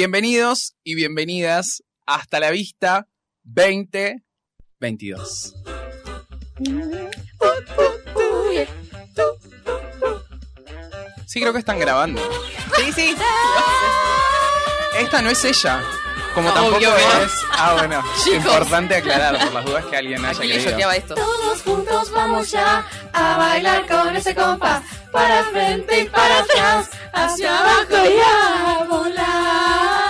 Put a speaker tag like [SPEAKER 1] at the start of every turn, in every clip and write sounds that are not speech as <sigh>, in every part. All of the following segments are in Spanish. [SPEAKER 1] Bienvenidos y bienvenidas hasta la vista 2022. Sí, creo que están grabando.
[SPEAKER 2] Sí, sí.
[SPEAKER 1] Esta no es ella. Como
[SPEAKER 2] No,
[SPEAKER 1] tampoco
[SPEAKER 2] obvio que no.
[SPEAKER 1] es. Ah,
[SPEAKER 2] <laughs>
[SPEAKER 1] bueno.
[SPEAKER 2] Chicos.
[SPEAKER 1] Importante aclarar por las dudas que alguien haya
[SPEAKER 2] Aquí le
[SPEAKER 1] creído.
[SPEAKER 2] choteaba esto.
[SPEAKER 3] Todos juntos vamos ya a bailar con ese compás. Para frente y para atrás, hacia abajo y a volar.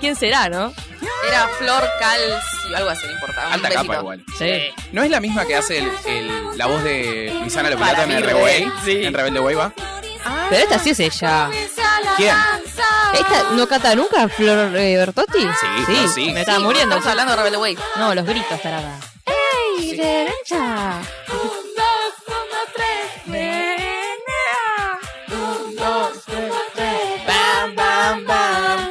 [SPEAKER 4] ¿Quién será, no?
[SPEAKER 2] Era Flor Calcio, algo así, no importaba. Un
[SPEAKER 1] Alta
[SPEAKER 2] besito.
[SPEAKER 1] capa igual.
[SPEAKER 4] Sí.
[SPEAKER 1] ¿No es la misma que hace el, el- la voz de Luisana Lopilato en
[SPEAKER 2] mí,
[SPEAKER 1] el Rebelde?
[SPEAKER 4] sí.
[SPEAKER 1] En Rebelde Way va.
[SPEAKER 4] Pero esta sí es ella.
[SPEAKER 1] ¿Quién?
[SPEAKER 4] ¿Esta no canta nunca, Flor eh, Bertotti?
[SPEAKER 1] Sí, no, sí.
[SPEAKER 4] Me estaba muriendo.
[SPEAKER 2] Estamos hablando de Rebelde Way.
[SPEAKER 4] No, los gritos, tarada.
[SPEAKER 3] ¡Ey, derecha! Un, dos, uno, tres, nena. Un, dos, uno, tres, bam, bam, bam.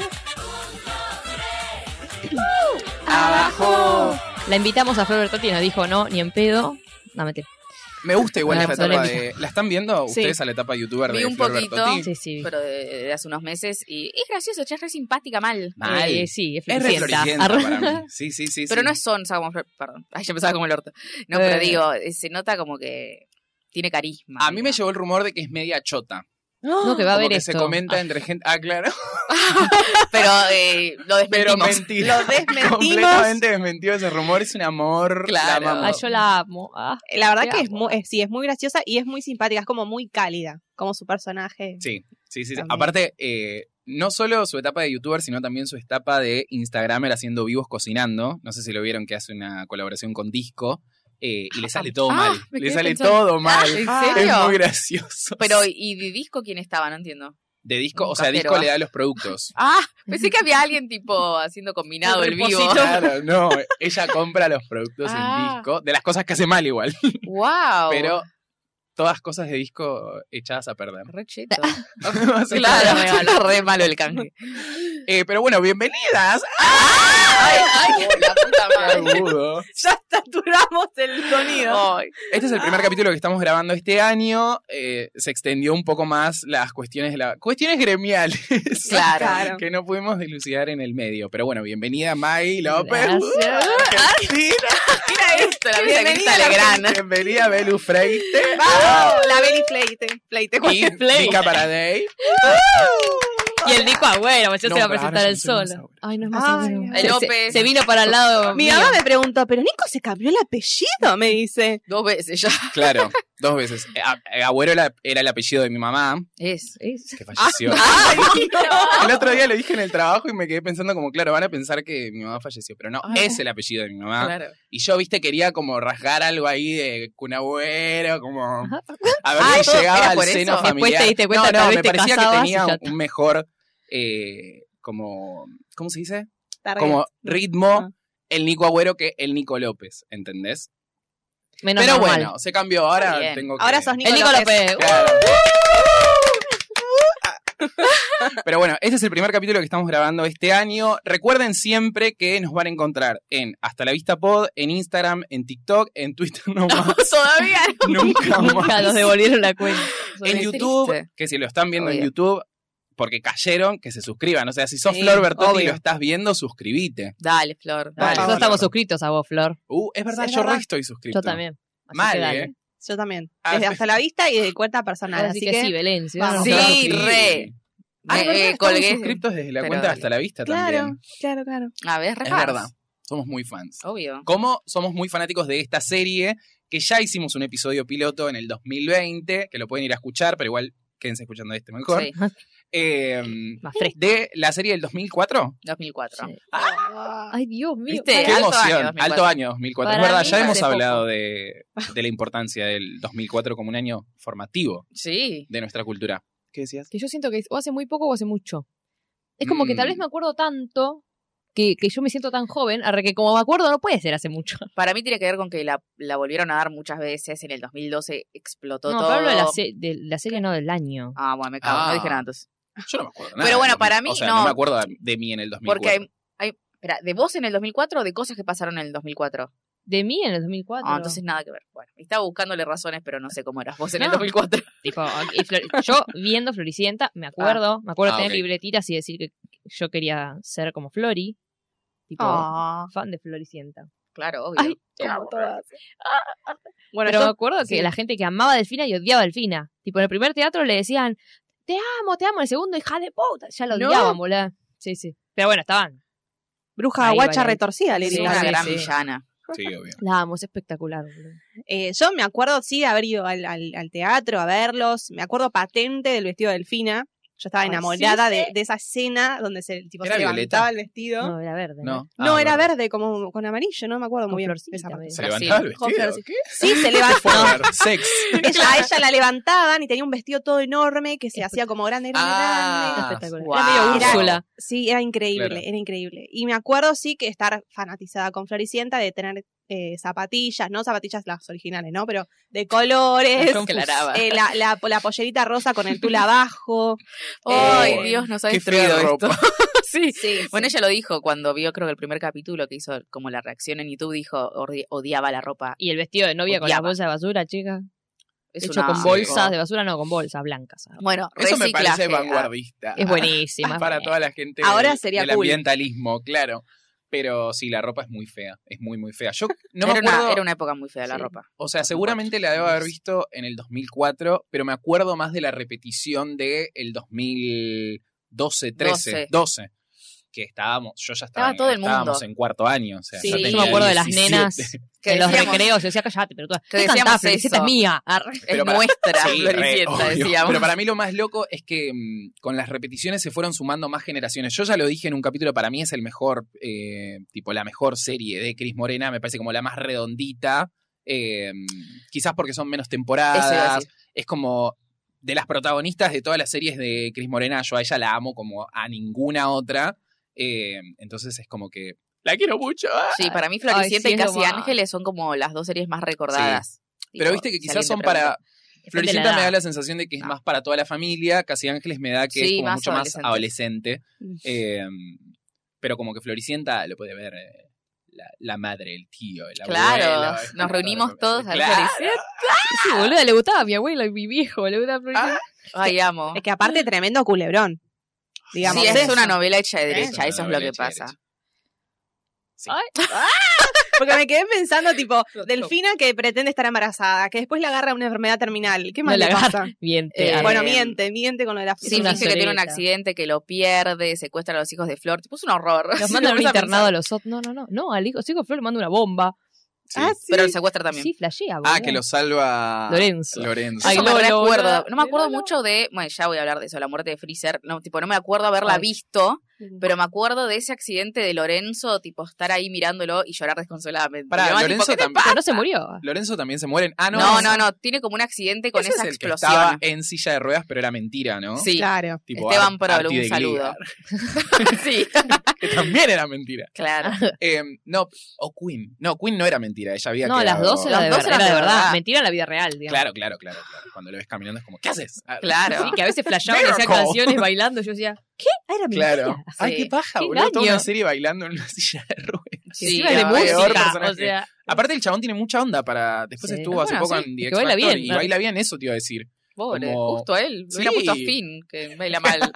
[SPEAKER 1] Ah,
[SPEAKER 3] Abajo.
[SPEAKER 4] La invitamos a Flor Bertotti y nos dijo no, ni en pedo. No, mentira.
[SPEAKER 1] Me gusta igual
[SPEAKER 4] No,
[SPEAKER 1] esta
[SPEAKER 4] no
[SPEAKER 1] etapa
[SPEAKER 4] la vi.
[SPEAKER 1] de. ¿La están viendo
[SPEAKER 4] Ah, Sí.
[SPEAKER 1] ustedes a la etapa youtuber
[SPEAKER 2] Vi
[SPEAKER 1] de
[SPEAKER 2] un
[SPEAKER 1] Flor
[SPEAKER 2] poquito.
[SPEAKER 1] Bertotti?
[SPEAKER 4] Sí, sí.
[SPEAKER 2] Pero de, de hace unos meses. Y es gracioso, ya es re simpática mal.
[SPEAKER 1] Mal.
[SPEAKER 4] Eh, sí, es
[SPEAKER 1] es re
[SPEAKER 4] floricienta.
[SPEAKER 1] floricienta
[SPEAKER 4] Arre-
[SPEAKER 1] para mí. Sí, sí, sí.
[SPEAKER 2] Pero
[SPEAKER 1] sí.
[SPEAKER 2] no es sonsa como Flor. Perdón. Ay, yo empezaba como el orto. No,
[SPEAKER 4] Eh.
[SPEAKER 2] pero digo, eh, se nota como que tiene carisma.
[SPEAKER 1] A mí me llegó el rumor de que es media chota.
[SPEAKER 4] <laughs> No, que va a
[SPEAKER 1] Como
[SPEAKER 4] haber
[SPEAKER 1] que
[SPEAKER 4] esto.
[SPEAKER 1] se comenta entre gente. Ah,
[SPEAKER 4] <laughs>
[SPEAKER 1] claro.
[SPEAKER 2] Pero eh, lo
[SPEAKER 1] <laughs> Pero
[SPEAKER 2] desmentimos.
[SPEAKER 1] mentira.
[SPEAKER 2] Lo
[SPEAKER 1] <laughs>
[SPEAKER 2] desmentimos.
[SPEAKER 1] Completamente desmentido ese rumor. Es un amor.
[SPEAKER 2] Claro.
[SPEAKER 1] La
[SPEAKER 4] Ah,
[SPEAKER 1] amamos.
[SPEAKER 4] ah, yo la amo. Ah.
[SPEAKER 5] La verdad
[SPEAKER 4] Te
[SPEAKER 5] que es
[SPEAKER 4] amo.
[SPEAKER 5] muy, es- sí, es muy graciosa y es muy simpática, es como muy cálida, como su personaje.
[SPEAKER 1] Sí, sí, sí. sí.
[SPEAKER 5] También.
[SPEAKER 1] Aparte, eh, no solo su etapa de youtuber, sino también su etapa de Instagramer haciendo vivos cocinando. No sé si lo vieron que hace una colaboración con Disco. eh, y le sale todo
[SPEAKER 2] Ah,
[SPEAKER 1] mal.
[SPEAKER 2] me
[SPEAKER 1] Le
[SPEAKER 2] quedé
[SPEAKER 1] sale
[SPEAKER 2] pensando.
[SPEAKER 1] todo mal.
[SPEAKER 2] ¿En
[SPEAKER 5] Ah,
[SPEAKER 2] serio?
[SPEAKER 1] Es muy gracioso.
[SPEAKER 2] Pero, ¿y de disco quién estaba? No entiendo.
[SPEAKER 1] de disco,
[SPEAKER 2] un
[SPEAKER 1] o sea,
[SPEAKER 2] cajero,
[SPEAKER 1] disco
[SPEAKER 2] ah.
[SPEAKER 1] le da los
[SPEAKER 2] <laughs>
[SPEAKER 1] productos.
[SPEAKER 2] Ah, pensé que había alguien tipo haciendo combinado el,
[SPEAKER 5] El
[SPEAKER 2] vivo.
[SPEAKER 5] reposito.
[SPEAKER 1] Claro, no, ella compra los productos en
[SPEAKER 2] Ah.
[SPEAKER 1] disco, de las cosas que hace mal igual,
[SPEAKER 2] ¡Wow!
[SPEAKER 1] pero todas cosas de disco echadas a perder. <laughs>
[SPEAKER 2] Re cheto.
[SPEAKER 1] Claro.
[SPEAKER 2] claro, me ganó re malo el canje.
[SPEAKER 1] Eh, pero bueno, bienvenidas.
[SPEAKER 2] ¡Ay, ay! <laughs> La puta
[SPEAKER 1] Qué
[SPEAKER 2] madre.
[SPEAKER 1] agudo.
[SPEAKER 5] Ya saturamos el sonido.
[SPEAKER 2] Ay.
[SPEAKER 1] Este es el primer capítulo que estamos grabando este año. eh, se extendió un poco más las cuestiones de la cuestiones gremiales <laughs>
[SPEAKER 2] Claro.
[SPEAKER 5] Claro.
[SPEAKER 1] que no pudimos dilucidar en el medio. Pero bueno, bienvenida May López.
[SPEAKER 4] Gracias.
[SPEAKER 1] Uh, Argentina.
[SPEAKER 2] Mira esto, la vida que
[SPEAKER 5] Bienvenida
[SPEAKER 2] está
[SPEAKER 5] a la
[SPEAKER 2] Legrand.
[SPEAKER 1] Bienvenida Belu Freite.
[SPEAKER 5] ¡Vamos! La Beli Pleite. Pleite.
[SPEAKER 1] Y
[SPEAKER 4] Play.
[SPEAKER 1] Vika Paradei.
[SPEAKER 4] Y el Nico Agüero, yo
[SPEAKER 1] No,
[SPEAKER 4] se iba
[SPEAKER 1] pero
[SPEAKER 4] a presentar
[SPEAKER 1] ahora
[SPEAKER 4] el
[SPEAKER 1] yo no soy más
[SPEAKER 4] solo.
[SPEAKER 1] ahora.
[SPEAKER 4] Ay, no es
[SPEAKER 5] Ay,
[SPEAKER 4] seguro.
[SPEAKER 5] no.
[SPEAKER 4] Se-
[SPEAKER 2] López.
[SPEAKER 4] Se, vino para al lado.
[SPEAKER 5] Mi
[SPEAKER 4] mío.
[SPEAKER 5] mamá me preguntó, ¿pero Nico se cambió el apellido? Me dice.
[SPEAKER 2] Dos veces ya.
[SPEAKER 1] Claro, dos veces. Eh, a- eh, Agüero era, era el apellido de mi mamá,
[SPEAKER 2] Es.
[SPEAKER 4] Es-
[SPEAKER 1] que
[SPEAKER 4] Ah,
[SPEAKER 1] falleció.
[SPEAKER 2] ¡Ay,
[SPEAKER 1] <laughs> El otro día lo dije en el trabajo y me quedé pensando como, claro, van a pensar que mi mamá falleció, pero no, es el apellido de mi mamá.
[SPEAKER 2] Claro. <laughs>
[SPEAKER 1] Y yo, viste, quería como rasgar algo ahí de cunagüero, como
[SPEAKER 4] Ajá.
[SPEAKER 1] a ver
[SPEAKER 2] Ah,
[SPEAKER 1] si
[SPEAKER 2] todo
[SPEAKER 1] llegaba
[SPEAKER 2] era
[SPEAKER 1] al
[SPEAKER 2] por
[SPEAKER 1] seno
[SPEAKER 2] eso.
[SPEAKER 1] familiar.
[SPEAKER 4] Después te diste cuenta,
[SPEAKER 1] no,
[SPEAKER 4] tal
[SPEAKER 1] no,
[SPEAKER 4] vez
[SPEAKER 1] me
[SPEAKER 4] te
[SPEAKER 1] parecía que
[SPEAKER 4] casabas y
[SPEAKER 1] tenía
[SPEAKER 4] ya
[SPEAKER 1] un,
[SPEAKER 4] está.
[SPEAKER 1] mejor, eh, como, ¿cómo se dice?
[SPEAKER 5] Target.
[SPEAKER 1] Como ritmo
[SPEAKER 5] Ah.
[SPEAKER 1] el Nico Agüero que el Nico López, ¿entendés?
[SPEAKER 4] Menos
[SPEAKER 1] pero
[SPEAKER 4] normal.
[SPEAKER 1] bueno, se cambió, ahora
[SPEAKER 2] Está bien.
[SPEAKER 1] tengo que...
[SPEAKER 5] Ahora sos Nico
[SPEAKER 4] El Nico López.
[SPEAKER 1] Claro. Pero bueno, este es el primer capítulo que estamos grabando este año. Recuerden siempre que nos van a encontrar en Hasta la Vista Pod, en Instagram, en TikTok, en Twitter, no
[SPEAKER 2] <laughs>
[SPEAKER 1] más,
[SPEAKER 2] Todavía
[SPEAKER 4] <laughs>
[SPEAKER 2] no.
[SPEAKER 1] nunca
[SPEAKER 4] Nunca
[SPEAKER 1] más.
[SPEAKER 4] nos devolvieron la cuenta.
[SPEAKER 1] En
[SPEAKER 2] Qué
[SPEAKER 1] YouTube,
[SPEAKER 2] triste.
[SPEAKER 1] que si lo están viendo en
[SPEAKER 2] Obvio.
[SPEAKER 1] YouTube, porque cayeron, que se suscriban. O sea, si sos
[SPEAKER 5] Sí,
[SPEAKER 1] Flor Bertotti y
[SPEAKER 5] obvio.
[SPEAKER 1] lo estás viendo, suscribite.
[SPEAKER 2] Dale,
[SPEAKER 1] Dale,
[SPEAKER 2] Flor. Dale.
[SPEAKER 4] Nosotros
[SPEAKER 1] Flor.
[SPEAKER 4] estamos suscritos a vos, Flor.
[SPEAKER 1] Uh, es verdad,
[SPEAKER 5] Es
[SPEAKER 1] yo
[SPEAKER 5] verdad.
[SPEAKER 1] re estoy suscrito.
[SPEAKER 4] Yo también. Así
[SPEAKER 1] Mal,
[SPEAKER 4] que dale.
[SPEAKER 1] ¿eh?
[SPEAKER 5] Yo también.
[SPEAKER 1] Ah,
[SPEAKER 5] Desde
[SPEAKER 1] sí.
[SPEAKER 5] hasta la vista y de cuenta personal.
[SPEAKER 4] Así, que, sí, Belén. si
[SPEAKER 5] Vamos.
[SPEAKER 4] no nos
[SPEAKER 2] Sí,
[SPEAKER 4] quedamos-
[SPEAKER 2] re.
[SPEAKER 1] Ah, es
[SPEAKER 2] Me,
[SPEAKER 1] verdad,
[SPEAKER 2] eh,
[SPEAKER 1] estamos
[SPEAKER 2] colgué.
[SPEAKER 1] suscritos desde la
[SPEAKER 2] Pero
[SPEAKER 1] cuenta de
[SPEAKER 2] dale.
[SPEAKER 1] Hasta la Vista
[SPEAKER 5] Claro,
[SPEAKER 1] también.
[SPEAKER 5] claro, claro.
[SPEAKER 2] A ver,
[SPEAKER 1] Es
[SPEAKER 2] refans.
[SPEAKER 1] verdad, somos muy fans.
[SPEAKER 2] Obvio.
[SPEAKER 1] Como somos muy fanáticos de esta serie, que ya hicimos un episodio piloto en el 2020, que lo pueden ir a escuchar, pero igual quédense escuchando este mejor.
[SPEAKER 2] Sí,
[SPEAKER 1] Eh,
[SPEAKER 4] Más fresco.
[SPEAKER 1] de la serie del 2004.
[SPEAKER 2] 2004.
[SPEAKER 4] Sí. Ay, Dios mío.
[SPEAKER 2] ¿Viste?
[SPEAKER 1] ¡Qué
[SPEAKER 2] alto
[SPEAKER 1] emoción!
[SPEAKER 2] año, 2004.
[SPEAKER 1] Alto año 2004.
[SPEAKER 4] Para
[SPEAKER 1] es verdad,
[SPEAKER 4] mí
[SPEAKER 1] ya
[SPEAKER 4] hace
[SPEAKER 1] hemos
[SPEAKER 4] poco.
[SPEAKER 1] hablado de, de la importancia del 2004 como un año formativo
[SPEAKER 2] Sí.
[SPEAKER 1] de nuestra cultura. ¿Qué decías?
[SPEAKER 4] Que yo siento que o hace muy poco o hace mucho. Es como que tal vez
[SPEAKER 1] Mm.
[SPEAKER 4] me acuerdo tanto que, que yo me siento tan joven, arre que como me acuerdo no puede ser hace mucho.
[SPEAKER 2] Para mí tiene que ver con que la, la volvieron a dar muchas veces. En el 2012 explotó
[SPEAKER 4] No,
[SPEAKER 2] todo.
[SPEAKER 4] pero hablo de la, se- de la serie, no del año.
[SPEAKER 2] Ah, bueno, me cago.
[SPEAKER 1] Ah.
[SPEAKER 2] No dije nada entonces.
[SPEAKER 1] Yo no me acuerdo
[SPEAKER 2] Pero
[SPEAKER 1] nada.
[SPEAKER 2] bueno,
[SPEAKER 1] del
[SPEAKER 2] para
[SPEAKER 1] 2000.
[SPEAKER 2] mí
[SPEAKER 1] O sea,
[SPEAKER 2] no.
[SPEAKER 1] me acuerdo de mí en el 2004.
[SPEAKER 2] Porque hay. hay espera, ¿de vos en el 2004 o de cosas que pasaron en el 2004?
[SPEAKER 4] de mí en el 2004.
[SPEAKER 2] Ah, entonces nada que ver. Bueno, estaba buscándole razones, pero no sé cómo eras vos en el
[SPEAKER 4] No.
[SPEAKER 2] 2004.
[SPEAKER 4] Tipo, ah, y Flor- yo viendo Floricienta, me acuerdo, me acuerdo
[SPEAKER 1] Ah,
[SPEAKER 4] tener
[SPEAKER 1] ok.
[SPEAKER 4] libretitas y decir que yo quería ser como Flori. Tipo,
[SPEAKER 5] Ah.
[SPEAKER 4] fan de Floricienta.
[SPEAKER 2] Claro, obvio.
[SPEAKER 5] Ay,
[SPEAKER 2] Te
[SPEAKER 5] como
[SPEAKER 2] amo,
[SPEAKER 5] todas. Bueno,
[SPEAKER 4] Pero me
[SPEAKER 5] yo-
[SPEAKER 4] acuerdo que
[SPEAKER 5] sí.
[SPEAKER 4] la gente que amaba a Delfina y odiaba a Delfina. Tipo, en el primer teatro le decían, te amo, te amo. En el segundo, hija de puta. Ya lo
[SPEAKER 2] No.
[SPEAKER 4] odiaban, boludo. Sí, sí. Pero bueno, estaban.
[SPEAKER 5] bruja
[SPEAKER 4] Ahí
[SPEAKER 5] guacha
[SPEAKER 4] vale.
[SPEAKER 5] retorcida, le
[SPEAKER 2] Es
[SPEAKER 4] Sí,
[SPEAKER 5] diría.
[SPEAKER 2] una
[SPEAKER 4] sí,
[SPEAKER 2] gran
[SPEAKER 4] sí.
[SPEAKER 2] villana.
[SPEAKER 1] Sí, obvio.
[SPEAKER 4] La amo, es espectacular, boludo.
[SPEAKER 5] Eh, yo me acuerdo, sí, de haber ido al, al- al teatro a verlos. Me acuerdo patente del vestido de Delfina. Yo estaba
[SPEAKER 2] Ay, sí,
[SPEAKER 5] enamorada de,
[SPEAKER 2] sí.
[SPEAKER 5] de esa escena donde se, tipo, se
[SPEAKER 1] ¿Era
[SPEAKER 5] levantaba
[SPEAKER 1] violeta?
[SPEAKER 5] el vestido. No,
[SPEAKER 4] No, era verde.
[SPEAKER 1] No, Ah,
[SPEAKER 5] era verde, como con amarillo, no me acuerdo
[SPEAKER 4] Con
[SPEAKER 5] muy bien.
[SPEAKER 4] florcita,
[SPEAKER 5] esa parte.
[SPEAKER 1] ¿Se
[SPEAKER 2] Sí.
[SPEAKER 1] levantaba el
[SPEAKER 5] Con
[SPEAKER 1] vestido?
[SPEAKER 5] florcita.
[SPEAKER 1] ¿Qué?
[SPEAKER 5] Sí,
[SPEAKER 1] <laughs>
[SPEAKER 5] se
[SPEAKER 1] Fue
[SPEAKER 5] levantó.
[SPEAKER 1] a ver, Sex.
[SPEAKER 5] Ella, a ella la levantaban y tenía un vestido todo enorme que se hacía como grande, grande, grande.
[SPEAKER 1] Ah,
[SPEAKER 4] Espectacular.
[SPEAKER 2] Wow.
[SPEAKER 4] Era medio
[SPEAKER 5] Era-
[SPEAKER 4] Úrsula.
[SPEAKER 5] Sí, era increíble,
[SPEAKER 1] Claro.
[SPEAKER 5] era increíble. Y me acuerdo sí que estar fanatizada con Floricienta, de tener eh, zapatillas, no zapatillas las originales, ¿no? Pero
[SPEAKER 2] <laughs>
[SPEAKER 5] de colores,
[SPEAKER 2] Confus. Claraba.
[SPEAKER 5] eh, la, la, la pollerita rosa con
[SPEAKER 2] <laughs>
[SPEAKER 5] el tul abajo.
[SPEAKER 2] Ay,
[SPEAKER 5] Eh,
[SPEAKER 2] Dios, no
[SPEAKER 1] qué
[SPEAKER 2] sabes
[SPEAKER 1] fría
[SPEAKER 2] frío esto.
[SPEAKER 1] ropa.
[SPEAKER 2] sí.
[SPEAKER 5] Sí,
[SPEAKER 2] Bueno, ella lo dijo cuando vio, creo que el primer capítulo que hizo como la reacción en YouTube, dijo "Ordi- odiaba la ropa.
[SPEAKER 4] Y el vestido de novia con la
[SPEAKER 2] Odiaba.
[SPEAKER 4] bolsa de basura, chica.
[SPEAKER 2] Es
[SPEAKER 4] Hecho
[SPEAKER 2] una-
[SPEAKER 4] con bolsas de ah. basura, no, con bolsas blancas.
[SPEAKER 2] Bueno,
[SPEAKER 1] Eso me
[SPEAKER 2] reciclaje.
[SPEAKER 1] parece vanguardista.
[SPEAKER 4] Es
[SPEAKER 2] <laughs>
[SPEAKER 4] buenísima. es
[SPEAKER 1] Para
[SPEAKER 4] buena.
[SPEAKER 1] toda la gente
[SPEAKER 5] Ahora
[SPEAKER 1] del-
[SPEAKER 5] sería
[SPEAKER 1] del
[SPEAKER 5] cool.
[SPEAKER 1] ambientalismo, claro. Pero sí, la ropa es muy fea. Es muy, muy fea. Yo no
[SPEAKER 2] era,
[SPEAKER 1] me acuerdo.
[SPEAKER 2] una, era una época muy fea la
[SPEAKER 4] Sí.
[SPEAKER 2] ropa.
[SPEAKER 1] O sea, seguramente la debo haber visto en el 2004, pero me acuerdo más de la repetición de el 2012, 13, 12.
[SPEAKER 2] Doce.
[SPEAKER 1] que estábamos, yo ya estaba,
[SPEAKER 2] Estaba todo el mundo.
[SPEAKER 1] Estábamos en cuarto año, o sea,
[SPEAKER 5] Sí.
[SPEAKER 1] yo
[SPEAKER 5] Yo
[SPEAKER 1] tenía
[SPEAKER 5] me
[SPEAKER 4] acuerdo de las
[SPEAKER 1] 17.
[SPEAKER 4] nenas.
[SPEAKER 2] Que
[SPEAKER 4] en los
[SPEAKER 2] decíamos,
[SPEAKER 4] recreos, yo decía, callate, pero tú.
[SPEAKER 2] Que
[SPEAKER 4] ¿Qué
[SPEAKER 2] decíamos
[SPEAKER 4] cantás?
[SPEAKER 2] eso.
[SPEAKER 4] Floricienta es mía. Arre.
[SPEAKER 1] Pero
[SPEAKER 2] es
[SPEAKER 1] para-
[SPEAKER 2] nuestra
[SPEAKER 1] Sí, re,
[SPEAKER 2] Floricienta,
[SPEAKER 1] obvio.
[SPEAKER 2] decíamos.
[SPEAKER 1] Pero para mí lo más loco es que mm, con las repeticiones se fueron sumando más generaciones. Yo ya lo dije en un capítulo, para mí es el mejor, eh, tipo, la mejor serie de Cris Morena, me parece como la más redondita. eh, quizás porque son menos
[SPEAKER 2] Eso iba a
[SPEAKER 1] <laughs> temporadas.
[SPEAKER 2] decir.
[SPEAKER 1] Es como de las protagonistas de todas las series de Cris Morena, yo a ella la amo como a ninguna otra. eh, entonces es como que la quiero mucho. ¡ah!
[SPEAKER 2] Sí, para mí
[SPEAKER 4] Ay,
[SPEAKER 2] Floricienta
[SPEAKER 4] sí,
[SPEAKER 2] y
[SPEAKER 4] es lo
[SPEAKER 2] Casi
[SPEAKER 4] más.
[SPEAKER 2] Ángeles son como las dos series más recordadas.
[SPEAKER 1] Pero
[SPEAKER 2] Tipo,
[SPEAKER 1] viste que
[SPEAKER 2] si
[SPEAKER 1] quizás
[SPEAKER 2] alguien
[SPEAKER 1] son
[SPEAKER 2] te
[SPEAKER 1] para,
[SPEAKER 2] pregunta.
[SPEAKER 4] Depende de
[SPEAKER 1] Floricienta
[SPEAKER 4] la
[SPEAKER 1] me da
[SPEAKER 4] edad.
[SPEAKER 1] la sensación de que es
[SPEAKER 2] No.
[SPEAKER 1] más para toda la familia, Casi Ángeles me da que es
[SPEAKER 2] Sí,
[SPEAKER 1] como
[SPEAKER 2] más
[SPEAKER 1] mucho más adolescente.
[SPEAKER 5] Mm.
[SPEAKER 1] Eh, pero como que Floricienta lo puede ver eh, la, la madre, el tío, el
[SPEAKER 2] Claro,
[SPEAKER 1] abuelo. es como
[SPEAKER 2] nos
[SPEAKER 1] toda la
[SPEAKER 2] reunimos
[SPEAKER 1] familia.
[SPEAKER 2] todos a ver
[SPEAKER 1] Claro.
[SPEAKER 2] Floricienta.
[SPEAKER 4] Sí, boluda, le gustaba a mi abuelo y mi viejo, le gustaba Floricienta.
[SPEAKER 2] Ay, amo.
[SPEAKER 5] Es que aparte tremendo culebrón.
[SPEAKER 2] Mm.
[SPEAKER 5] Digamos,
[SPEAKER 2] Sí,
[SPEAKER 1] Digamos,
[SPEAKER 2] es
[SPEAKER 1] eso.
[SPEAKER 2] una novela hecha de
[SPEAKER 5] Es
[SPEAKER 2] derecha,
[SPEAKER 1] una
[SPEAKER 2] eso es
[SPEAKER 1] novela
[SPEAKER 2] lo que
[SPEAKER 1] hecha de
[SPEAKER 2] pasa.
[SPEAKER 1] derecha.
[SPEAKER 5] Porque me quedé pensando,
[SPEAKER 2] <laughs>
[SPEAKER 5] tipo, Delfina que pretende estar embarazada, que después le agarra una enfermedad terminal. ¿Qué más
[SPEAKER 4] No la
[SPEAKER 5] le pasa?
[SPEAKER 2] <laughs>
[SPEAKER 4] Miente.
[SPEAKER 2] Eh,
[SPEAKER 4] arre.
[SPEAKER 5] Bueno,
[SPEAKER 2] Eh,
[SPEAKER 5] miente, miente con lo de la
[SPEAKER 2] Sí,
[SPEAKER 5] es una
[SPEAKER 2] finge que tiene un
[SPEAKER 4] soleta.
[SPEAKER 2] accidente, que lo pierde, secuestra a los hijos de Flor. Tipo, es un horror. <laughs>
[SPEAKER 4] Los
[SPEAKER 2] Si
[SPEAKER 4] mandan a
[SPEAKER 2] lo
[SPEAKER 4] un
[SPEAKER 2] ves a
[SPEAKER 4] internado a
[SPEAKER 2] pensar.
[SPEAKER 4] los otros. No, no, no. No, al hijo, su hijo Flor le manda una bomba.
[SPEAKER 1] Sí.
[SPEAKER 5] Ah, sí.
[SPEAKER 2] Pero el secuestra también.
[SPEAKER 4] Sí, flashea, boluda.
[SPEAKER 1] Ah, que ah, lo salva
[SPEAKER 4] Lorenzo.
[SPEAKER 1] Lorenzo.
[SPEAKER 4] Ay,
[SPEAKER 2] Yo no me
[SPEAKER 4] Lolo,
[SPEAKER 2] recuerdo.
[SPEAKER 4] boluda.
[SPEAKER 2] No me acuerdo
[SPEAKER 4] Lolo.
[SPEAKER 2] mucho de. Bueno, ya voy a hablar de eso, la muerte de Freezer. No, tipo, no me acuerdo haberla
[SPEAKER 4] Ay.
[SPEAKER 2] visto, pero me acuerdo de ese accidente de Lorenzo, tipo, estar ahí mirándolo y llorar desconsoladamente.
[SPEAKER 1] Pará,
[SPEAKER 2] Mi mamá, tipo,
[SPEAKER 1] Lorenzo
[SPEAKER 2] ¿qué te
[SPEAKER 1] también.
[SPEAKER 4] Pero no se murió.
[SPEAKER 1] Lorenzo también se mueren. Ah, no.
[SPEAKER 2] No,
[SPEAKER 1] ese-
[SPEAKER 2] no, no, tiene como un accidente con
[SPEAKER 1] ese
[SPEAKER 2] esa
[SPEAKER 1] es el que estaba
[SPEAKER 2] explosión.
[SPEAKER 1] en silla de ruedas, pero era mentira, ¿no?
[SPEAKER 2] Sí,
[SPEAKER 5] Claro.
[SPEAKER 1] Tipo,
[SPEAKER 2] Esteban
[SPEAKER 1] Ar-
[SPEAKER 2] Prol,
[SPEAKER 1] Arti
[SPEAKER 2] un
[SPEAKER 1] de
[SPEAKER 2] saludo.
[SPEAKER 1] Gligar,
[SPEAKER 2] sí,
[SPEAKER 1] <laughs> Que también era mentira.
[SPEAKER 2] claro.
[SPEAKER 4] Ah,
[SPEAKER 1] Eh, no, o Queen. No, Queen no era mentira. Ella había
[SPEAKER 4] No, las
[SPEAKER 1] quedado-
[SPEAKER 4] dos eran
[SPEAKER 2] Las
[SPEAKER 4] de, ver-
[SPEAKER 2] dos eran
[SPEAKER 4] era de
[SPEAKER 2] de
[SPEAKER 4] verdad.
[SPEAKER 2] verdad.
[SPEAKER 4] Mentira en la vida real, digamos.
[SPEAKER 1] Claro, claro, claro, claro. Cuando lo ves caminando es como, ¿qué haces? Ah, <laughs>
[SPEAKER 2] Claro.
[SPEAKER 4] Sí, que a veces flasheaba y hacía
[SPEAKER 1] Miracle.
[SPEAKER 4] canciones bailando. Yo decía, ¿qué? Ah, era mentira.
[SPEAKER 1] Claro. Ay, qué paja,
[SPEAKER 4] Qué
[SPEAKER 1] boludo. Toda
[SPEAKER 4] engaño.
[SPEAKER 1] una serie bailando en una <laughs> silla de ruedas.
[SPEAKER 4] Que
[SPEAKER 2] Sí,
[SPEAKER 4] encima es de
[SPEAKER 2] la verdad que
[SPEAKER 1] peor
[SPEAKER 4] música.
[SPEAKER 1] personaje.
[SPEAKER 4] O sea,
[SPEAKER 1] Aparte, el chabón tiene mucha onda para. Después
[SPEAKER 4] Sí.
[SPEAKER 1] estuvo hace
[SPEAKER 2] Bueno,
[SPEAKER 1] poco
[SPEAKER 2] sí,
[SPEAKER 1] en
[SPEAKER 4] que
[SPEAKER 1] The X
[SPEAKER 4] baila
[SPEAKER 1] Factor
[SPEAKER 4] bien,
[SPEAKER 1] y
[SPEAKER 4] claro.
[SPEAKER 1] baila bien, eso te iba a decir.
[SPEAKER 2] Pobre,
[SPEAKER 1] Como-
[SPEAKER 2] justo él. Lo hubiera
[SPEAKER 1] Sí.
[SPEAKER 2] puesto a Finn, que
[SPEAKER 1] <laughs>
[SPEAKER 2] baila mal.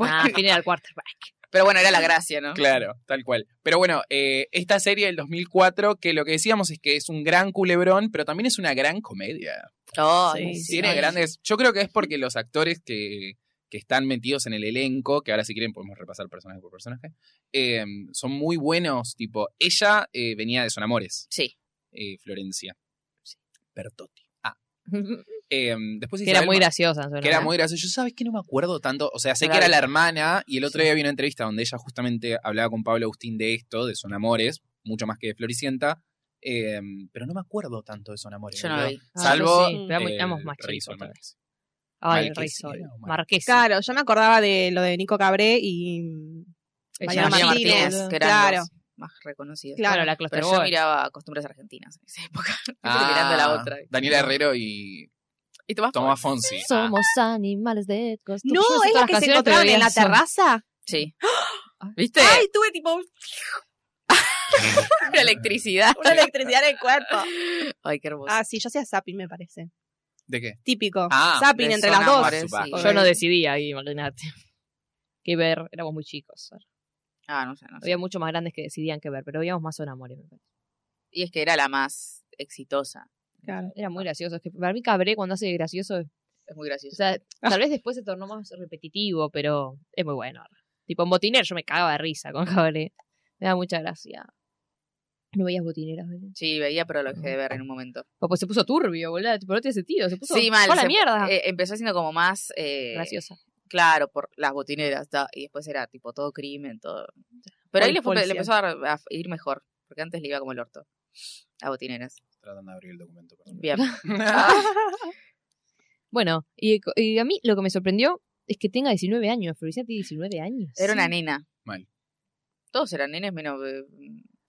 [SPEAKER 4] ah, tiene al quarterback.
[SPEAKER 2] Pero bueno, era la gracia,
[SPEAKER 4] Ah.
[SPEAKER 2] ¿no?
[SPEAKER 1] Claclaro, tal cual. Pero bueno, eh, esta serie del 2004, que lo que decíamos es que es un gran culebrón, pero también es una gran comedia.
[SPEAKER 2] Oh,
[SPEAKER 5] Sí, sí,
[SPEAKER 1] Tiene
[SPEAKER 5] Ay.
[SPEAKER 1] grandes. Yo creo que es porque los actores que, que están metidos en el elenco, que ahora si quieren podemos repasar personaje por personaje, eh, son muy buenos. Tipo, ella eh, venía de Son Amores,
[SPEAKER 2] Sí.
[SPEAKER 1] eh, Florencia. Bertotti. Ah. Eh, después
[SPEAKER 4] que era
[SPEAKER 1] Isabel
[SPEAKER 4] muy
[SPEAKER 1] Ma-
[SPEAKER 4] graciosa. en su
[SPEAKER 1] que era
[SPEAKER 4] novela.
[SPEAKER 1] muy gracioso. Yo sabes que no me acuerdo tanto. O sea, sé
[SPEAKER 4] No
[SPEAKER 1] que
[SPEAKER 4] la
[SPEAKER 1] era
[SPEAKER 4] vi.
[SPEAKER 1] la hermana y el otro día vi una entrevista donde ella justamente hablaba con Pablo Agustín de esto, de Son Amores, mucho más que de Floricienta. eh, pero no me acuerdo tanto de Son Amores.
[SPEAKER 2] Yo no
[SPEAKER 1] boludo.
[SPEAKER 2] lo vi.
[SPEAKER 4] Ah,
[SPEAKER 1] Salvo. eh,
[SPEAKER 4] yo sí, pero éramos-
[SPEAKER 1] el
[SPEAKER 4] éramos más
[SPEAKER 1] Rey
[SPEAKER 4] chicos
[SPEAKER 1] Sol
[SPEAKER 4] todavía.
[SPEAKER 1] Marquesi.
[SPEAKER 4] Ay, el
[SPEAKER 1] Marquesi,
[SPEAKER 4] rey Sol.
[SPEAKER 1] era, o Mar-
[SPEAKER 4] Marqués.
[SPEAKER 5] Claro, yo me acordaba de lo de Nico Cabré y. mm,
[SPEAKER 4] Ella,
[SPEAKER 5] Mariana
[SPEAKER 4] María
[SPEAKER 5] Martínez,
[SPEAKER 4] boluda.
[SPEAKER 2] que eran
[SPEAKER 5] claro.
[SPEAKER 2] los más reconocidos.
[SPEAKER 5] Claro,
[SPEAKER 4] Claro, la
[SPEAKER 2] Pero
[SPEAKER 4] Clusterboy.
[SPEAKER 2] yo miraba costumbres argentinas en esa época. <laughs>
[SPEAKER 1] Ah,
[SPEAKER 2] mirando la otra.
[SPEAKER 1] Daniel Herrero y
[SPEAKER 2] Y Tomás
[SPEAKER 1] Tomás Fonsi. Ah,
[SPEAKER 4] Somos animales de costumbre.
[SPEAKER 5] No,
[SPEAKER 4] Yo sé
[SPEAKER 5] es
[SPEAKER 4] todas
[SPEAKER 5] la
[SPEAKER 4] las
[SPEAKER 5] que se
[SPEAKER 4] canciones, pero
[SPEAKER 5] <laughs> encontraban en la
[SPEAKER 2] <gasps>
[SPEAKER 4] odias.
[SPEAKER 5] terraza.
[SPEAKER 2] Sí.
[SPEAKER 4] Ay.
[SPEAKER 2] ¿Viste?
[SPEAKER 5] Ay, tuve tipo.
[SPEAKER 1] Ah,
[SPEAKER 2] Una electricidad.
[SPEAKER 5] Una electricidad en el cuerpo.
[SPEAKER 2] Ay, qué hermoso.
[SPEAKER 5] Ah, sí, yo hacía zapping, me parece.
[SPEAKER 1] ¿De qué?
[SPEAKER 5] Típico.
[SPEAKER 1] Ah,
[SPEAKER 5] zapping
[SPEAKER 2] de
[SPEAKER 5] entre las dos.
[SPEAKER 1] sonámbulo.
[SPEAKER 4] Yo no decidí ahí, imagínate. <laughs> Qué ver, éramos muy chicos.
[SPEAKER 2] Ah, no sé, no sé.
[SPEAKER 4] Había muchos más grandes que decidían qué ver, pero veíamos más Zona Amor.
[SPEAKER 2] Y es que era la más exitosa.
[SPEAKER 5] Claro.
[SPEAKER 4] Era muy gracioso. Es que para mí Cabré cuando hace gracioso, o
[SPEAKER 2] Es muy graciosa.
[SPEAKER 4] sea, tal vez después se tornó más repetitivo, pero es muy bueno. Tipo en Botiner yo me cagaba de risa con Cabré. Me da mucha gracia. No veías botineras, ¿verdad?
[SPEAKER 2] Sí, veía, pero lo dejé de ver en un momento.
[SPEAKER 4] Pues se puso turbio, boludo. Tipo, no tiene sentido. Se puso
[SPEAKER 2] Sí, mal,
[SPEAKER 4] fue a la
[SPEAKER 2] se-
[SPEAKER 4] mierda.
[SPEAKER 2] Eh, empezó siendo como más. eh,
[SPEAKER 4] Graciosa.
[SPEAKER 2] Claro, por las botineras. ta, Y después era tipo todo crimen, todo. Pero
[SPEAKER 4] Pol-
[SPEAKER 2] ahí le, fue- le
[SPEAKER 4] policial.
[SPEAKER 2] empezó a, a ir mejor. Porque antes le iba como el orto. A botineras.
[SPEAKER 1] Tratan de abrir el documento. perdón.
[SPEAKER 4] <laughs>
[SPEAKER 2] Bien.
[SPEAKER 4] Bueno, y, y a mí lo que me sorprendió es que tenga 19 años. Floricienta tiene 19 años.
[SPEAKER 2] Era una
[SPEAKER 4] Sí.
[SPEAKER 2] nena.
[SPEAKER 1] Mal.
[SPEAKER 2] Todos eran nenes menos. eh,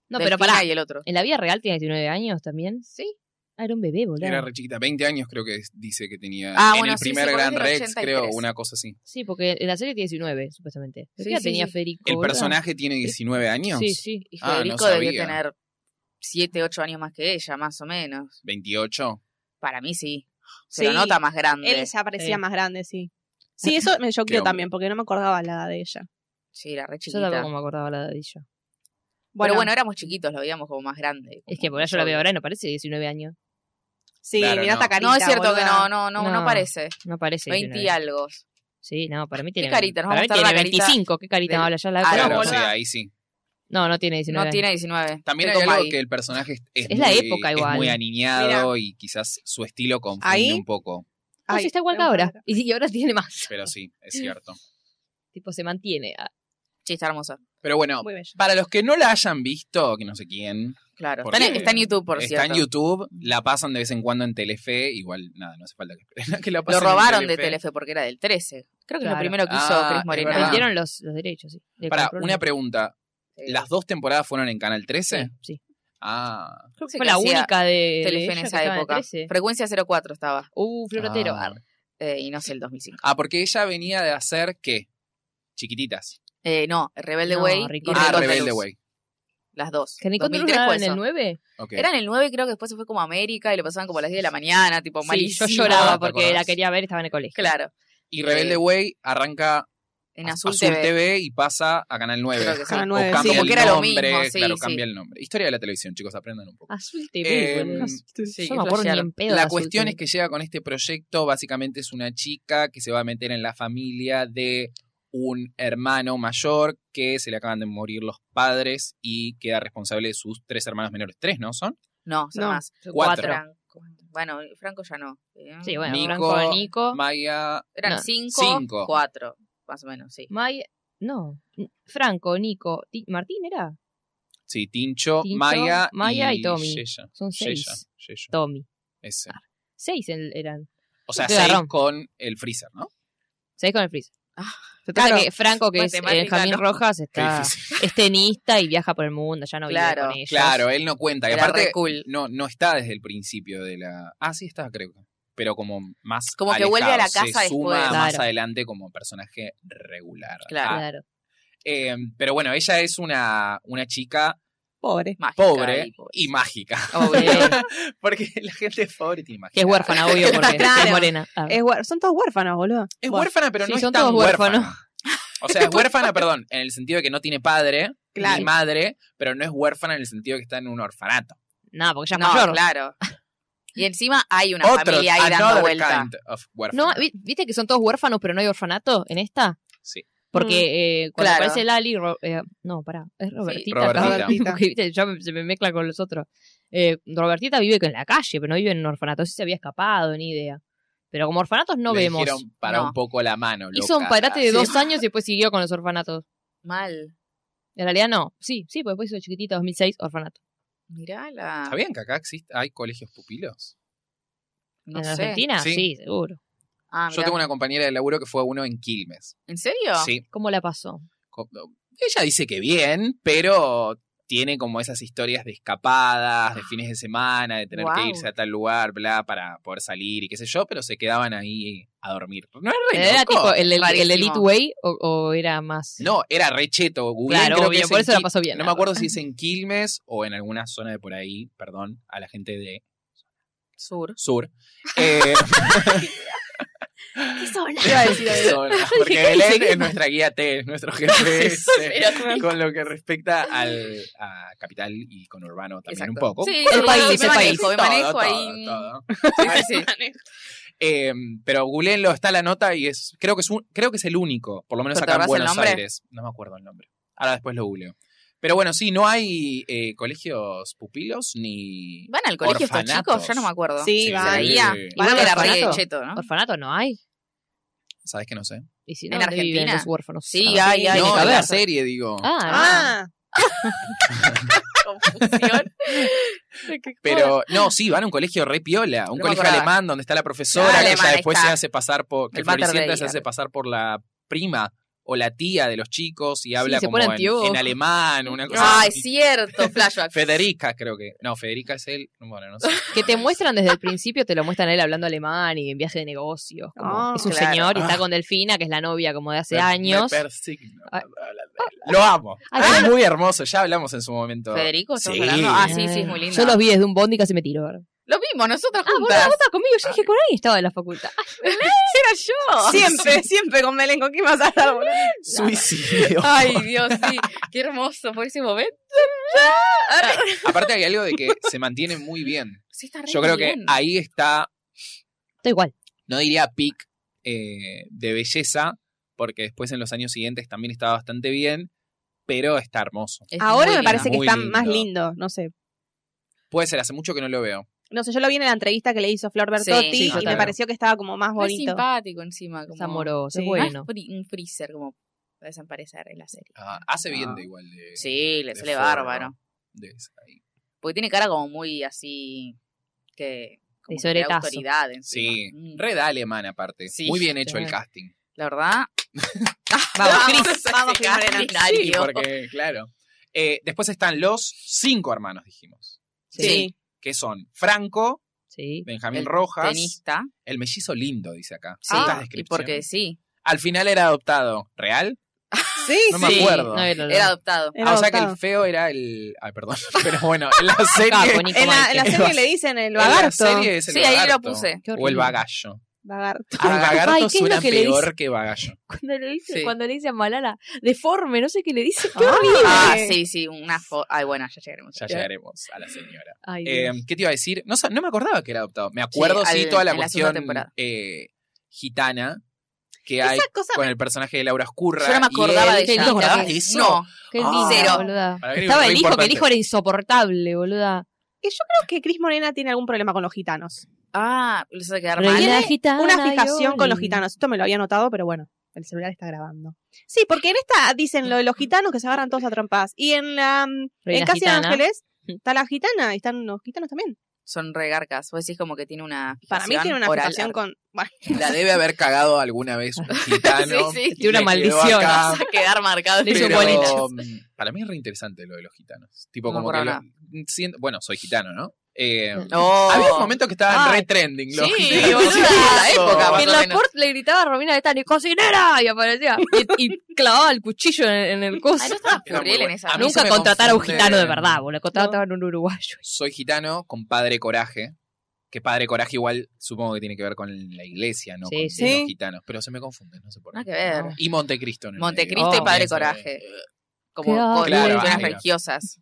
[SPEAKER 4] No,
[SPEAKER 2] Delfina
[SPEAKER 4] pero pará.
[SPEAKER 2] y el otro.
[SPEAKER 4] En la vida real tiene 19 años también.
[SPEAKER 2] Sí.
[SPEAKER 4] Ah, era un bebé, boludo.
[SPEAKER 1] Era re chiquita, 20 años creo que es- dice que tenía.
[SPEAKER 2] Ah,
[SPEAKER 1] en
[SPEAKER 2] bueno,
[SPEAKER 1] el
[SPEAKER 2] sí,
[SPEAKER 1] primer
[SPEAKER 2] sí, porque
[SPEAKER 1] Gran
[SPEAKER 2] es del
[SPEAKER 1] Rex, creo,
[SPEAKER 2] 83.
[SPEAKER 1] una cosa así.
[SPEAKER 4] Sí, porque en la serie tiene 19, supuestamente.
[SPEAKER 2] Sí,
[SPEAKER 4] ¿Pero ¿Qué edad
[SPEAKER 2] sí,
[SPEAKER 4] tenía
[SPEAKER 2] sí.
[SPEAKER 4] Federico?
[SPEAKER 1] ¿El
[SPEAKER 4] boluda?
[SPEAKER 1] personaje tiene 19 años?
[SPEAKER 4] Sí, sí.
[SPEAKER 2] Y
[SPEAKER 1] Ah, no
[SPEAKER 2] Federico debió
[SPEAKER 1] sabía.
[SPEAKER 2] tener 7, 8 años más que ella, más o menos.
[SPEAKER 1] ¿28?
[SPEAKER 2] Para mí sí. Se
[SPEAKER 5] Sí,
[SPEAKER 2] lo nota más grande.
[SPEAKER 5] Él ya parecía
[SPEAKER 4] Sí.
[SPEAKER 5] más grande, sí. Sí, eso me
[SPEAKER 1] Qué
[SPEAKER 5] choqueó
[SPEAKER 1] hombre.
[SPEAKER 5] también, porque no me acordaba la edad de ella.
[SPEAKER 2] Sí, era re
[SPEAKER 4] Yo
[SPEAKER 2] chiquita.
[SPEAKER 4] tampoco me acordaba la edad de ella.
[SPEAKER 2] Pero bueno, éramos chiquitos, lo veíamos como más grande.
[SPEAKER 4] Es que por ahí yo la veo ahora y no parece 19 años.
[SPEAKER 5] sí,
[SPEAKER 1] Claro,
[SPEAKER 5] mirá
[SPEAKER 1] no.
[SPEAKER 5] esta carita.
[SPEAKER 2] no, es cierto que no,
[SPEAKER 5] boluda.
[SPEAKER 2] no, no, no,
[SPEAKER 4] No.
[SPEAKER 2] parece.
[SPEAKER 4] No parece.
[SPEAKER 2] 20 y
[SPEAKER 4] 19.
[SPEAKER 2] algo.
[SPEAKER 4] Sí, no, para mí tiene.
[SPEAKER 2] carita? Nos vamos
[SPEAKER 4] para mí
[SPEAKER 2] a
[SPEAKER 4] tiene
[SPEAKER 2] tardar la carita
[SPEAKER 4] 25. ¿Qué carita
[SPEAKER 2] del-
[SPEAKER 4] habla? Ya la
[SPEAKER 2] Ah,
[SPEAKER 1] claro,
[SPEAKER 2] no,
[SPEAKER 1] sí,
[SPEAKER 2] boluda.
[SPEAKER 1] ahí sí.
[SPEAKER 4] No, no tiene 19.
[SPEAKER 2] No tiene 19.
[SPEAKER 1] También hay
[SPEAKER 2] Estoy con
[SPEAKER 1] algo
[SPEAKER 2] Maggie.
[SPEAKER 1] que el personaje es, es
[SPEAKER 4] Es la
[SPEAKER 1] muy-
[SPEAKER 4] época igual.
[SPEAKER 1] Es muy aniñado y quizás su estilo confunde
[SPEAKER 5] Ahí-
[SPEAKER 1] un poco.
[SPEAKER 4] No, Ah, sí,
[SPEAKER 5] Ay,
[SPEAKER 4] está igual que
[SPEAKER 5] vamos a
[SPEAKER 4] ahora.
[SPEAKER 5] ver.
[SPEAKER 4] Y, y ahora tiene más.
[SPEAKER 1] Pero sí, es
[SPEAKER 2] <laughs>
[SPEAKER 1] cierto.
[SPEAKER 4] Tipo, se mantiene. Ah,
[SPEAKER 2] Sí, está hermosa.
[SPEAKER 1] Pero bueno,
[SPEAKER 5] Muy bella.
[SPEAKER 1] para los que no la hayan visto, que no sé quién,
[SPEAKER 2] Claro.
[SPEAKER 1] Porque
[SPEAKER 2] Está en, está en YouTube, por
[SPEAKER 1] está
[SPEAKER 2] cierto.
[SPEAKER 1] en YouTube, la pasan de vez en cuando en Telefe, igual nada, no hace falta que, <laughs> que la
[SPEAKER 2] Lo
[SPEAKER 1] pasen en
[SPEAKER 2] robaron de Telefe porque era del 13. Creo que es
[SPEAKER 4] Claro.
[SPEAKER 2] lo primero que hizo
[SPEAKER 1] Ah,
[SPEAKER 2] Cris
[SPEAKER 1] es
[SPEAKER 4] le
[SPEAKER 2] Morena.
[SPEAKER 1] verdad.
[SPEAKER 4] vendieron los, los derechos, sí. Le
[SPEAKER 1] Pará,
[SPEAKER 4] compraron
[SPEAKER 1] una
[SPEAKER 4] los-
[SPEAKER 1] pregunta. ¿Las dos temporadas fueron en Canal 13?
[SPEAKER 4] Sí.
[SPEAKER 1] Ah,
[SPEAKER 2] Creo que
[SPEAKER 4] Fue la
[SPEAKER 2] hacía
[SPEAKER 4] única de.
[SPEAKER 2] Telefe en esa época. Frecuencia 04 estaba.
[SPEAKER 4] Uh, Florotero.
[SPEAKER 1] Ah.
[SPEAKER 2] Eh, y no sé, el 2005.
[SPEAKER 1] Ah, porque ella venía de hacer qué? Chiquititas.
[SPEAKER 2] Eh, no, Rebelde
[SPEAKER 4] No,
[SPEAKER 2] Way y
[SPEAKER 4] Rincón de
[SPEAKER 1] Ah,
[SPEAKER 4] Luz.
[SPEAKER 2] Rincón de
[SPEAKER 1] Rebelde
[SPEAKER 2] Luz.
[SPEAKER 1] Way.
[SPEAKER 2] Las dos.
[SPEAKER 4] ¿Que Nicole
[SPEAKER 2] 2003
[SPEAKER 4] Kidman
[SPEAKER 2] fue
[SPEAKER 4] en el
[SPEAKER 2] eso.
[SPEAKER 4] 9?
[SPEAKER 1] Ok.
[SPEAKER 2] Era en el 9, creo que después se fue como a América y lo pasaban como a las 10 de la mañana, tipo
[SPEAKER 4] Sí, yo
[SPEAKER 2] malísimo.
[SPEAKER 1] Ah,
[SPEAKER 4] lloraba
[SPEAKER 1] ¿te
[SPEAKER 4] porque
[SPEAKER 1] acordás?
[SPEAKER 4] la quería ver, estaba en el colegio.
[SPEAKER 2] Claro.
[SPEAKER 1] Y Rebelde Way arranca
[SPEAKER 2] En
[SPEAKER 1] a-
[SPEAKER 2] Azul,
[SPEAKER 1] Azul
[SPEAKER 2] TV.
[SPEAKER 1] TV. y pasa a Canal 9.
[SPEAKER 2] Creo que sí.
[SPEAKER 5] Canal
[SPEAKER 1] O
[SPEAKER 5] 9,
[SPEAKER 1] cambia
[SPEAKER 5] sí.
[SPEAKER 2] Como
[SPEAKER 1] el
[SPEAKER 2] que era lo
[SPEAKER 1] nombre,
[SPEAKER 2] mismo, sí,
[SPEAKER 1] claro,
[SPEAKER 2] sí. Ah,
[SPEAKER 1] cambia el nombre. Historia de la televisión, chicos, aprendan un poco.
[SPEAKER 4] Azul TV,
[SPEAKER 1] Eh,
[SPEAKER 4] boludo.
[SPEAKER 2] Sí,
[SPEAKER 4] Yo me acuerdo ni en pedo. de
[SPEAKER 1] La
[SPEAKER 4] Azul
[SPEAKER 1] cuestión
[SPEAKER 4] TV.
[SPEAKER 1] es que llega con este proyecto, básicamente es una chica que se va a meter en la familia de un hermano mayor que se le acaban de morir los padres y queda responsable de sus tres hermanos menores. Tres, ¿no son?
[SPEAKER 2] No, son
[SPEAKER 5] No.
[SPEAKER 2] más.
[SPEAKER 1] Cuatro.
[SPEAKER 2] Franco. Bueno, Franco ya no. Eh,
[SPEAKER 4] Sí, bueno,
[SPEAKER 1] Nico-
[SPEAKER 4] Franco, Nico,
[SPEAKER 1] Maya,
[SPEAKER 2] Eran
[SPEAKER 4] No.
[SPEAKER 2] cinco,
[SPEAKER 1] Cinco.
[SPEAKER 2] cuatro, más o menos, sí.
[SPEAKER 4] May. No. Franco, Nico, Ti- Martín era.
[SPEAKER 1] sí, Tincho,
[SPEAKER 4] Tincho,
[SPEAKER 1] Maya,
[SPEAKER 4] Maya y Tommy.
[SPEAKER 1] Yeya.
[SPEAKER 4] Son seis. Ah,
[SPEAKER 1] Yeya, Yeya,
[SPEAKER 4] Tommy.
[SPEAKER 1] ese.
[SPEAKER 4] Seis en- eran.
[SPEAKER 1] O sea,
[SPEAKER 4] Qué
[SPEAKER 1] seis
[SPEAKER 4] garrón.
[SPEAKER 1] con el freezer, ¿no?
[SPEAKER 4] Seis con el freezer.
[SPEAKER 2] Ah,
[SPEAKER 4] Se trata
[SPEAKER 2] claro.
[SPEAKER 4] que Franco, que es el
[SPEAKER 2] Matemática,
[SPEAKER 4] Benjamín
[SPEAKER 2] ¿no?
[SPEAKER 4] Rojas,
[SPEAKER 1] Qué
[SPEAKER 4] está,
[SPEAKER 1] difícil.
[SPEAKER 4] es tenista y viaja por el mundo. Ya no vive
[SPEAKER 2] Claro.
[SPEAKER 4] con ellos.
[SPEAKER 1] Claro, él no cuenta. Y
[SPEAKER 2] Era
[SPEAKER 1] aparte,
[SPEAKER 2] re cool.
[SPEAKER 1] no, no está desde el principio de la. Ah, sí está, creo. que. Pero como más.
[SPEAKER 2] Como que vuelve a la
[SPEAKER 1] alejado.
[SPEAKER 2] casa
[SPEAKER 1] Se suma
[SPEAKER 2] después.
[SPEAKER 1] más
[SPEAKER 4] Claro.
[SPEAKER 1] adelante como personaje regular.
[SPEAKER 2] Claro.
[SPEAKER 1] Ah,
[SPEAKER 2] <laughs>
[SPEAKER 4] Claro.
[SPEAKER 1] eh, pero bueno, ella es una, una chica
[SPEAKER 5] Pobre.
[SPEAKER 2] Mágica
[SPEAKER 1] pobre
[SPEAKER 2] y pobre.
[SPEAKER 1] y, mágica. <laughs>
[SPEAKER 2] <laughs>
[SPEAKER 4] Eh,
[SPEAKER 1] Porque la gente es pobre y tiene magia.
[SPEAKER 4] que es huérfana, obvio, porque
[SPEAKER 5] Claro.
[SPEAKER 4] es morena. Ah.
[SPEAKER 5] Es huer- son todos huérfanos, boludo.
[SPEAKER 1] Es
[SPEAKER 5] Bueno,
[SPEAKER 1] huérfana, pero
[SPEAKER 4] Sí,
[SPEAKER 1] no es
[SPEAKER 4] son
[SPEAKER 1] tan
[SPEAKER 4] todos
[SPEAKER 1] huérfana.
[SPEAKER 4] huérfanos.
[SPEAKER 1] O sea, es huérfana, perdón, en el sentido de que no tiene padre ni
[SPEAKER 5] Claro.
[SPEAKER 1] madre, pero no es huérfana en el sentido de que está en un orfanato.
[SPEAKER 4] No, porque ya es
[SPEAKER 2] no,
[SPEAKER 4] mayor.
[SPEAKER 2] claro. Y encima hay una
[SPEAKER 1] Otro,
[SPEAKER 2] familia ahí dando
[SPEAKER 1] another
[SPEAKER 2] vuelta.
[SPEAKER 1] kind of huérfana.
[SPEAKER 4] No, vi- viste que son todos huérfanos, pero no hay orfanato en esta.
[SPEAKER 1] Sí.
[SPEAKER 4] Porque eh, cuando
[SPEAKER 2] Claro.
[SPEAKER 4] aparece Lali, Ro- eh, no, pará, es Robertita.
[SPEAKER 1] Robertita.
[SPEAKER 4] perdón, <laughs>
[SPEAKER 5] Robertita.
[SPEAKER 4] porque, viste, ya me- se me mezcla con los otros. Eh, Robertita vive en la calle, pero no vive en un orfanato. No sé si se había escapado, ni idea. Pero como orfanatos no
[SPEAKER 1] Le
[SPEAKER 4] vemos.
[SPEAKER 1] dijeron para
[SPEAKER 2] No.
[SPEAKER 1] un poco la mano. Loca.
[SPEAKER 4] Hizo un parate de
[SPEAKER 1] Sí.
[SPEAKER 4] dos años
[SPEAKER 1] <laughs>
[SPEAKER 4] y después siguió con los orfanatos.
[SPEAKER 2] Mal.
[SPEAKER 4] En realidad no. Sí, sí, porque después hizo chiquitita, 2006, orfanato.
[SPEAKER 2] Mirala.
[SPEAKER 1] ¿Sabían que acá existe, hay colegios pupilos?
[SPEAKER 2] No
[SPEAKER 4] ¿En
[SPEAKER 2] sé.
[SPEAKER 4] Argentina?
[SPEAKER 1] Sí.
[SPEAKER 4] Sí, seguro.
[SPEAKER 2] Ah,
[SPEAKER 1] Yo
[SPEAKER 2] mirá.
[SPEAKER 1] tengo una compañera de laburo que fue a uno en Quilmes.
[SPEAKER 2] ¿En serio?
[SPEAKER 1] Sí.
[SPEAKER 4] ¿Cómo la pasó?
[SPEAKER 1] Co- Ella dice que bien, pero tiene como esas historias de escapadas, de fines de semana, de tener que
[SPEAKER 2] Guau.
[SPEAKER 1] irse a tal lugar, bla, para poder salir y qué sé yo, pero se quedaban ahí a dormir. No es re
[SPEAKER 4] ¿Era
[SPEAKER 1] loco.
[SPEAKER 4] tipo eh, el, el, el
[SPEAKER 2] Rarísimo.
[SPEAKER 4] Elite Way o, o era más...?
[SPEAKER 1] No, era recheto.
[SPEAKER 4] Claro,
[SPEAKER 1] creo
[SPEAKER 4] obvio,
[SPEAKER 1] que es
[SPEAKER 4] por
[SPEAKER 1] en
[SPEAKER 4] eso la
[SPEAKER 1] Quil-
[SPEAKER 4] pasó bien,
[SPEAKER 1] No
[SPEAKER 4] la
[SPEAKER 1] me acuerdo
[SPEAKER 4] verdad.
[SPEAKER 1] si es en Quilmes o en alguna zona de por ahí, perdón, a la gente de
[SPEAKER 2] Sur.
[SPEAKER 1] Sur.
[SPEAKER 2] <laughs>
[SPEAKER 1] Eh,
[SPEAKER 2] ¿Qué zona?
[SPEAKER 5] Iba a decir algo.
[SPEAKER 1] zona, <laughs>
[SPEAKER 2] <laughs>
[SPEAKER 1] porque Belén es nuestra guía T, es nuestro GPS.
[SPEAKER 2] Pero-
[SPEAKER 1] con lo que respecta al, a capital y con urbano también un
[SPEAKER 2] Exacto.
[SPEAKER 1] poco.
[SPEAKER 2] Sí,
[SPEAKER 1] Con
[SPEAKER 4] el país,
[SPEAKER 1] sí,
[SPEAKER 4] el
[SPEAKER 1] sí,
[SPEAKER 4] país.
[SPEAKER 1] todo,
[SPEAKER 2] Me manejo
[SPEAKER 1] todo,
[SPEAKER 2] ahí.
[SPEAKER 1] todo.
[SPEAKER 2] Sí, sí, sí.
[SPEAKER 1] Eh, pero googleenlo, está la nota y es creo que es un, creo que es el único, por lo menos
[SPEAKER 2] ¿Pero te
[SPEAKER 1] acá en
[SPEAKER 2] acordás
[SPEAKER 1] Buenos
[SPEAKER 2] el nombre?
[SPEAKER 1] Aires. No me acuerdo el nombre. Ahora después lo googleo. Pero bueno, sí, no hay eh, colegios pupilos ni
[SPEAKER 2] ¿Van al colegio estos
[SPEAKER 1] Orfanatos.
[SPEAKER 2] chicos? Yo no me acuerdo.
[SPEAKER 5] Sí,
[SPEAKER 1] Sí,
[SPEAKER 5] va.
[SPEAKER 1] sí.
[SPEAKER 2] Sabía.
[SPEAKER 5] ¿Van
[SPEAKER 2] Igual
[SPEAKER 5] al
[SPEAKER 2] que la
[SPEAKER 5] orfanato?
[SPEAKER 2] re cheto, ¿no?
[SPEAKER 4] ¿Orfanato no hay?
[SPEAKER 1] sabes que no sé.
[SPEAKER 4] ¿Y si
[SPEAKER 2] ¿En
[SPEAKER 4] no, ¿dónde viven
[SPEAKER 2] Argentina?
[SPEAKER 4] los huérfanos?
[SPEAKER 2] Sí,
[SPEAKER 4] Ah,
[SPEAKER 2] ay, ay.
[SPEAKER 1] no,
[SPEAKER 4] que
[SPEAKER 1] en la
[SPEAKER 4] haber.
[SPEAKER 1] serie digo.
[SPEAKER 4] Ah,
[SPEAKER 5] Ah,
[SPEAKER 2] <laughs> Confusión.
[SPEAKER 1] Pero no, sí, van a un colegio re piola, un
[SPEAKER 2] No me
[SPEAKER 1] colegio
[SPEAKER 2] acordaba.
[SPEAKER 1] alemán donde está la profesora
[SPEAKER 2] Claro,
[SPEAKER 1] que
[SPEAKER 2] alemana,
[SPEAKER 1] ya después
[SPEAKER 2] está.
[SPEAKER 1] se hace pasar por que
[SPEAKER 2] El Mater
[SPEAKER 1] Floricienta
[SPEAKER 2] Dei,
[SPEAKER 1] se hace
[SPEAKER 2] claro.
[SPEAKER 1] pasar por la prima o la tía de los chicos y habla
[SPEAKER 4] se
[SPEAKER 1] como
[SPEAKER 4] ponen
[SPEAKER 1] en,
[SPEAKER 4] piojos.
[SPEAKER 1] en alemán, una cosa
[SPEAKER 2] Ah,
[SPEAKER 1] así.
[SPEAKER 2] es cierto, flashback.
[SPEAKER 1] Federica creo que. No, Federica es él. Bueno, no sé.
[SPEAKER 4] que te muestran desde el principio, te lo muestran a él hablando alemán y en viaje de negocios. como
[SPEAKER 5] Ah,
[SPEAKER 4] es un
[SPEAKER 2] claro.
[SPEAKER 4] señor y
[SPEAKER 1] Ah.
[SPEAKER 4] está con Delfina, que es la novia como de hace
[SPEAKER 1] Me- me
[SPEAKER 4] años.
[SPEAKER 1] persigno.
[SPEAKER 2] Ah.
[SPEAKER 4] Ay.
[SPEAKER 1] Lo amo.
[SPEAKER 4] Ay,
[SPEAKER 1] Es muy hermoso. Ya hablamos en su momento.
[SPEAKER 2] Federico, ¿estamos
[SPEAKER 1] Sí.
[SPEAKER 2] hablando? Ah, sí, sí, es muy lindo.
[SPEAKER 4] Yo los vi desde un bond y casi me tiro.
[SPEAKER 2] Lo vimos, nosotros
[SPEAKER 4] Ah, vos no
[SPEAKER 2] juntas.
[SPEAKER 4] estás conmigo. Yo dije, con alguien estaba en la facultad. Ah, Ay,
[SPEAKER 2] <laughs> Era yo.
[SPEAKER 5] <laughs> siempre, siempre con Belén, ¿con quién vas a hablar, boludo?
[SPEAKER 1] Suicidio.
[SPEAKER 2] Ay, Dios, sí. Qué hermoso fue ese momento. Ah,
[SPEAKER 1] Aparte hay algo de que se mantiene muy bien.
[SPEAKER 2] Sí, está re
[SPEAKER 1] Yo creo que
[SPEAKER 2] bien.
[SPEAKER 1] ahí está,
[SPEAKER 4] Estoy igual.
[SPEAKER 1] no diría pic eh, de belleza, porque después en los años siguientes también está bastante bien, pero está hermoso.
[SPEAKER 2] Es
[SPEAKER 5] Ahora
[SPEAKER 2] muy
[SPEAKER 5] me
[SPEAKER 2] lindo.
[SPEAKER 5] parece que
[SPEAKER 1] Muy
[SPEAKER 5] está
[SPEAKER 1] lindo.
[SPEAKER 5] más lindo, no sé.
[SPEAKER 1] Puede ser, hace mucho que no lo veo.
[SPEAKER 5] No sé, yo lo vi en la entrevista que le hizo Flor Bertotti
[SPEAKER 2] Sí,
[SPEAKER 5] y
[SPEAKER 1] yo
[SPEAKER 5] me
[SPEAKER 1] también.
[SPEAKER 5] pareció que estaba como más
[SPEAKER 2] Re
[SPEAKER 5] bonito.
[SPEAKER 2] simpático encima. Como...
[SPEAKER 4] Es amoroso,
[SPEAKER 5] Sí.
[SPEAKER 4] es bueno.
[SPEAKER 2] Más fri- un freezer como para desaparecer en la serie.
[SPEAKER 1] Ah, hace bien
[SPEAKER 2] Ah.
[SPEAKER 1] de igual de...
[SPEAKER 2] Sí, le
[SPEAKER 1] de
[SPEAKER 2] sale
[SPEAKER 1] forro,
[SPEAKER 2] bárbaro.
[SPEAKER 1] de esa ahí.
[SPEAKER 2] Porque tiene cara como muy así que como
[SPEAKER 4] De
[SPEAKER 2] que le da
[SPEAKER 4] soretazo.
[SPEAKER 2] autoridad encima.
[SPEAKER 1] Sí,
[SPEAKER 2] Mm.
[SPEAKER 1] red alemán aparte.
[SPEAKER 2] Sí,
[SPEAKER 1] muy bien hecho
[SPEAKER 4] sí.
[SPEAKER 1] el casting.
[SPEAKER 2] La verdad. Ah,
[SPEAKER 5] Vamos,
[SPEAKER 2] Vamos,
[SPEAKER 5] Cris,
[SPEAKER 2] a
[SPEAKER 5] vamos,
[SPEAKER 2] sacar
[SPEAKER 5] Cris
[SPEAKER 2] el
[SPEAKER 5] Morena.
[SPEAKER 1] Sí,
[SPEAKER 2] escenario. <laughs>
[SPEAKER 1] porque, claro. Eh, después están los cinco hermanos, dijimos.
[SPEAKER 2] Sí.
[SPEAKER 1] Que son Franco,
[SPEAKER 4] Sí.
[SPEAKER 1] Benjamín
[SPEAKER 2] El
[SPEAKER 1] Rojas,
[SPEAKER 2] Tenista.
[SPEAKER 1] el mellizo lindo, dice acá.
[SPEAKER 2] Sí, Ah,
[SPEAKER 1] Estas
[SPEAKER 2] y
[SPEAKER 1] descripciones.
[SPEAKER 2] porque sí.
[SPEAKER 1] Al final era adoptado. ¿Real?
[SPEAKER 5] Sí,
[SPEAKER 1] No
[SPEAKER 5] sí.
[SPEAKER 1] me
[SPEAKER 2] Sí,
[SPEAKER 1] acuerdo.
[SPEAKER 4] No, no, no.
[SPEAKER 2] Era adoptado.
[SPEAKER 5] Era
[SPEAKER 1] Ah, o sea que el
[SPEAKER 5] adoptado.
[SPEAKER 1] feo era el. Ay, perdón. <laughs> Pero bueno, en la
[SPEAKER 4] Capo,
[SPEAKER 1] serie.
[SPEAKER 4] Nico
[SPEAKER 5] en, la, en la
[SPEAKER 4] Michael.
[SPEAKER 5] serie le dicen el
[SPEAKER 1] en la
[SPEAKER 5] vagarto.
[SPEAKER 1] serie es el
[SPEAKER 2] Sí, ahí lo
[SPEAKER 1] lagarto.
[SPEAKER 2] puse.
[SPEAKER 4] Qué
[SPEAKER 1] O el
[SPEAKER 4] horrible.
[SPEAKER 1] bagallo.
[SPEAKER 5] Vagarto.
[SPEAKER 1] Al lagarto
[SPEAKER 4] Ay, ¿qué es lo
[SPEAKER 1] suena
[SPEAKER 4] que le
[SPEAKER 1] peor
[SPEAKER 4] dice?
[SPEAKER 1] que bagallo.
[SPEAKER 4] Cuando le, dice,
[SPEAKER 2] Sí.
[SPEAKER 4] cuando le dice a Malala, deforme, no sé qué le dice.
[SPEAKER 5] ¡Qué horrible!
[SPEAKER 2] Ah, sí, sí, una foto. Ay, bueno, ya llegaremos.
[SPEAKER 1] Ya llegaremos a la señora.
[SPEAKER 4] Ay,
[SPEAKER 1] Eh,
[SPEAKER 4] Dios.
[SPEAKER 1] ¿Qué te iba a decir? No, sa- no me acordaba que era adoptado. Me acuerdo,
[SPEAKER 2] Sí,
[SPEAKER 1] sí,
[SPEAKER 2] al-
[SPEAKER 1] toda la
[SPEAKER 2] en la segunda
[SPEAKER 1] cuestión
[SPEAKER 2] temporada.
[SPEAKER 1] eh, gitana que hay
[SPEAKER 5] Esa cosa
[SPEAKER 1] con el personaje de Laura Oscurra.
[SPEAKER 2] Yo no me
[SPEAKER 1] y
[SPEAKER 2] acordaba
[SPEAKER 1] él-
[SPEAKER 2] de
[SPEAKER 4] ¿Te
[SPEAKER 2] ella.
[SPEAKER 1] acordabas
[SPEAKER 4] que-
[SPEAKER 1] de eso?
[SPEAKER 2] No,
[SPEAKER 4] Qué
[SPEAKER 1] Ah.
[SPEAKER 4] linda,
[SPEAKER 2] Cero.
[SPEAKER 4] boluda.
[SPEAKER 1] Para mí
[SPEAKER 4] Estaba
[SPEAKER 1] era re
[SPEAKER 4] el hijo, que el
[SPEAKER 1] importante.
[SPEAKER 4] hijo era insoportable, boluda.
[SPEAKER 5] que yo creo que Cris Morena tiene algún problema con los gitanos.
[SPEAKER 2] Ah, los hace quedar mal.
[SPEAKER 4] Reina
[SPEAKER 5] Tiene
[SPEAKER 4] gitana,
[SPEAKER 5] Una fijación
[SPEAKER 4] Ioli.
[SPEAKER 5] con los gitanos. Esto me lo había notado, pero bueno, el celular está grabando. Sí, porque en esta dicen lo de los gitanos que se agarran todos a trompadas. Y en la mm,
[SPEAKER 4] Reina
[SPEAKER 5] en Casi en
[SPEAKER 4] Gitana.
[SPEAKER 5] Ángeles
[SPEAKER 1] Mm.
[SPEAKER 5] está la gitana y están los gitanos también.
[SPEAKER 2] Son regarcas. Vos decís como que tiene una.
[SPEAKER 5] Para mí
[SPEAKER 2] fijación
[SPEAKER 5] tiene una
[SPEAKER 2] oral.
[SPEAKER 5] fijación con. Bueno,
[SPEAKER 1] La debe haber cagado alguna vez
[SPEAKER 2] <laughs>
[SPEAKER 1] un gitano.
[SPEAKER 2] Sí, sí.
[SPEAKER 1] Le
[SPEAKER 4] Tiene una
[SPEAKER 1] quedó
[SPEAKER 4] maldición.
[SPEAKER 1] acá,
[SPEAKER 2] Vas a quedar marcado.
[SPEAKER 4] Le hizo
[SPEAKER 2] Pero-
[SPEAKER 4] boliche.
[SPEAKER 1] pero, mm, para mí es re interesante lo de los gitanos. Tipo,
[SPEAKER 2] No me
[SPEAKER 1] como que.
[SPEAKER 2] acordaba.
[SPEAKER 1] lo- siento- bueno, soy gitano, ¿no? Eh,
[SPEAKER 2] Oh.
[SPEAKER 1] Había un momento que estaban
[SPEAKER 2] Ay.
[SPEAKER 1] re trending los
[SPEAKER 2] Sí,
[SPEAKER 1] gitanos.
[SPEAKER 2] boluda, la época, más
[SPEAKER 4] En
[SPEAKER 2] o
[SPEAKER 4] la
[SPEAKER 2] menos.
[SPEAKER 4] port le gritaba a Romina Betani, cocinera, y aparecía. Y, y clavaba el cuchillo en, en el coso.
[SPEAKER 2] Ay, no estaba
[SPEAKER 1] Era muy
[SPEAKER 2] Furriel en
[SPEAKER 1] bueno.
[SPEAKER 2] esa.
[SPEAKER 1] A mí se
[SPEAKER 4] Nunca
[SPEAKER 1] me
[SPEAKER 4] contratar a un
[SPEAKER 1] confunde-
[SPEAKER 4] gitano de verdad, boludo. Contrataban a un uruguayo.
[SPEAKER 1] <laughs> Soy gitano con Padre Coraje. Que Padre Coraje igual supongo que tiene que ver con la iglesia, no
[SPEAKER 4] Sí,
[SPEAKER 1] con
[SPEAKER 5] sí.
[SPEAKER 1] los gitanos. Pero se me confunde, no sé por
[SPEAKER 2] Nada
[SPEAKER 1] qué.
[SPEAKER 2] que ver.
[SPEAKER 4] No.
[SPEAKER 1] Y Montecristo. en el
[SPEAKER 2] Ah. Montecristo
[SPEAKER 1] medio.
[SPEAKER 4] y
[SPEAKER 2] Padre
[SPEAKER 1] Eso,
[SPEAKER 2] Coraje.
[SPEAKER 1] eh.
[SPEAKER 2] Como
[SPEAKER 4] Claro.
[SPEAKER 2] con
[SPEAKER 1] Claro,
[SPEAKER 2] religiones
[SPEAKER 1] amiga.
[SPEAKER 2] religiosas.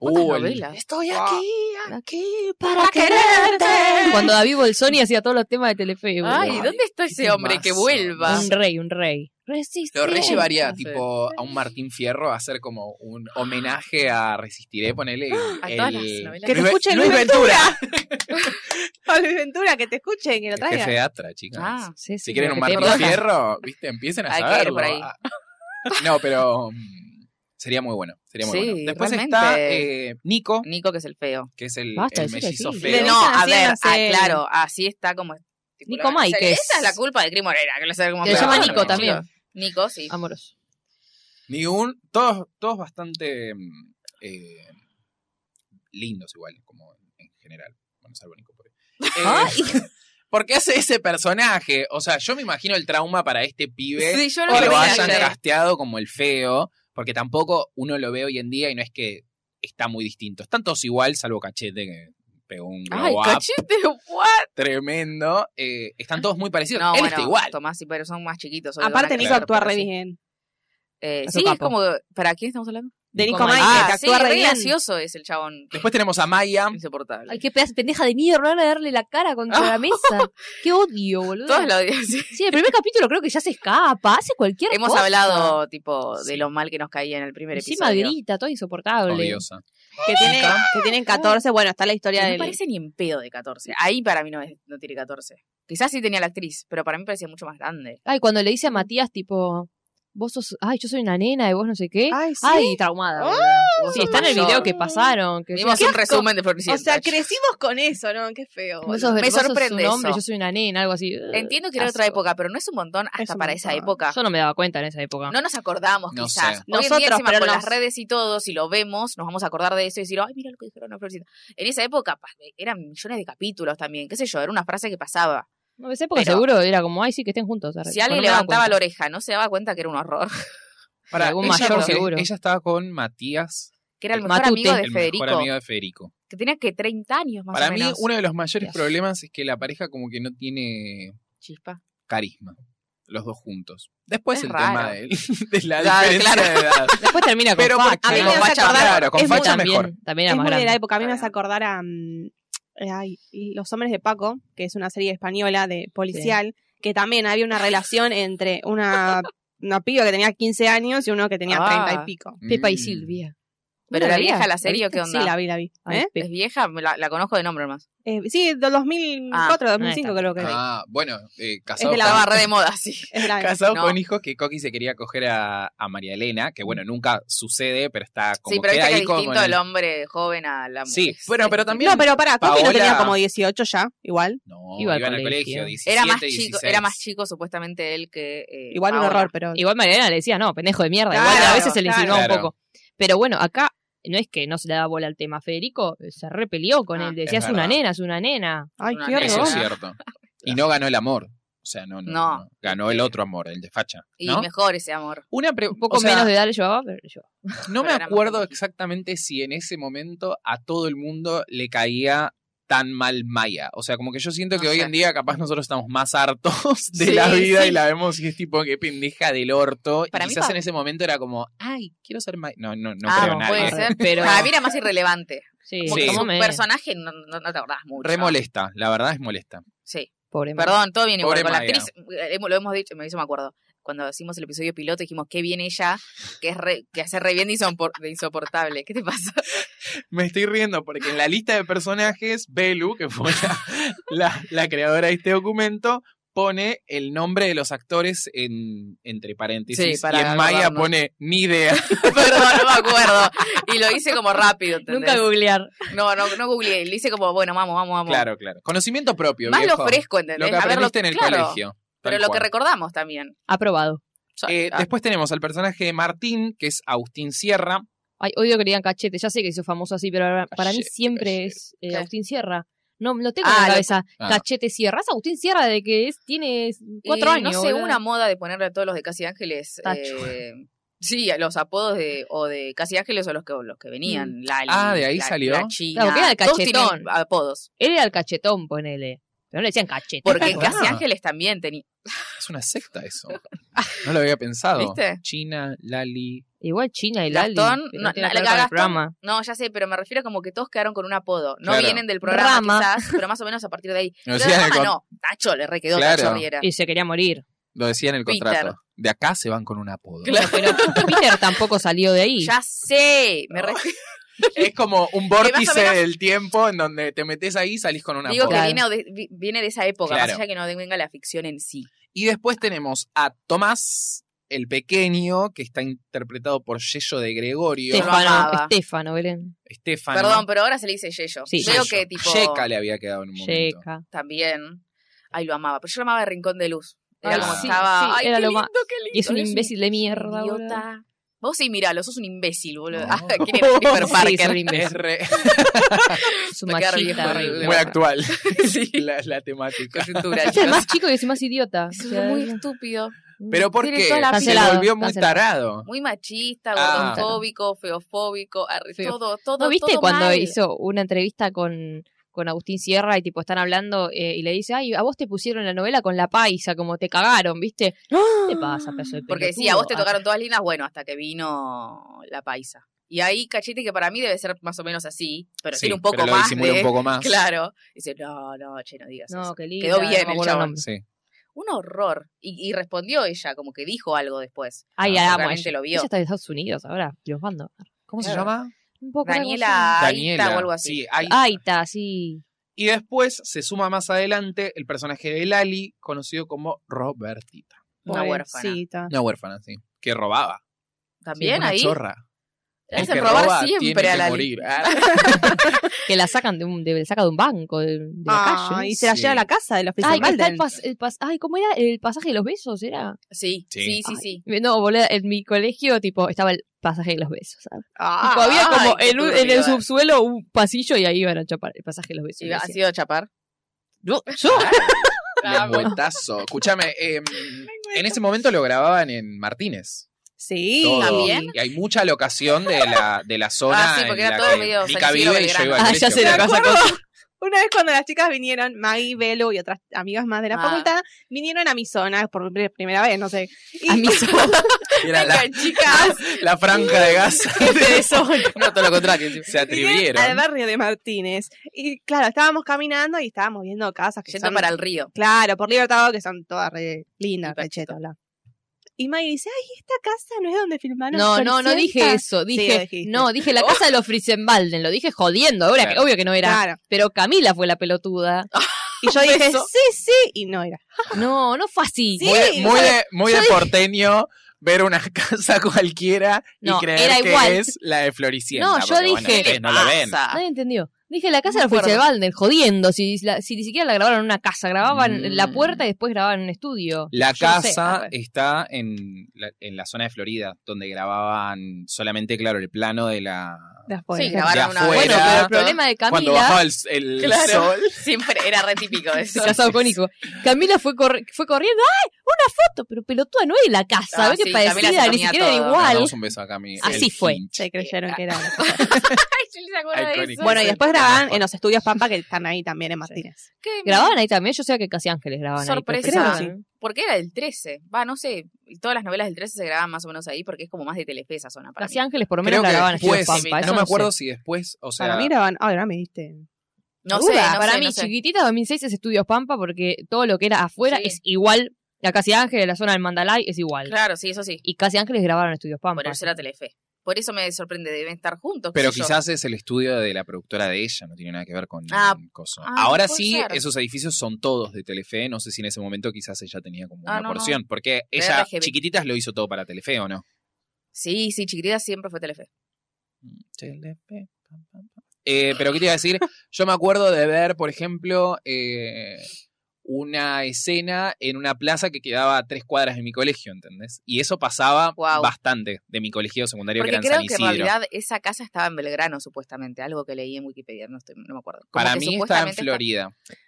[SPEAKER 1] Uh, el-
[SPEAKER 2] novelas.
[SPEAKER 1] Estoy aquí.
[SPEAKER 4] Aquí para quererte. Cuando David Bolsoni hacía todos los temas de Telefe. boludo.
[SPEAKER 2] Ay, ¿dónde está ese hombre que
[SPEAKER 1] temazo.
[SPEAKER 2] vuelva?
[SPEAKER 4] Un rey, un rey. Resiste.
[SPEAKER 1] Lo re llevaría
[SPEAKER 2] no sé.
[SPEAKER 1] tipo a un Martín Fierro a hacer como un homenaje a Resistiré, ponele.
[SPEAKER 2] <gasps> A
[SPEAKER 1] el-
[SPEAKER 2] todas las novelas.
[SPEAKER 5] Que te
[SPEAKER 1] Luis Ve-
[SPEAKER 5] escuche
[SPEAKER 1] Luis
[SPEAKER 5] Luis
[SPEAKER 1] Ventura.
[SPEAKER 5] Luis Ventura, que te escuche y que lo
[SPEAKER 1] El jefe
[SPEAKER 5] traiga.
[SPEAKER 1] de Atra, chicas.
[SPEAKER 2] Ah,
[SPEAKER 4] Sí, sí,
[SPEAKER 1] si quieren
[SPEAKER 4] lo
[SPEAKER 1] un
[SPEAKER 4] que te
[SPEAKER 1] Martín
[SPEAKER 4] toca.
[SPEAKER 1] Fierro, viste, empiecen a
[SPEAKER 2] Hay que
[SPEAKER 1] saberlo.
[SPEAKER 2] ir por ahí.
[SPEAKER 1] Ah. No, pero mm, sería muy bueno. Sería muy
[SPEAKER 2] Sí,
[SPEAKER 1] bueno. Después
[SPEAKER 2] realmente.
[SPEAKER 1] está eh, Nico,
[SPEAKER 2] Nico, que es el feo.
[SPEAKER 1] que es el,
[SPEAKER 4] Basta,
[SPEAKER 1] el
[SPEAKER 4] decilo,
[SPEAKER 1] mellizo
[SPEAKER 4] decilo.
[SPEAKER 1] feo.
[SPEAKER 5] Le-
[SPEAKER 2] No, a
[SPEAKER 5] Así en
[SPEAKER 2] ver,
[SPEAKER 5] la
[SPEAKER 2] ah,
[SPEAKER 5] serie.
[SPEAKER 2] claro, así está como. tipo,
[SPEAKER 4] Nico
[SPEAKER 2] la-
[SPEAKER 4] Mike es.
[SPEAKER 2] Esa es la culpa de Cris Morena, que lo sabe como
[SPEAKER 4] Que
[SPEAKER 1] se
[SPEAKER 2] feo.
[SPEAKER 1] llama
[SPEAKER 2] Ah,
[SPEAKER 1] Nico
[SPEAKER 2] pero
[SPEAKER 1] también.
[SPEAKER 2] chido. Nico, sí.
[SPEAKER 4] Amoroso.
[SPEAKER 1] Ni un, todos, todos bastante mm, eh,
[SPEAKER 2] <laughs>
[SPEAKER 1] <laughs> lindos igual, como en general. Bueno, salvo Nico. por ahí. Eh, ¿Por qué hace ese personaje? O sea, yo me imagino el trauma para este pibe
[SPEAKER 2] Sí, yo no
[SPEAKER 1] que
[SPEAKER 2] lo
[SPEAKER 1] lo
[SPEAKER 2] vi
[SPEAKER 1] hayan
[SPEAKER 2] ayer.
[SPEAKER 1] casteado como el feo, porque tampoco uno lo ve hoy en día y no es que está muy distinto. Están todos igual, salvo Cachete, que pegó un
[SPEAKER 2] Ay,
[SPEAKER 1] glow up
[SPEAKER 2] cachete, what?
[SPEAKER 1] tremendo. Eh, están todos muy parecidos.
[SPEAKER 2] No,
[SPEAKER 1] Él
[SPEAKER 2] bueno,
[SPEAKER 1] está Este igual.
[SPEAKER 2] Tomás y Pedro son más chiquitos. obvio, van
[SPEAKER 5] Aparte,
[SPEAKER 2] a
[SPEAKER 5] Nico
[SPEAKER 2] crecer,
[SPEAKER 5] actúa
[SPEAKER 2] pero
[SPEAKER 5] re
[SPEAKER 2] sí.
[SPEAKER 5] bien.
[SPEAKER 2] Eh,
[SPEAKER 4] Es
[SPEAKER 2] sí,
[SPEAKER 4] un
[SPEAKER 2] es
[SPEAKER 4] capo.
[SPEAKER 2] como. ¿Para quién estamos hablando?
[SPEAKER 5] De
[SPEAKER 4] Nico
[SPEAKER 5] Nico Mike,
[SPEAKER 4] Mike.
[SPEAKER 5] que
[SPEAKER 2] ah, sí,
[SPEAKER 5] actúa re
[SPEAKER 2] re
[SPEAKER 5] bien.
[SPEAKER 2] gracioso es el chabón.
[SPEAKER 1] Después tenemos a Maya.
[SPEAKER 2] <laughs> Insoportable.
[SPEAKER 4] Ay, qué pedazo, pendeja de mierda, van a darle la cara contra <laughs> la mesa. Qué odio, boludo.
[SPEAKER 2] Todas la odian, sí.
[SPEAKER 4] Sí, el primer capítulo creo que ya se escapa, hace cualquier
[SPEAKER 2] Hemos
[SPEAKER 4] cosa.
[SPEAKER 2] hablado, tipo, de
[SPEAKER 1] Sí.
[SPEAKER 2] lo mal que nos caía en el primer
[SPEAKER 4] Encima
[SPEAKER 2] episodio.
[SPEAKER 4] grita, todo insoportable.
[SPEAKER 1] Odiosa.
[SPEAKER 5] Que, tiene, que tienen 14. Bueno, está la historia
[SPEAKER 2] Que no
[SPEAKER 5] del.
[SPEAKER 2] parece ni en pedo de 14. Ahí para mí no, es, no tiene 14. Quizás sí tenía la actriz, pero para mí parecía mucho más grande.
[SPEAKER 4] Ay, cuando le dice a Matías, tipo, vos sos, ay, yo soy una nena y vos no sé qué.
[SPEAKER 5] Ay, sí.
[SPEAKER 4] Ay, traumada. boluda.
[SPEAKER 2] Vos
[SPEAKER 4] sí,
[SPEAKER 2] sos
[SPEAKER 4] está en el
[SPEAKER 2] mayor.
[SPEAKER 4] video que pasaron. Que
[SPEAKER 2] Vimos
[SPEAKER 4] yo-
[SPEAKER 2] un resumen de
[SPEAKER 5] o
[SPEAKER 2] Floricienta.
[SPEAKER 5] sea, crecimos con eso, ¿no? Qué feo.
[SPEAKER 4] Vos
[SPEAKER 5] boludo.
[SPEAKER 4] sos-
[SPEAKER 2] me
[SPEAKER 4] vos sos
[SPEAKER 2] sorprende
[SPEAKER 4] un hombre,
[SPEAKER 2] eso.
[SPEAKER 4] yo soy una nena, algo así.
[SPEAKER 2] Entiendo que era otra
[SPEAKER 4] Asco.
[SPEAKER 2] época, pero no es un montón hasta
[SPEAKER 5] Es un
[SPEAKER 2] para esa
[SPEAKER 5] montón.
[SPEAKER 2] época.
[SPEAKER 4] Yo no me daba cuenta en esa época.
[SPEAKER 2] No nos acordamos,
[SPEAKER 1] No
[SPEAKER 2] quizás.
[SPEAKER 1] sé.
[SPEAKER 2] Hoy en día,
[SPEAKER 5] Nosotros,
[SPEAKER 2] encima,
[SPEAKER 5] pero
[SPEAKER 2] con las
[SPEAKER 5] nos-
[SPEAKER 2] redes y todo, si lo vemos, nos vamos a acordar de eso y decir, ay, mira lo que dijeron a Floricienta. En esa época pa, eran millones de capítulos también, qué sé yo, era una frase que pasaba.
[SPEAKER 4] No, en esa época
[SPEAKER 2] Pero-
[SPEAKER 4] seguro era como, ay, sí, que estén juntos. arre.
[SPEAKER 2] Si alguien
[SPEAKER 4] Pero no me daba
[SPEAKER 2] levantaba
[SPEAKER 4] cuenta.
[SPEAKER 2] la oreja, no se daba cuenta que era un horror. <laughs>
[SPEAKER 1] Para
[SPEAKER 4] algún
[SPEAKER 1] ella,
[SPEAKER 4] mayor
[SPEAKER 1] porque
[SPEAKER 4] seguro.
[SPEAKER 1] Ella estaba con Matías,
[SPEAKER 2] Que era el
[SPEAKER 4] El
[SPEAKER 2] mejor amigo
[SPEAKER 4] Matute.
[SPEAKER 2] de
[SPEAKER 1] el
[SPEAKER 2] Federico,
[SPEAKER 1] mejor amigo de Federico.
[SPEAKER 2] que tenía que 30 años más
[SPEAKER 1] Para
[SPEAKER 2] o
[SPEAKER 1] mí,
[SPEAKER 2] menos.
[SPEAKER 1] uno de los mayores
[SPEAKER 4] Dios.
[SPEAKER 1] problemas es que la pareja como que no tiene
[SPEAKER 2] Chispa.
[SPEAKER 1] carisma. Los dos juntos. Después
[SPEAKER 2] Es
[SPEAKER 1] el
[SPEAKER 2] raro.
[SPEAKER 1] tema del- de, <laughs> la
[SPEAKER 2] Claro,
[SPEAKER 1] diferencia de edad.
[SPEAKER 4] Después termina con
[SPEAKER 1] Pero
[SPEAKER 4] Facha.
[SPEAKER 1] porque-
[SPEAKER 5] A mí me
[SPEAKER 1] con
[SPEAKER 5] hace
[SPEAKER 1] facha,
[SPEAKER 5] acordar-
[SPEAKER 1] claro, con
[SPEAKER 5] es muy-
[SPEAKER 1] facha mejor.
[SPEAKER 4] También, también
[SPEAKER 5] Es
[SPEAKER 4] era más
[SPEAKER 5] muy de
[SPEAKER 4] grande.
[SPEAKER 5] la época. A mí me hace
[SPEAKER 2] Está bien.
[SPEAKER 5] acordar a. mm, ay, Los Hombres de Paco, que es una serie española de policial, que también había una relación entre una. Una piba que tenía 15 años y uno que tenía
[SPEAKER 2] Ah.
[SPEAKER 5] 30 y pico.
[SPEAKER 4] Pepa y
[SPEAKER 1] Mm.
[SPEAKER 4] Silvia.
[SPEAKER 2] Pero
[SPEAKER 4] ¿No
[SPEAKER 2] la
[SPEAKER 4] veías?
[SPEAKER 2] vieja, la serie, ¿o qué
[SPEAKER 5] Sí,
[SPEAKER 2] onda?
[SPEAKER 5] la vi, la vi.
[SPEAKER 4] Ay,
[SPEAKER 5] ¿Eh?
[SPEAKER 4] Pepa.
[SPEAKER 2] Es vieja, Me la, la conozco de nombre nomás.
[SPEAKER 5] Eh, sí, del 2004,
[SPEAKER 4] Ah,
[SPEAKER 5] 2005
[SPEAKER 4] ahí está.
[SPEAKER 5] creo que
[SPEAKER 1] Ah, bueno, eh, casado,
[SPEAKER 5] Es de la
[SPEAKER 1] con,
[SPEAKER 2] Estaba re de moda, sí.
[SPEAKER 5] es grave.
[SPEAKER 1] <laughs> casado
[SPEAKER 2] No.
[SPEAKER 1] con hijos que Coqui se quería coger a, a María Elena, que bueno, nunca sucede, pero está como
[SPEAKER 2] Sí, pero
[SPEAKER 1] queda
[SPEAKER 2] viste que
[SPEAKER 1] ahí
[SPEAKER 2] es
[SPEAKER 1] como
[SPEAKER 2] distinto
[SPEAKER 1] en
[SPEAKER 2] el hombre joven a la mujer.
[SPEAKER 1] Sí, bueno, pero también-
[SPEAKER 5] No, pero pará, Coqui
[SPEAKER 1] Paola-
[SPEAKER 5] no tenía como 18 ya, igual.
[SPEAKER 1] No,
[SPEAKER 4] Iba
[SPEAKER 1] iba,
[SPEAKER 4] al
[SPEAKER 1] al
[SPEAKER 4] colegio.
[SPEAKER 1] colegio, 17,
[SPEAKER 2] Era más,
[SPEAKER 1] 16.
[SPEAKER 2] chico, era más chico supuestamente él que... eh,
[SPEAKER 5] Igual un
[SPEAKER 2] Paola.
[SPEAKER 5] error, pero.
[SPEAKER 4] Igual Mariana le decía, no, pendejo de mierda.
[SPEAKER 5] Claro,
[SPEAKER 4] Igual a veces se le
[SPEAKER 5] claro.
[SPEAKER 4] insinuaba un
[SPEAKER 1] Claro.
[SPEAKER 4] poco. Pero bueno, acá no es que no se le daba bola al tema. Federico eh, se repelió con
[SPEAKER 2] Ah,
[SPEAKER 4] él. Decía,
[SPEAKER 1] es
[SPEAKER 4] es, una
[SPEAKER 1] verdad.
[SPEAKER 4] nena, es una nena.
[SPEAKER 5] Ay,
[SPEAKER 2] una
[SPEAKER 5] qué
[SPEAKER 2] nena.
[SPEAKER 1] Eso
[SPEAKER 5] horror.
[SPEAKER 1] es
[SPEAKER 2] <laughs>
[SPEAKER 1] cierto. Y no ganó el amor. O sea, no, no.
[SPEAKER 2] No.
[SPEAKER 1] no. Ganó el otro amor, el de facha.
[SPEAKER 2] Y
[SPEAKER 1] ¿no?
[SPEAKER 2] mejor ese amor.
[SPEAKER 1] Una pre-
[SPEAKER 4] Un poco
[SPEAKER 1] o sea,
[SPEAKER 4] menos de edad le llevaba, pero yo.
[SPEAKER 1] No me
[SPEAKER 2] Pero era más
[SPEAKER 1] acuerdo
[SPEAKER 2] tranquilo.
[SPEAKER 1] exactamente si en ese momento a todo el mundo le caía tan mal Maya. O sea, como que yo siento
[SPEAKER 2] No
[SPEAKER 1] que hoy
[SPEAKER 2] sé.
[SPEAKER 1] en día capaz nosotros estamos más hartos <laughs> de
[SPEAKER 2] Sí,
[SPEAKER 1] la vida
[SPEAKER 2] sí.
[SPEAKER 1] y la vemos y es tipo que pendeja del orto.
[SPEAKER 2] Para
[SPEAKER 1] y
[SPEAKER 2] mí
[SPEAKER 1] quizás
[SPEAKER 2] pa-
[SPEAKER 1] en ese momento era como, ay, quiero ser Maya. No, no, no
[SPEAKER 2] Ah,
[SPEAKER 1] creo
[SPEAKER 4] no,
[SPEAKER 1] nadie. <laughs>
[SPEAKER 2] puede ser.
[SPEAKER 4] Pero
[SPEAKER 2] Para mí era más irrelevante.
[SPEAKER 4] sí,
[SPEAKER 2] Como
[SPEAKER 1] Sí.
[SPEAKER 2] que
[SPEAKER 4] como
[SPEAKER 2] su
[SPEAKER 4] me-
[SPEAKER 2] personaje no, no- no te acordás mucho.
[SPEAKER 1] Re molesta, la verdad es molesta.
[SPEAKER 2] Sí.
[SPEAKER 4] Pobre madre.
[SPEAKER 2] Perdón, todo bien igual.
[SPEAKER 1] Pobre
[SPEAKER 2] Con la
[SPEAKER 1] Maya.
[SPEAKER 2] actriz, eh, hemos- lo hemos dicho, me hizo me acuerdo. Cuando hicimos el episodio piloto dijimos qué bien ella, que es re- que hace re bien de insopor- de insoportable. ¿Qué te pasa?
[SPEAKER 1] Me estoy riendo porque en la lista de personajes, Belu, que fue la, la- la creadora de este documento, pone el nombre de los actores en, entre paréntesis.
[SPEAKER 2] Sí, para
[SPEAKER 1] y en Maya
[SPEAKER 2] acordarnos.
[SPEAKER 1] pone ni idea.
[SPEAKER 2] <laughs> Perdón, no me acuerdo. Y lo hice como rápido, ¿entendés?
[SPEAKER 4] Nunca googlear.
[SPEAKER 2] No, no, no googleé. Lo hice como, bueno, vamos, vamos, vamos.
[SPEAKER 1] Claro, claro. Conocimiento propio.
[SPEAKER 2] Más
[SPEAKER 1] viejo.
[SPEAKER 2] lo fresco,
[SPEAKER 1] Lo
[SPEAKER 2] ¿entendés?
[SPEAKER 1] que
[SPEAKER 2] A ver, lo-
[SPEAKER 1] aprendiste en el
[SPEAKER 2] claro,
[SPEAKER 1] colegio. tal
[SPEAKER 2] Pero lo que
[SPEAKER 1] cual.
[SPEAKER 2] recordamos también.
[SPEAKER 4] Aprobado.
[SPEAKER 1] Eh,
[SPEAKER 2] Ah,
[SPEAKER 1] Después tenemos al personaje de Martín, que es Agustín Sierra.
[SPEAKER 4] Ay, odio que le digan cachete. Ya sé que hizo famoso así, pero ahora- para mí
[SPEAKER 1] Cachete,
[SPEAKER 4] siempre
[SPEAKER 1] cachete.
[SPEAKER 4] es eh,
[SPEAKER 2] ¿Qué?
[SPEAKER 4] Agustín Sierra. No, lo tengo
[SPEAKER 2] Ah,
[SPEAKER 4] en la
[SPEAKER 2] lo-
[SPEAKER 4] cabeza.
[SPEAKER 1] Ah.
[SPEAKER 4] Cachete Sierra. Es Agustín Sierra de que es, tiene cuatro
[SPEAKER 2] y
[SPEAKER 4] años.
[SPEAKER 2] Eh, No sé,
[SPEAKER 4] boludo.
[SPEAKER 2] una moda de ponerle a todos los de Casi Ángeles.
[SPEAKER 4] Tacho.
[SPEAKER 2] eh, sí, a los apodos de o de Casi Ángeles o los que, los que venían. Lali,
[SPEAKER 1] Ah, de ahí
[SPEAKER 2] la-
[SPEAKER 1] salió.
[SPEAKER 2] la China,
[SPEAKER 4] Claro, porque era el
[SPEAKER 2] todos tienen
[SPEAKER 4] cachetón.
[SPEAKER 2] apodos.
[SPEAKER 4] Él era el cachetón, ponele. Pero no le decían cachete.
[SPEAKER 2] Porque
[SPEAKER 1] verdad.
[SPEAKER 2] Casi Ángeles también tenía.
[SPEAKER 1] Es una secta
[SPEAKER 2] <laughs>
[SPEAKER 1] eso. No lo había pensado.
[SPEAKER 2] ¿Viste?
[SPEAKER 1] China, Lali.
[SPEAKER 4] Igual China y Lali.
[SPEAKER 2] Gastón,
[SPEAKER 4] pero
[SPEAKER 2] no,
[SPEAKER 4] tiene
[SPEAKER 2] no,
[SPEAKER 4] que ver con el
[SPEAKER 2] Gastón-
[SPEAKER 4] programa.
[SPEAKER 2] No, ya sé, pero me refiero como que todos quedaron con un apodo. No
[SPEAKER 1] Claro.
[SPEAKER 2] vienen del programa
[SPEAKER 4] Rama.
[SPEAKER 2] quizás, pero más o menos a partir
[SPEAKER 1] <laughs>
[SPEAKER 2] de ahí.
[SPEAKER 1] Lo
[SPEAKER 2] Pero
[SPEAKER 1] decía, en el,
[SPEAKER 2] Rama
[SPEAKER 1] con-
[SPEAKER 2] no, Tacho le re quedó
[SPEAKER 1] Claro.
[SPEAKER 2] Tacho Riera.
[SPEAKER 4] Y se quería morir.
[SPEAKER 1] lo decía en el
[SPEAKER 2] Peter.
[SPEAKER 1] contrato. De acá se van con un apodo.
[SPEAKER 2] Claro.
[SPEAKER 4] Pero Peter tampoco salió de ahí.
[SPEAKER 2] <laughs> Ya sé, me refiero
[SPEAKER 1] Es como
[SPEAKER 2] <laughs>
[SPEAKER 1] un
[SPEAKER 2] Que más o
[SPEAKER 1] vórtice
[SPEAKER 2] menos-
[SPEAKER 1] del tiempo en donde te metes ahí y salís con un
[SPEAKER 2] Digo
[SPEAKER 1] apodo.
[SPEAKER 2] que
[SPEAKER 4] Claro.
[SPEAKER 2] viene, o de, vi- viene de esa época,
[SPEAKER 1] Claro.
[SPEAKER 2] más allá que no venga la ficción en sí.
[SPEAKER 1] Y después tenemos a Tomás, el pequeño, que está interpretado por Yello de Gregorio.
[SPEAKER 2] Te- Yo lo
[SPEAKER 4] Estefano,
[SPEAKER 2] amaba.
[SPEAKER 4] Estefano, Belén.
[SPEAKER 1] Estefano.
[SPEAKER 2] Perdón, pero ahora se le dice Yeyo.
[SPEAKER 4] Sí,
[SPEAKER 2] Creo
[SPEAKER 1] Yello.
[SPEAKER 2] que tipo
[SPEAKER 1] Yeca le había quedado en un momento.
[SPEAKER 4] Checa.
[SPEAKER 2] también. Ay, lo amaba. Pero yo lo amaba de Rincón de Luz. Era
[SPEAKER 1] Ay,
[SPEAKER 2] como
[SPEAKER 1] sí,
[SPEAKER 2] estaba.
[SPEAKER 4] sí,
[SPEAKER 2] ay,
[SPEAKER 4] era
[SPEAKER 2] qué
[SPEAKER 4] lo
[SPEAKER 2] lindo,
[SPEAKER 4] más-
[SPEAKER 2] qué lindo.
[SPEAKER 4] Y es un
[SPEAKER 2] eres
[SPEAKER 4] imbécil de mierda, boludo.
[SPEAKER 2] Idiota. Vos sí, miralo, sos un imbécil, boludo.
[SPEAKER 1] No.
[SPEAKER 2] Ah, <laughs> ¿quién es Piper
[SPEAKER 4] <laughs> Sí,
[SPEAKER 2] Parker?
[SPEAKER 4] soy
[SPEAKER 2] <laughs>
[SPEAKER 4] un imbécil.
[SPEAKER 1] Es re-
[SPEAKER 4] Su
[SPEAKER 2] Va a quedar
[SPEAKER 4] machista.
[SPEAKER 1] <laughs>
[SPEAKER 2] viejo,
[SPEAKER 4] horrible.
[SPEAKER 1] muy actual <laughs>
[SPEAKER 2] <laughs> sí,
[SPEAKER 1] la, la temática.
[SPEAKER 2] coyuntura.
[SPEAKER 4] <laughs> Es el
[SPEAKER 2] chicos.
[SPEAKER 4] más chico y es el más idiota.
[SPEAKER 2] Es
[SPEAKER 4] O sea,
[SPEAKER 2] muy estúpido,
[SPEAKER 1] Pero ¿por
[SPEAKER 2] Tiene
[SPEAKER 1] qué?
[SPEAKER 2] toda la
[SPEAKER 1] Se
[SPEAKER 4] pinta.
[SPEAKER 1] volvió muy
[SPEAKER 4] Cancelado.
[SPEAKER 1] tarado.
[SPEAKER 2] muy machista,
[SPEAKER 1] Ah.
[SPEAKER 2] gordofóbico, feofóbico, arre-
[SPEAKER 4] Feo.
[SPEAKER 2] todo, todo.
[SPEAKER 4] ¿No viste
[SPEAKER 2] todo
[SPEAKER 4] cuando
[SPEAKER 2] mal.
[SPEAKER 4] hizo una entrevista con, con Agustín Sierra y tipo están hablando eh, y le dice, ay, a vos te pusieron la novela con la paisa, como te cagaron, ¿viste?
[SPEAKER 5] ¡Ah!
[SPEAKER 4] ¿Qué te pasa, peso de
[SPEAKER 2] Porque sí,
[SPEAKER 4] pelotudo?
[SPEAKER 2] a vos te
[SPEAKER 4] Ah,
[SPEAKER 2] tocaron todas líneas, bueno, hasta que vino la paisa. Y ahí Cachete, que para mí debe ser más o menos así, pero
[SPEAKER 1] Sí,
[SPEAKER 2] tiene un poco
[SPEAKER 1] pero lo
[SPEAKER 2] más.
[SPEAKER 1] disimula
[SPEAKER 2] de-
[SPEAKER 1] un poco más.
[SPEAKER 2] Claro. Dice, no, no, che, no digas
[SPEAKER 4] No,
[SPEAKER 2] eso.
[SPEAKER 4] qué linda,
[SPEAKER 2] Quedó
[SPEAKER 4] no me
[SPEAKER 2] bien el
[SPEAKER 4] acuerdo el
[SPEAKER 2] chabón.
[SPEAKER 4] nombre.
[SPEAKER 1] Sí.
[SPEAKER 2] Un horror. Y, y respondió ella, como que dijo algo después.
[SPEAKER 4] Ay,
[SPEAKER 1] Ah,
[SPEAKER 4] la amo.
[SPEAKER 2] seguramente
[SPEAKER 4] Ella.
[SPEAKER 2] lo vio.
[SPEAKER 4] Ella está en Estados Unidos ahora, triunfando.
[SPEAKER 1] ¿Cómo se
[SPEAKER 2] Claro.
[SPEAKER 1] llama?
[SPEAKER 4] Un poco algo
[SPEAKER 2] Daniela
[SPEAKER 1] Daniela.
[SPEAKER 2] Aita o algo así. Ah.
[SPEAKER 1] Sí, Aita.
[SPEAKER 4] así. Aita, sí.
[SPEAKER 1] Y después se suma más adelante el personaje de Lali, conocido como Robertita.
[SPEAKER 2] Una huérfana.
[SPEAKER 5] Pobrecita.
[SPEAKER 1] Una huérfana, sí. Que robaba.
[SPEAKER 2] También
[SPEAKER 1] una
[SPEAKER 2] ahí.
[SPEAKER 1] chorra. El
[SPEAKER 2] Hacen
[SPEAKER 1] que
[SPEAKER 2] robar
[SPEAKER 1] roba
[SPEAKER 2] siempre
[SPEAKER 1] tiene
[SPEAKER 2] a
[SPEAKER 1] que
[SPEAKER 2] la
[SPEAKER 1] morir. Ah,
[SPEAKER 2] <laughs>
[SPEAKER 4] Que la sacan de un, de, la saca de un banco, de, de la
[SPEAKER 5] Ah,
[SPEAKER 4] calle.
[SPEAKER 5] y se la
[SPEAKER 1] Sí.
[SPEAKER 5] lleva a la casa de la oficina
[SPEAKER 4] Ay, que está el
[SPEAKER 5] Malden.
[SPEAKER 4] pas- el pas- ay, ¿cómo era el pasaje de los besos? Era.
[SPEAKER 2] Sí,
[SPEAKER 1] Sí.
[SPEAKER 2] sí, sí,
[SPEAKER 4] Ay,
[SPEAKER 2] sí.
[SPEAKER 4] No, boludo, en mi colegio, tipo, estaba el pasaje de los besos. ¿sabes?
[SPEAKER 2] Ah,
[SPEAKER 4] Tipo, había como
[SPEAKER 2] ay, qué
[SPEAKER 4] en, un- en
[SPEAKER 2] turbio,
[SPEAKER 4] el
[SPEAKER 2] eh.
[SPEAKER 4] subsuelo un pasillo y ahí iban a chapar el pasaje de los besos.
[SPEAKER 2] Sí,
[SPEAKER 4] Yo
[SPEAKER 2] ¿Has
[SPEAKER 4] decía,
[SPEAKER 2] ido a chapar?
[SPEAKER 4] Yo, yo.
[SPEAKER 1] Un ah, <laughs> vueltazo. Escúchame, em, en ese momento lo grababan en Martínez.
[SPEAKER 5] Sí.
[SPEAKER 1] Todo.
[SPEAKER 2] ¿También?
[SPEAKER 1] Y hay mucha locación de la, de la zona.
[SPEAKER 2] Ah, sí, porque
[SPEAKER 1] en
[SPEAKER 2] era
[SPEAKER 1] la
[SPEAKER 2] todo
[SPEAKER 1] que
[SPEAKER 2] medio
[SPEAKER 1] Mica
[SPEAKER 2] San Isidro
[SPEAKER 1] vive y yo
[SPEAKER 2] Belgrano.
[SPEAKER 1] iba al
[SPEAKER 4] Ah, ya
[SPEAKER 1] colegio,
[SPEAKER 4] sé
[SPEAKER 5] Me
[SPEAKER 4] lo
[SPEAKER 1] claro.
[SPEAKER 4] que vas a
[SPEAKER 5] acuerdo.
[SPEAKER 4] contar.
[SPEAKER 5] Una vez cuando las chicas vinieron, Maggie, Belu y otras amigas más de la
[SPEAKER 2] Ah.
[SPEAKER 5] facultad, vinieron a mi zona por pri- primera vez, no sé. Y
[SPEAKER 4] A mí
[SPEAKER 1] Era la,
[SPEAKER 2] Vengan, chicas.
[SPEAKER 1] la franja de
[SPEAKER 4] <laughs>
[SPEAKER 1] gas.
[SPEAKER 4] de son.
[SPEAKER 1] no, todo lo contrario. Se
[SPEAKER 5] vinieron al
[SPEAKER 1] atribuyeron.
[SPEAKER 5] barrio de Martínez. Y claro, estábamos caminando y estábamos viendo casas que
[SPEAKER 2] Yendo
[SPEAKER 5] son-
[SPEAKER 2] para el río.
[SPEAKER 5] Claro, por Libertador, que son todas re lindas,
[SPEAKER 2] Y
[SPEAKER 5] re chetas, bla. Y Maggie dice, ay, esta casa no es donde filmaron.
[SPEAKER 4] No, no, no
[SPEAKER 5] Floricienta".
[SPEAKER 4] dije eso.
[SPEAKER 5] lo
[SPEAKER 4] Dije,
[SPEAKER 5] dijiste.
[SPEAKER 4] no, dije la casa de los Frisenbalden. Lo dije jodiendo. Ahora que
[SPEAKER 1] Claro.
[SPEAKER 4] obvio que no era.
[SPEAKER 5] Claro.
[SPEAKER 4] Pero Camila fue la pelotuda. <laughs>
[SPEAKER 5] Y yo dije, sí, sí, y no era.
[SPEAKER 4] No, no fue así.
[SPEAKER 5] Sí.
[SPEAKER 1] Muy, de- muy de, muy de
[SPEAKER 4] Yo dije-
[SPEAKER 1] porteño ver una <laughs> casa cualquiera y
[SPEAKER 4] No,
[SPEAKER 1] creer
[SPEAKER 4] era
[SPEAKER 1] que
[SPEAKER 4] igual.
[SPEAKER 1] es la de Floricienta.
[SPEAKER 4] No, yo
[SPEAKER 1] porque, bueno,
[SPEAKER 4] dije-
[SPEAKER 1] ustedes no la ven.
[SPEAKER 2] Pasa.
[SPEAKER 4] <laughs> Nadie entendió. Dije la
[SPEAKER 2] No
[SPEAKER 4] casa de los
[SPEAKER 2] me acuerdo.
[SPEAKER 4] Frisenbalden, jodiendo. Si, la- si ni siquiera la grabaron en una casa, grababan en la
[SPEAKER 1] Mm.
[SPEAKER 4] puerta y después grababan en un estudio.
[SPEAKER 1] La
[SPEAKER 4] Yo no sé,
[SPEAKER 1] casa
[SPEAKER 4] arre.
[SPEAKER 1] está en la, en la zona de Florida, donde grababan solamente, claro, el plano de la...
[SPEAKER 5] De afuera.
[SPEAKER 2] Sí, grabaron
[SPEAKER 1] de
[SPEAKER 2] una
[SPEAKER 1] afuera.
[SPEAKER 4] Bueno, pero el problema de
[SPEAKER 1] Cuando
[SPEAKER 4] Camila. <laughs>
[SPEAKER 1] bajaba el, s- <laughs> el
[SPEAKER 2] Claro.
[SPEAKER 1] sol.
[SPEAKER 2] <laughs> Siempre era re típico de eso.
[SPEAKER 4] Se casado con hijo. Camila fue, corri- fue corriendo. ¡Ay! ¡Una foto! Pero pelotuda no es de la casa.
[SPEAKER 2] Ah,
[SPEAKER 4] ¿Ves
[SPEAKER 2] sí,
[SPEAKER 4] que
[SPEAKER 2] Camila se
[SPEAKER 4] parecida? Ni
[SPEAKER 2] ponía
[SPEAKER 4] siquiera era
[SPEAKER 2] todo.
[SPEAKER 1] Le
[SPEAKER 4] igual.
[SPEAKER 1] damos un beso acá, mi-
[SPEAKER 4] Así
[SPEAKER 1] el
[SPEAKER 4] fue.
[SPEAKER 1] Hinch.
[SPEAKER 5] Se creyeron que era.
[SPEAKER 2] Ay, yo ni me acuerdo de
[SPEAKER 1] Iconic.
[SPEAKER 2] eso.
[SPEAKER 5] <laughs> Bueno, y
[SPEAKER 1] Sí.
[SPEAKER 5] después grababan en los estudios Pampa que están ahí también en Martínez.
[SPEAKER 2] ¿Qué?
[SPEAKER 4] Grababan ahí también. Yo sé que Casi Ángeles grababan
[SPEAKER 2] Sorpresa.
[SPEAKER 4] ahí. pero creo que
[SPEAKER 5] Creo
[SPEAKER 4] sí.
[SPEAKER 2] Porque era del 13. Va, no sé. Todas las novelas del 13 se grababan más o menos ahí porque es como más de Telefe esa zona. Para
[SPEAKER 4] Casi
[SPEAKER 2] mí.
[SPEAKER 4] Ángeles por lo menos
[SPEAKER 1] Creo que
[SPEAKER 4] la grababan en
[SPEAKER 1] después,
[SPEAKER 4] Estudio Pampa. eso
[SPEAKER 1] no me
[SPEAKER 4] sé.
[SPEAKER 1] acuerdo si después, o sea...
[SPEAKER 5] Para mí grababan. Ah, ahora me diste.
[SPEAKER 2] No sé,
[SPEAKER 4] Duda.
[SPEAKER 2] no
[SPEAKER 4] para
[SPEAKER 2] sé,
[SPEAKER 4] mí,
[SPEAKER 2] no sé.
[SPEAKER 4] chiquitita 2006 es Estudios Pampa porque todo lo que era afuera
[SPEAKER 2] Sí.
[SPEAKER 4] es igual. La Casi Ángeles, la zona del Mandalay es igual.
[SPEAKER 2] Claro, sí, eso sí.
[SPEAKER 4] Y Casi Ángeles grabaron en Estudios Pampa.
[SPEAKER 2] Por eso era Telefe. Por eso me sorprende, deben estar juntos. qué
[SPEAKER 1] Pero
[SPEAKER 2] sé yo.
[SPEAKER 1] quizás es el estudio de la productora de ella, no tiene nada que ver con
[SPEAKER 2] Ah,
[SPEAKER 1] el coso.
[SPEAKER 2] ah,
[SPEAKER 1] Ahora
[SPEAKER 2] puede
[SPEAKER 1] sí,
[SPEAKER 2] ser.
[SPEAKER 1] esos edificios son todos de Telefe, no sé si en ese momento quizás ella tenía como
[SPEAKER 2] Ah,
[SPEAKER 1] una
[SPEAKER 2] no, no.
[SPEAKER 1] porción, porque ella
[SPEAKER 2] RGB.
[SPEAKER 1] chiquititas lo hizo todo para Telefe, ¿o no?
[SPEAKER 2] Sí, sí, chiquitita siempre fue Telefe. Mm,
[SPEAKER 1] Eh, pero qué te iba a decir, yo me acuerdo de ver, por ejemplo, eh, una escena en una plaza que quedaba a tres cuadras de mi colegio, ¿entendés? Y eso pasaba
[SPEAKER 2] Guau.
[SPEAKER 1] bastante de mi colegio secundario que
[SPEAKER 2] Porque
[SPEAKER 1] era en San
[SPEAKER 2] creo que en
[SPEAKER 1] Isidro.
[SPEAKER 2] realidad esa casa estaba en Belgrano, supuestamente. Algo que leí en Wikipedia, no, estoy, no me acuerdo. Como
[SPEAKER 1] para
[SPEAKER 2] que
[SPEAKER 1] mí estaba en
[SPEAKER 2] supuestamente
[SPEAKER 1] Florida,
[SPEAKER 2] está-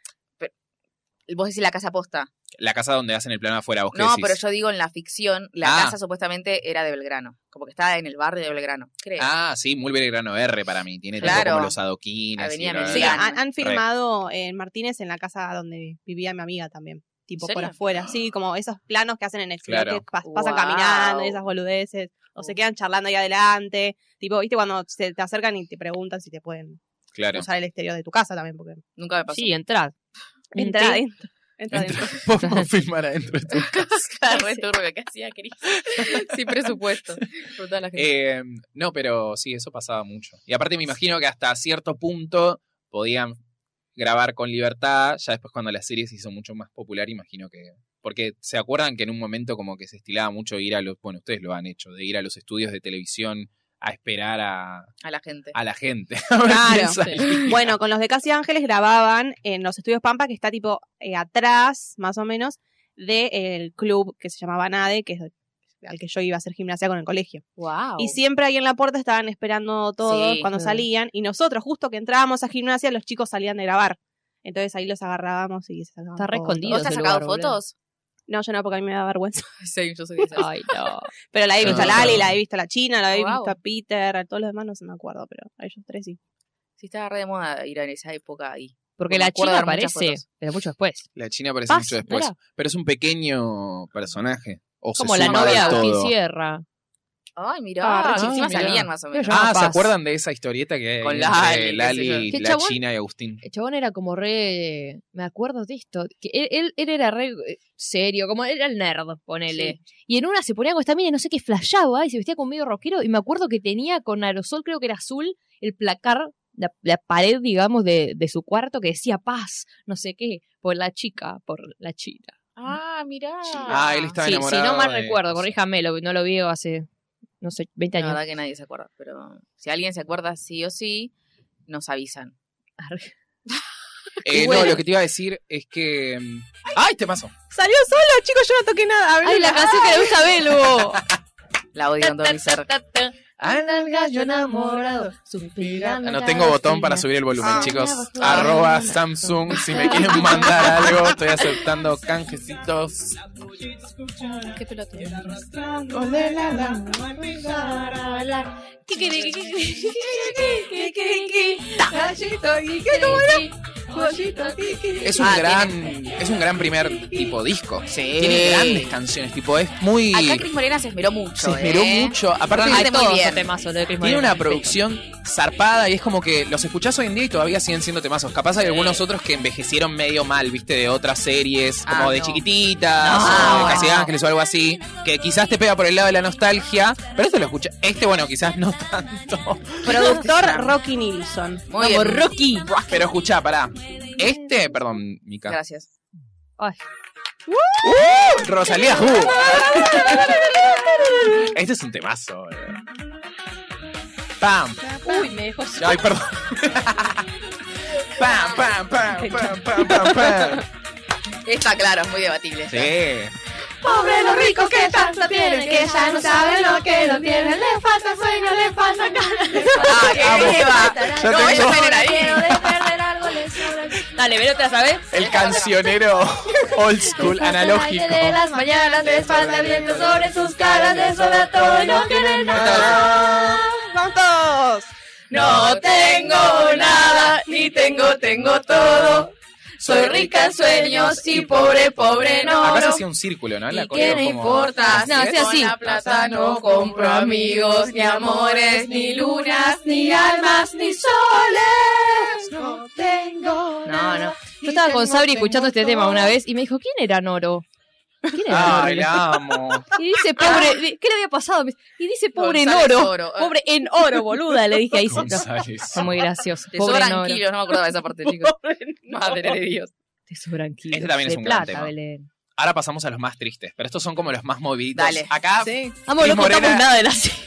[SPEAKER 2] Vos decís la casa posta.
[SPEAKER 1] la casa donde hacen el plano afuera, vos qué
[SPEAKER 2] No,
[SPEAKER 1] decís?
[SPEAKER 2] pero yo digo en la ficción, la
[SPEAKER 1] Ah.
[SPEAKER 2] casa supuestamente era de Belgrano. Como que estaba en el barrio de Belgrano, creo.
[SPEAKER 1] Ah, sí, muy Belgrano R para mí. Tiene tipo
[SPEAKER 2] Claro.
[SPEAKER 1] como los adoquines.
[SPEAKER 2] Avenida
[SPEAKER 1] y bla, bla,
[SPEAKER 5] Sí,
[SPEAKER 1] bla.
[SPEAKER 2] Belgrano.
[SPEAKER 5] han, han filmado en Martínez en la casa donde vivía mi amiga también. Tipo
[SPEAKER 2] ¿En
[SPEAKER 5] por
[SPEAKER 2] serio?
[SPEAKER 5] afuera. Sí, como esos planos que hacen en el cielo
[SPEAKER 1] Claro.
[SPEAKER 5] que pas- pasan
[SPEAKER 2] Wow.
[SPEAKER 5] caminando y esas boludeces. O se
[SPEAKER 2] Uh.
[SPEAKER 5] quedan charlando ahí adelante. Tipo, viste, cuando se te acercan y te preguntan si te pueden
[SPEAKER 2] ah,
[SPEAKER 1] Claro.
[SPEAKER 5] usar el exterior de tu casa también. Porque
[SPEAKER 2] Nunca me pasó. <laughs>
[SPEAKER 4] Sí, entrad.
[SPEAKER 5] entra
[SPEAKER 4] Entrad.
[SPEAKER 5] adentro. Entra adentro.
[SPEAKER 1] Podemos filmar adentro. <laughs> de tu-
[SPEAKER 2] Re turbio que hacía Cris. <laughs> Sin <laughs> presupuesto. Con toda la gente.
[SPEAKER 1] Eh, no, pero sí, eso pasaba mucho. Y aparte me imagino que hasta cierto punto podían grabar con libertad. Ya después cuando la serie se hizo mucho más popular, imagino que... Porque se acuerdan que en un momento como que se estilaba mucho ir a los... Bueno, ustedes lo han hecho, de ir a los estudios de televisión a esperar a,
[SPEAKER 2] a la gente.
[SPEAKER 1] a la gente. <laughs> A ver
[SPEAKER 5] Claro.
[SPEAKER 1] quién salía.
[SPEAKER 5] Bueno, con los de Casi Ángeles grababan en los estudios Pampa, que está tipo eh, atrás, más o menos, del club que se llamaba Nade, que es al que yo iba a hacer gimnasia con el colegio.
[SPEAKER 4] Ah,
[SPEAKER 2] Wow.
[SPEAKER 5] Y siempre ahí en la puerta estaban esperando todos
[SPEAKER 2] Sí,
[SPEAKER 5] cuando
[SPEAKER 4] mm.
[SPEAKER 5] salían. Y nosotros, justo que entrábamos a gimnasia, los chicos salían de grabar. Entonces ahí los agarrábamos y se sacaban
[SPEAKER 4] Está re
[SPEAKER 5] fotos.
[SPEAKER 4] escondido.
[SPEAKER 2] ¿Vos te has
[SPEAKER 4] ese
[SPEAKER 2] sacado
[SPEAKER 4] lugar, boludo.
[SPEAKER 2] fotos?
[SPEAKER 5] No, yo no, porque a mí me da vergüenza. <laughs>
[SPEAKER 2] Sí, yo sé que
[SPEAKER 4] Ay, no.
[SPEAKER 2] <laughs>
[SPEAKER 5] Pero la he
[SPEAKER 1] Yo
[SPEAKER 5] visto a
[SPEAKER 1] no,
[SPEAKER 5] Lali,
[SPEAKER 1] no.
[SPEAKER 5] la he visto a la China,
[SPEAKER 4] Oh,
[SPEAKER 5] la he
[SPEAKER 2] Guau.
[SPEAKER 5] visto a Peter, a todos los demás no se me acuerdo, pero a ellos tres sí.
[SPEAKER 2] Sí, estaba re de moda ir en esa época ahí.
[SPEAKER 4] Porque
[SPEAKER 2] Me
[SPEAKER 4] la
[SPEAKER 2] acuerdo
[SPEAKER 4] chica
[SPEAKER 2] de muchas
[SPEAKER 4] aparece,
[SPEAKER 2] fotos.
[SPEAKER 4] pero mucho después.
[SPEAKER 1] La China aparece
[SPEAKER 4] Paz,
[SPEAKER 1] mucho después.
[SPEAKER 4] ¿no
[SPEAKER 1] Pero es un pequeño personaje. O se
[SPEAKER 4] Como la
[SPEAKER 1] suma
[SPEAKER 4] novia
[SPEAKER 1] del
[SPEAKER 4] de
[SPEAKER 1] todo.
[SPEAKER 4] Agustín Sierra.
[SPEAKER 2] Ay, mirá,
[SPEAKER 5] Ah, re
[SPEAKER 2] que
[SPEAKER 1] chiquita.
[SPEAKER 2] encima
[SPEAKER 1] Mirá.
[SPEAKER 2] salían más o menos.
[SPEAKER 4] Yo-
[SPEAKER 1] Ah, ¿se
[SPEAKER 4] Paz.
[SPEAKER 1] acuerdan de esa historieta que hay
[SPEAKER 2] Con
[SPEAKER 1] entre
[SPEAKER 2] Lali,
[SPEAKER 1] Lali,
[SPEAKER 2] qué sé
[SPEAKER 4] yo. ¿Qué
[SPEAKER 1] la
[SPEAKER 4] chabón?
[SPEAKER 1] China y Agustín?
[SPEAKER 4] El chabón era como re. Me acuerdo de esto. Que él, él, él era re eh, serio, como era el nerd, ponele. Y en una se ponía con esta mina, y no sé qué, flasheaba y se vestía con medio rockero. Y me acuerdo que tenía con aerosol, creo que era azul, el placar, la, la pared, digamos, de, de su cuarto que decía paz, no sé qué, por la chica, por la china.
[SPEAKER 2] Ah, mirá.
[SPEAKER 1] Ah, él estaba
[SPEAKER 4] Sí, si
[SPEAKER 1] enamorado.
[SPEAKER 4] no mal
[SPEAKER 1] de-
[SPEAKER 4] recuerdo, corríjamelo, no lo veo hace, no sé, 20
[SPEAKER 2] La
[SPEAKER 4] años.
[SPEAKER 2] verdad que nadie se acuerda, pero si alguien se acuerda sí o sí, nos avisan.
[SPEAKER 1] Eh, no,
[SPEAKER 4] Bueno.
[SPEAKER 1] lo que te iba a decir es que. mm, ¡Ay, te pasó!
[SPEAKER 5] Salió solo, chicos, yo no toqué nada.
[SPEAKER 4] ¡Ay, la canción que le gusta a Belu!
[SPEAKER 2] La odio con todo mi ser.
[SPEAKER 3] Al gallo enamorado, suspirando.
[SPEAKER 1] Ah, No tengo botón para subir el volumen,
[SPEAKER 5] Ah.
[SPEAKER 1] chicos.
[SPEAKER 3] Ah.
[SPEAKER 1] Arroba Samsung. Si me quieren mandar algo, estoy aceptando canjecitos.
[SPEAKER 2] Qué pelota.
[SPEAKER 1] Es un
[SPEAKER 2] Ah,
[SPEAKER 1] gran, es un gran primer tipo disco.
[SPEAKER 2] Sí.
[SPEAKER 1] Tiene grandes canciones, tipo, es muy.
[SPEAKER 2] Acá Cris Morena se esmeró
[SPEAKER 1] Se
[SPEAKER 2] mucho.
[SPEAKER 1] esmeró
[SPEAKER 2] ¿eh?
[SPEAKER 1] mucho. Aparte,
[SPEAKER 2] Aparte, muy bien.
[SPEAKER 1] tiene una producción zarpada y es como que los escuchás hoy en día y todavía siguen siendo temazos. Capaz hay algunos otros que envejecieron medio mal, viste, de otras series,
[SPEAKER 2] Ah,
[SPEAKER 1] como de
[SPEAKER 2] no.
[SPEAKER 1] chiquititas, o
[SPEAKER 2] No,
[SPEAKER 1] de Casi
[SPEAKER 2] bueno.
[SPEAKER 1] Ángeles o algo así, que quizás te pega por el lado de la nostalgia, pero este lo escucha. Este, bueno, quizás no <laughs> tanto.
[SPEAKER 5] Productor Rocky Nilsson.
[SPEAKER 2] Muy bien.
[SPEAKER 1] Rocky. Pero escuchá, pará. Este, perdón, Mica.
[SPEAKER 2] Gracias.
[SPEAKER 1] Rosalía Ju.
[SPEAKER 2] <laughs>
[SPEAKER 1] Este es un temazo. eh. Pam.
[SPEAKER 5] Uy, me dejó
[SPEAKER 1] Ay, perdón. pam, pam, pam, pam, pam, pam, pam.
[SPEAKER 2] Está claro, es muy debatible.
[SPEAKER 1] Sí.
[SPEAKER 3] Pobre los ricos que tanto tienen, que ya no saben lo que no tienen. Les falta sueño, les falta ganas. les falta-
[SPEAKER 2] Ah, qué
[SPEAKER 1] Vamos.
[SPEAKER 2] beba.
[SPEAKER 1] Ya
[SPEAKER 2] No,
[SPEAKER 1] tengo
[SPEAKER 2] ellos tienen ahí.
[SPEAKER 3] Pero de perder algo les sobra el-
[SPEAKER 1] <laughs>
[SPEAKER 4] Dale, Belu, ¿te la sabes?
[SPEAKER 1] el cancionero old school,
[SPEAKER 3] Falta el aire
[SPEAKER 1] analógico.
[SPEAKER 3] de las mañanas, les falta viento sobre sus caras, les sobra todo y no tienen nada.
[SPEAKER 5] ¡Vamos todos!
[SPEAKER 3] No tengo nada, ni tengo, tengo todo. Soy rica en sueños y pobre, pobre en
[SPEAKER 1] Acá se
[SPEAKER 3] oro.
[SPEAKER 1] hacía un círculo, ¿no? La
[SPEAKER 3] ¿Y
[SPEAKER 1] coreo
[SPEAKER 3] qué me
[SPEAKER 1] como-
[SPEAKER 3] importa?
[SPEAKER 4] No,
[SPEAKER 3] si
[SPEAKER 4] sea así.
[SPEAKER 3] Con la plata no compro amigos, ni amores, ni lunas, ni almas, ni soles. No tengo.
[SPEAKER 2] No, no.
[SPEAKER 4] Yo estaba con Sabri escuchando este tema una vez y me dijo, ¿quién era Noro? ¿Quién era
[SPEAKER 1] Ay,
[SPEAKER 4] Noro?
[SPEAKER 1] la
[SPEAKER 3] <laughs>
[SPEAKER 1] amo.
[SPEAKER 4] Y dice, pobre, di- ¿qué le había pasado? Me dice, Y dice, pobre en
[SPEAKER 2] González Ah,
[SPEAKER 4] oro.
[SPEAKER 2] Oro.
[SPEAKER 4] Pobre en oro, boluda, le dije ahí. sí, no,
[SPEAKER 1] González.
[SPEAKER 4] Fue muy gracioso.
[SPEAKER 2] Te
[SPEAKER 4] Pobre en
[SPEAKER 2] sobran
[SPEAKER 4] oro.
[SPEAKER 2] kilos, no me acordaba de esa parte, chicos. Madre de Dios.
[SPEAKER 4] Te sobran kilos.
[SPEAKER 1] Este también
[SPEAKER 4] de
[SPEAKER 1] es un gran
[SPEAKER 4] plata,
[SPEAKER 1] tema.
[SPEAKER 4] Belén.
[SPEAKER 1] Ahora pasamos a los más tristes, pero estos son como los más moviditos.
[SPEAKER 2] Dale.
[SPEAKER 1] Acá
[SPEAKER 4] Amo,
[SPEAKER 1] Cris
[SPEAKER 4] no contamos
[SPEAKER 1] Morena.
[SPEAKER 4] nada de la <laughs> serie.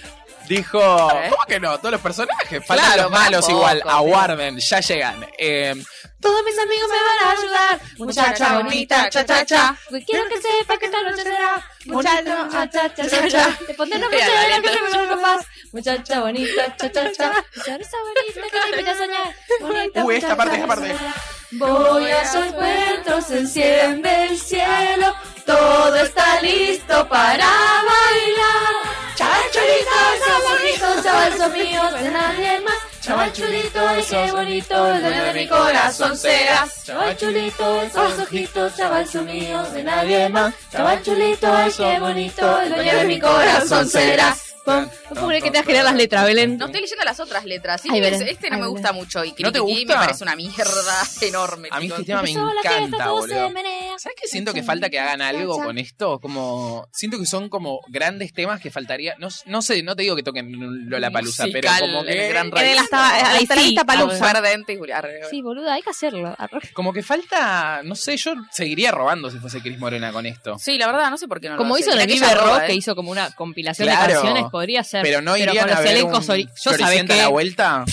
[SPEAKER 1] dijo,
[SPEAKER 2] ¿Eh?
[SPEAKER 1] ¿cómo que no? Todos los personajes, faltan
[SPEAKER 2] Claro,
[SPEAKER 1] los malos
[SPEAKER 2] tampoco,
[SPEAKER 1] igual,
[SPEAKER 2] sí.
[SPEAKER 1] aguarden, ya llegan. Eh,
[SPEAKER 3] Todos mis amigos me van a ayudar. Muchacha bonita, cha cha cha. Pues, Quiero que sepa que esta noche será. Muchacha, cha cha cha cha. cha. Te pondré una
[SPEAKER 2] Mira,
[SPEAKER 3] fecha de la que
[SPEAKER 2] Loreto.
[SPEAKER 3] no me más. Muchacha bonita, cha cha cha. Uh, Sonrisa bonita que te invita a soñar. Bonita,
[SPEAKER 1] Uy, esta
[SPEAKER 3] muchacha,
[SPEAKER 1] parte, esta parte.
[SPEAKER 3] Voy a su encuentro, se enciende el cielo. Todo está listo para bailar. Chaval chulito, el saborito, mío de nadie más. Chaval chulito, ay, qué bonito, el dueño de mi corazón serás. Chaval chulito, esos ojitos, chaval mío de nadie más. Chaval chulito, ay, qué bonito, el dueño de mi corazón serás.
[SPEAKER 4] No puedo creer que te has creado las letras, Belén.
[SPEAKER 2] No estoy leyendo las otras letras. Sí,
[SPEAKER 4] Ay,
[SPEAKER 2] este-
[SPEAKER 4] Belén.
[SPEAKER 2] este no
[SPEAKER 4] Ay,
[SPEAKER 2] me
[SPEAKER 4] Belén.
[SPEAKER 2] gusta mucho y
[SPEAKER 1] ¿No te
[SPEAKER 2] Kirikiki
[SPEAKER 1] gusta?
[SPEAKER 2] me parece una mierda enorme.
[SPEAKER 1] a mí
[SPEAKER 2] chicos.
[SPEAKER 1] este tema me
[SPEAKER 3] Empezó la fiesta,
[SPEAKER 1] encanta,
[SPEAKER 3] todo se
[SPEAKER 1] boludo.
[SPEAKER 3] menea.
[SPEAKER 1] ¿Sabes qué siento que falta que hagan algo con esto? Como siento que son como grandes temas que faltaría. No, no sé, no te digo que toquen la palusa, pero
[SPEAKER 2] Musical,
[SPEAKER 1] como que
[SPEAKER 2] el
[SPEAKER 4] Eh,
[SPEAKER 2] gran
[SPEAKER 5] En el hasta,
[SPEAKER 4] Ay,
[SPEAKER 5] hasta la
[SPEAKER 4] sí,
[SPEAKER 5] lista palusa.
[SPEAKER 2] Mujer de ente y Julia. Arre,
[SPEAKER 4] Sí, boluda, hay que hacerlo. Arroja.
[SPEAKER 1] como que falta, no sé, yo seguiría robando si fuese Cris Morena con esto.
[SPEAKER 2] Sí, la verdad, no sé por qué no
[SPEAKER 4] Como
[SPEAKER 2] lo
[SPEAKER 4] hizo
[SPEAKER 2] hacen.
[SPEAKER 4] en el
[SPEAKER 2] Mirá que
[SPEAKER 4] Vive
[SPEAKER 2] ella roba,
[SPEAKER 4] Rock,
[SPEAKER 2] ¿eh?
[SPEAKER 4] que hizo como una compilación
[SPEAKER 1] Claro.
[SPEAKER 4] de canciones, podría ser.
[SPEAKER 1] Pero no irían
[SPEAKER 4] con los
[SPEAKER 1] a ver
[SPEAKER 4] elencos
[SPEAKER 1] un
[SPEAKER 4] ori- Yo sabes
[SPEAKER 1] Floricienta a
[SPEAKER 4] que...
[SPEAKER 1] la vuelta.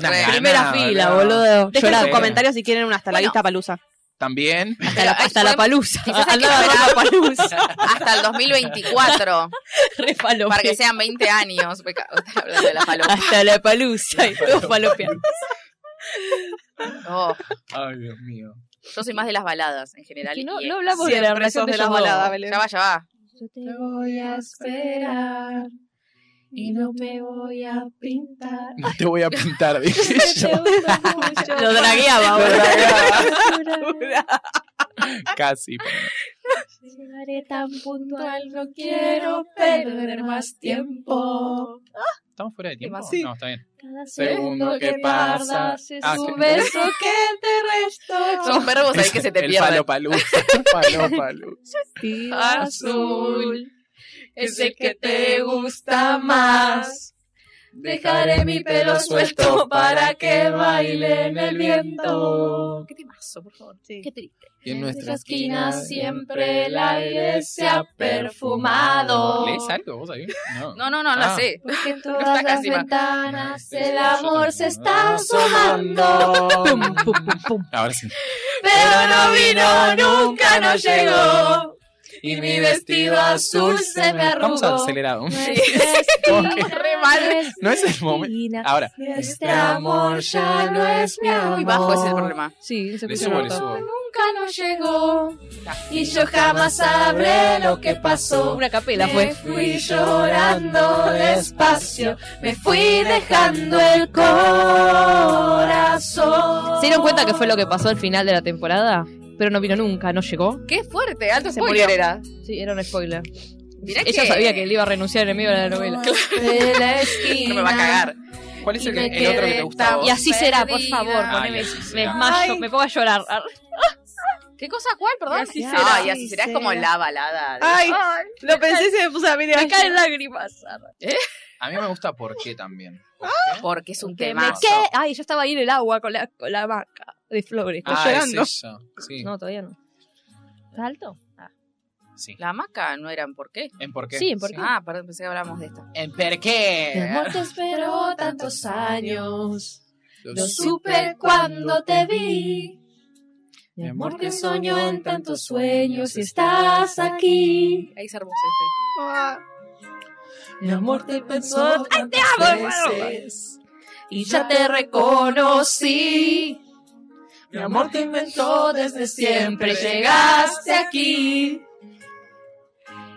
[SPEAKER 1] Una
[SPEAKER 2] Re.
[SPEAKER 1] gana,
[SPEAKER 4] Primera fila,
[SPEAKER 1] boludo.
[SPEAKER 4] boludo.
[SPEAKER 5] Dejen
[SPEAKER 1] Llorando.
[SPEAKER 5] sus comentarios si quieren un hasta la
[SPEAKER 2] Bueno.
[SPEAKER 5] lista palusa.
[SPEAKER 1] también.
[SPEAKER 4] Hasta la,
[SPEAKER 2] ahí
[SPEAKER 4] hasta la
[SPEAKER 2] podemos-
[SPEAKER 4] palusa.
[SPEAKER 2] quizás hay que
[SPEAKER 4] Andaba
[SPEAKER 2] esperar-
[SPEAKER 4] a la palusa.
[SPEAKER 2] Hasta el 2024,
[SPEAKER 4] Re falopea.
[SPEAKER 2] para que sean 20 años. Beca- hablando de la falopa.
[SPEAKER 4] <laughs> Hasta la palusa. Y todo falopea. <laughs>
[SPEAKER 2] Oh,
[SPEAKER 1] Ay, Dios mío.
[SPEAKER 2] yo soy más de las baladas en general.
[SPEAKER 4] Que no,
[SPEAKER 2] y-
[SPEAKER 4] no hablamos de la
[SPEAKER 5] Siempre
[SPEAKER 4] relación
[SPEAKER 5] sos
[SPEAKER 4] de
[SPEAKER 5] de
[SPEAKER 4] ellos
[SPEAKER 5] las
[SPEAKER 4] dos.
[SPEAKER 5] baladas, Belén.
[SPEAKER 2] Ya va, ya va.
[SPEAKER 3] Te voy a esperar y no me voy a <laughs> pintar.
[SPEAKER 1] No te voy a
[SPEAKER 4] <laughs>
[SPEAKER 1] pintar, dije yo.
[SPEAKER 4] Lo <laughs> dragueaba.
[SPEAKER 1] Lo
[SPEAKER 4] boludo.
[SPEAKER 1] dragueaba. Casi.
[SPEAKER 3] Llegaré tan puntual, no quiero perder más tiempo.
[SPEAKER 1] ¿Estamos fuera de tiempo?
[SPEAKER 2] más?
[SPEAKER 1] No, está bien.
[SPEAKER 3] Cada
[SPEAKER 1] Segundo
[SPEAKER 3] segundo
[SPEAKER 1] que
[SPEAKER 3] que
[SPEAKER 1] pasa.
[SPEAKER 3] pasa
[SPEAKER 1] Ah,
[SPEAKER 3] es un
[SPEAKER 1] que-
[SPEAKER 3] beso que te restó.
[SPEAKER 2] Son verbos ahí que se te
[SPEAKER 1] el
[SPEAKER 2] pierden.
[SPEAKER 1] Falopalooza.
[SPEAKER 3] <laughs>
[SPEAKER 1] Falopalooza.
[SPEAKER 3] azul, ese que te gusta más. Dejaré mi pelo suelto para que baile en el viento.
[SPEAKER 2] Qué temazo, por favor.
[SPEAKER 5] Sí.
[SPEAKER 2] Qué triste.
[SPEAKER 1] Y en
[SPEAKER 3] En
[SPEAKER 1] nuestra
[SPEAKER 3] nuestra esquina siempre el aire se ha perfumado.
[SPEAKER 1] ¿Lees algo vos ahí? No.
[SPEAKER 2] No, no, no, no
[SPEAKER 1] Ah.
[SPEAKER 2] sé.
[SPEAKER 3] <laughs> Porque en
[SPEAKER 2] No
[SPEAKER 3] todas
[SPEAKER 2] está
[SPEAKER 3] las
[SPEAKER 2] casi mal.
[SPEAKER 3] ventanas el amor se está Este Ah, asomando.
[SPEAKER 4] Pum, pum, pum, pum.
[SPEAKER 1] Ahora sí.
[SPEAKER 3] Pero no vino, nunca no llegó.
[SPEAKER 1] Y
[SPEAKER 3] mi vestido azul se me arrugó.
[SPEAKER 1] Vamos acelerado.
[SPEAKER 3] <laughs>
[SPEAKER 2] Re mal.
[SPEAKER 1] No es el momento. Ahora.
[SPEAKER 3] Este amor ya no es mi Este amor.
[SPEAKER 2] Muy bajo es el problema.
[SPEAKER 4] Sí, se
[SPEAKER 1] Le
[SPEAKER 4] escucha
[SPEAKER 1] subo,
[SPEAKER 4] un
[SPEAKER 1] le
[SPEAKER 4] montón.
[SPEAKER 1] subo.
[SPEAKER 3] Nunca no llegó. Y yo jamás sabré lo que pasó.
[SPEAKER 4] Una capela
[SPEAKER 3] Me
[SPEAKER 4] fue.
[SPEAKER 3] fui llorando despacio. Me fui dejando el corazón.
[SPEAKER 4] ¿Se dieron cuenta que fue lo que pasó al final de la temporada? Pero no vino nunca, no llegó.
[SPEAKER 2] Qué fuerte, alto
[SPEAKER 4] Se
[SPEAKER 2] spoiler
[SPEAKER 4] murió.
[SPEAKER 2] era.
[SPEAKER 4] Sí, era un spoiler.
[SPEAKER 2] Mirá
[SPEAKER 4] Ella
[SPEAKER 2] que-
[SPEAKER 4] sabía que él iba a renunciar en el medio de la novela. <laughs>
[SPEAKER 3] De la esquina.
[SPEAKER 2] No me va a cagar.
[SPEAKER 1] ¿Cuál es
[SPEAKER 3] Y
[SPEAKER 1] el,
[SPEAKER 3] me
[SPEAKER 1] que- el otro que te Ah,
[SPEAKER 3] quedé
[SPEAKER 1] gusta a
[SPEAKER 2] tan-
[SPEAKER 1] vos?
[SPEAKER 4] Y así será, por
[SPEAKER 2] Perdida.
[SPEAKER 4] favor.
[SPEAKER 2] Ay,
[SPEAKER 4] poneme-
[SPEAKER 1] así
[SPEAKER 4] me
[SPEAKER 1] será.
[SPEAKER 4] desmayo,
[SPEAKER 5] Ay.
[SPEAKER 4] me pongo a llorar. Ar-
[SPEAKER 2] ¿Qué cosa cuál, perdón?
[SPEAKER 5] Y así
[SPEAKER 2] Ah,
[SPEAKER 5] será.
[SPEAKER 2] y así será es
[SPEAKER 5] Así
[SPEAKER 2] como
[SPEAKER 5] será.
[SPEAKER 2] la balada. de-
[SPEAKER 5] Ay,
[SPEAKER 3] Oh,
[SPEAKER 5] lo pensé y se me puso a mí de
[SPEAKER 4] Me
[SPEAKER 5] gallina.
[SPEAKER 4] caen lágrimas.
[SPEAKER 1] A mí me gusta por qué también. ¿Por qué?
[SPEAKER 2] Porque es un
[SPEAKER 4] Que
[SPEAKER 2] tema.
[SPEAKER 4] me que- Ay, yo estaba ahí en el agua con la, con la vaca de flores.
[SPEAKER 1] Ah,
[SPEAKER 5] llorando.
[SPEAKER 1] es ella. Sí,
[SPEAKER 4] No, todavía no. ¿Está alto?
[SPEAKER 1] sí.
[SPEAKER 2] La maca no eran por qué.
[SPEAKER 1] ¿En por qué?
[SPEAKER 4] Sí, ¿en por qué?
[SPEAKER 2] Ah, perdón, pensé que hablábamos de esta.
[SPEAKER 1] ¿En por qué?
[SPEAKER 3] Amor, te espero tantos años. Lo supe cuando te vi.
[SPEAKER 1] Mi amor,
[SPEAKER 3] Porque soñó en tantos sueños y estás aquí.
[SPEAKER 2] Ahí se armó este.
[SPEAKER 3] Mi amor te pensó tantas
[SPEAKER 4] hermano!
[SPEAKER 3] veces y ya te reconocí. Mi amor te inventó desde siempre, llegaste aquí.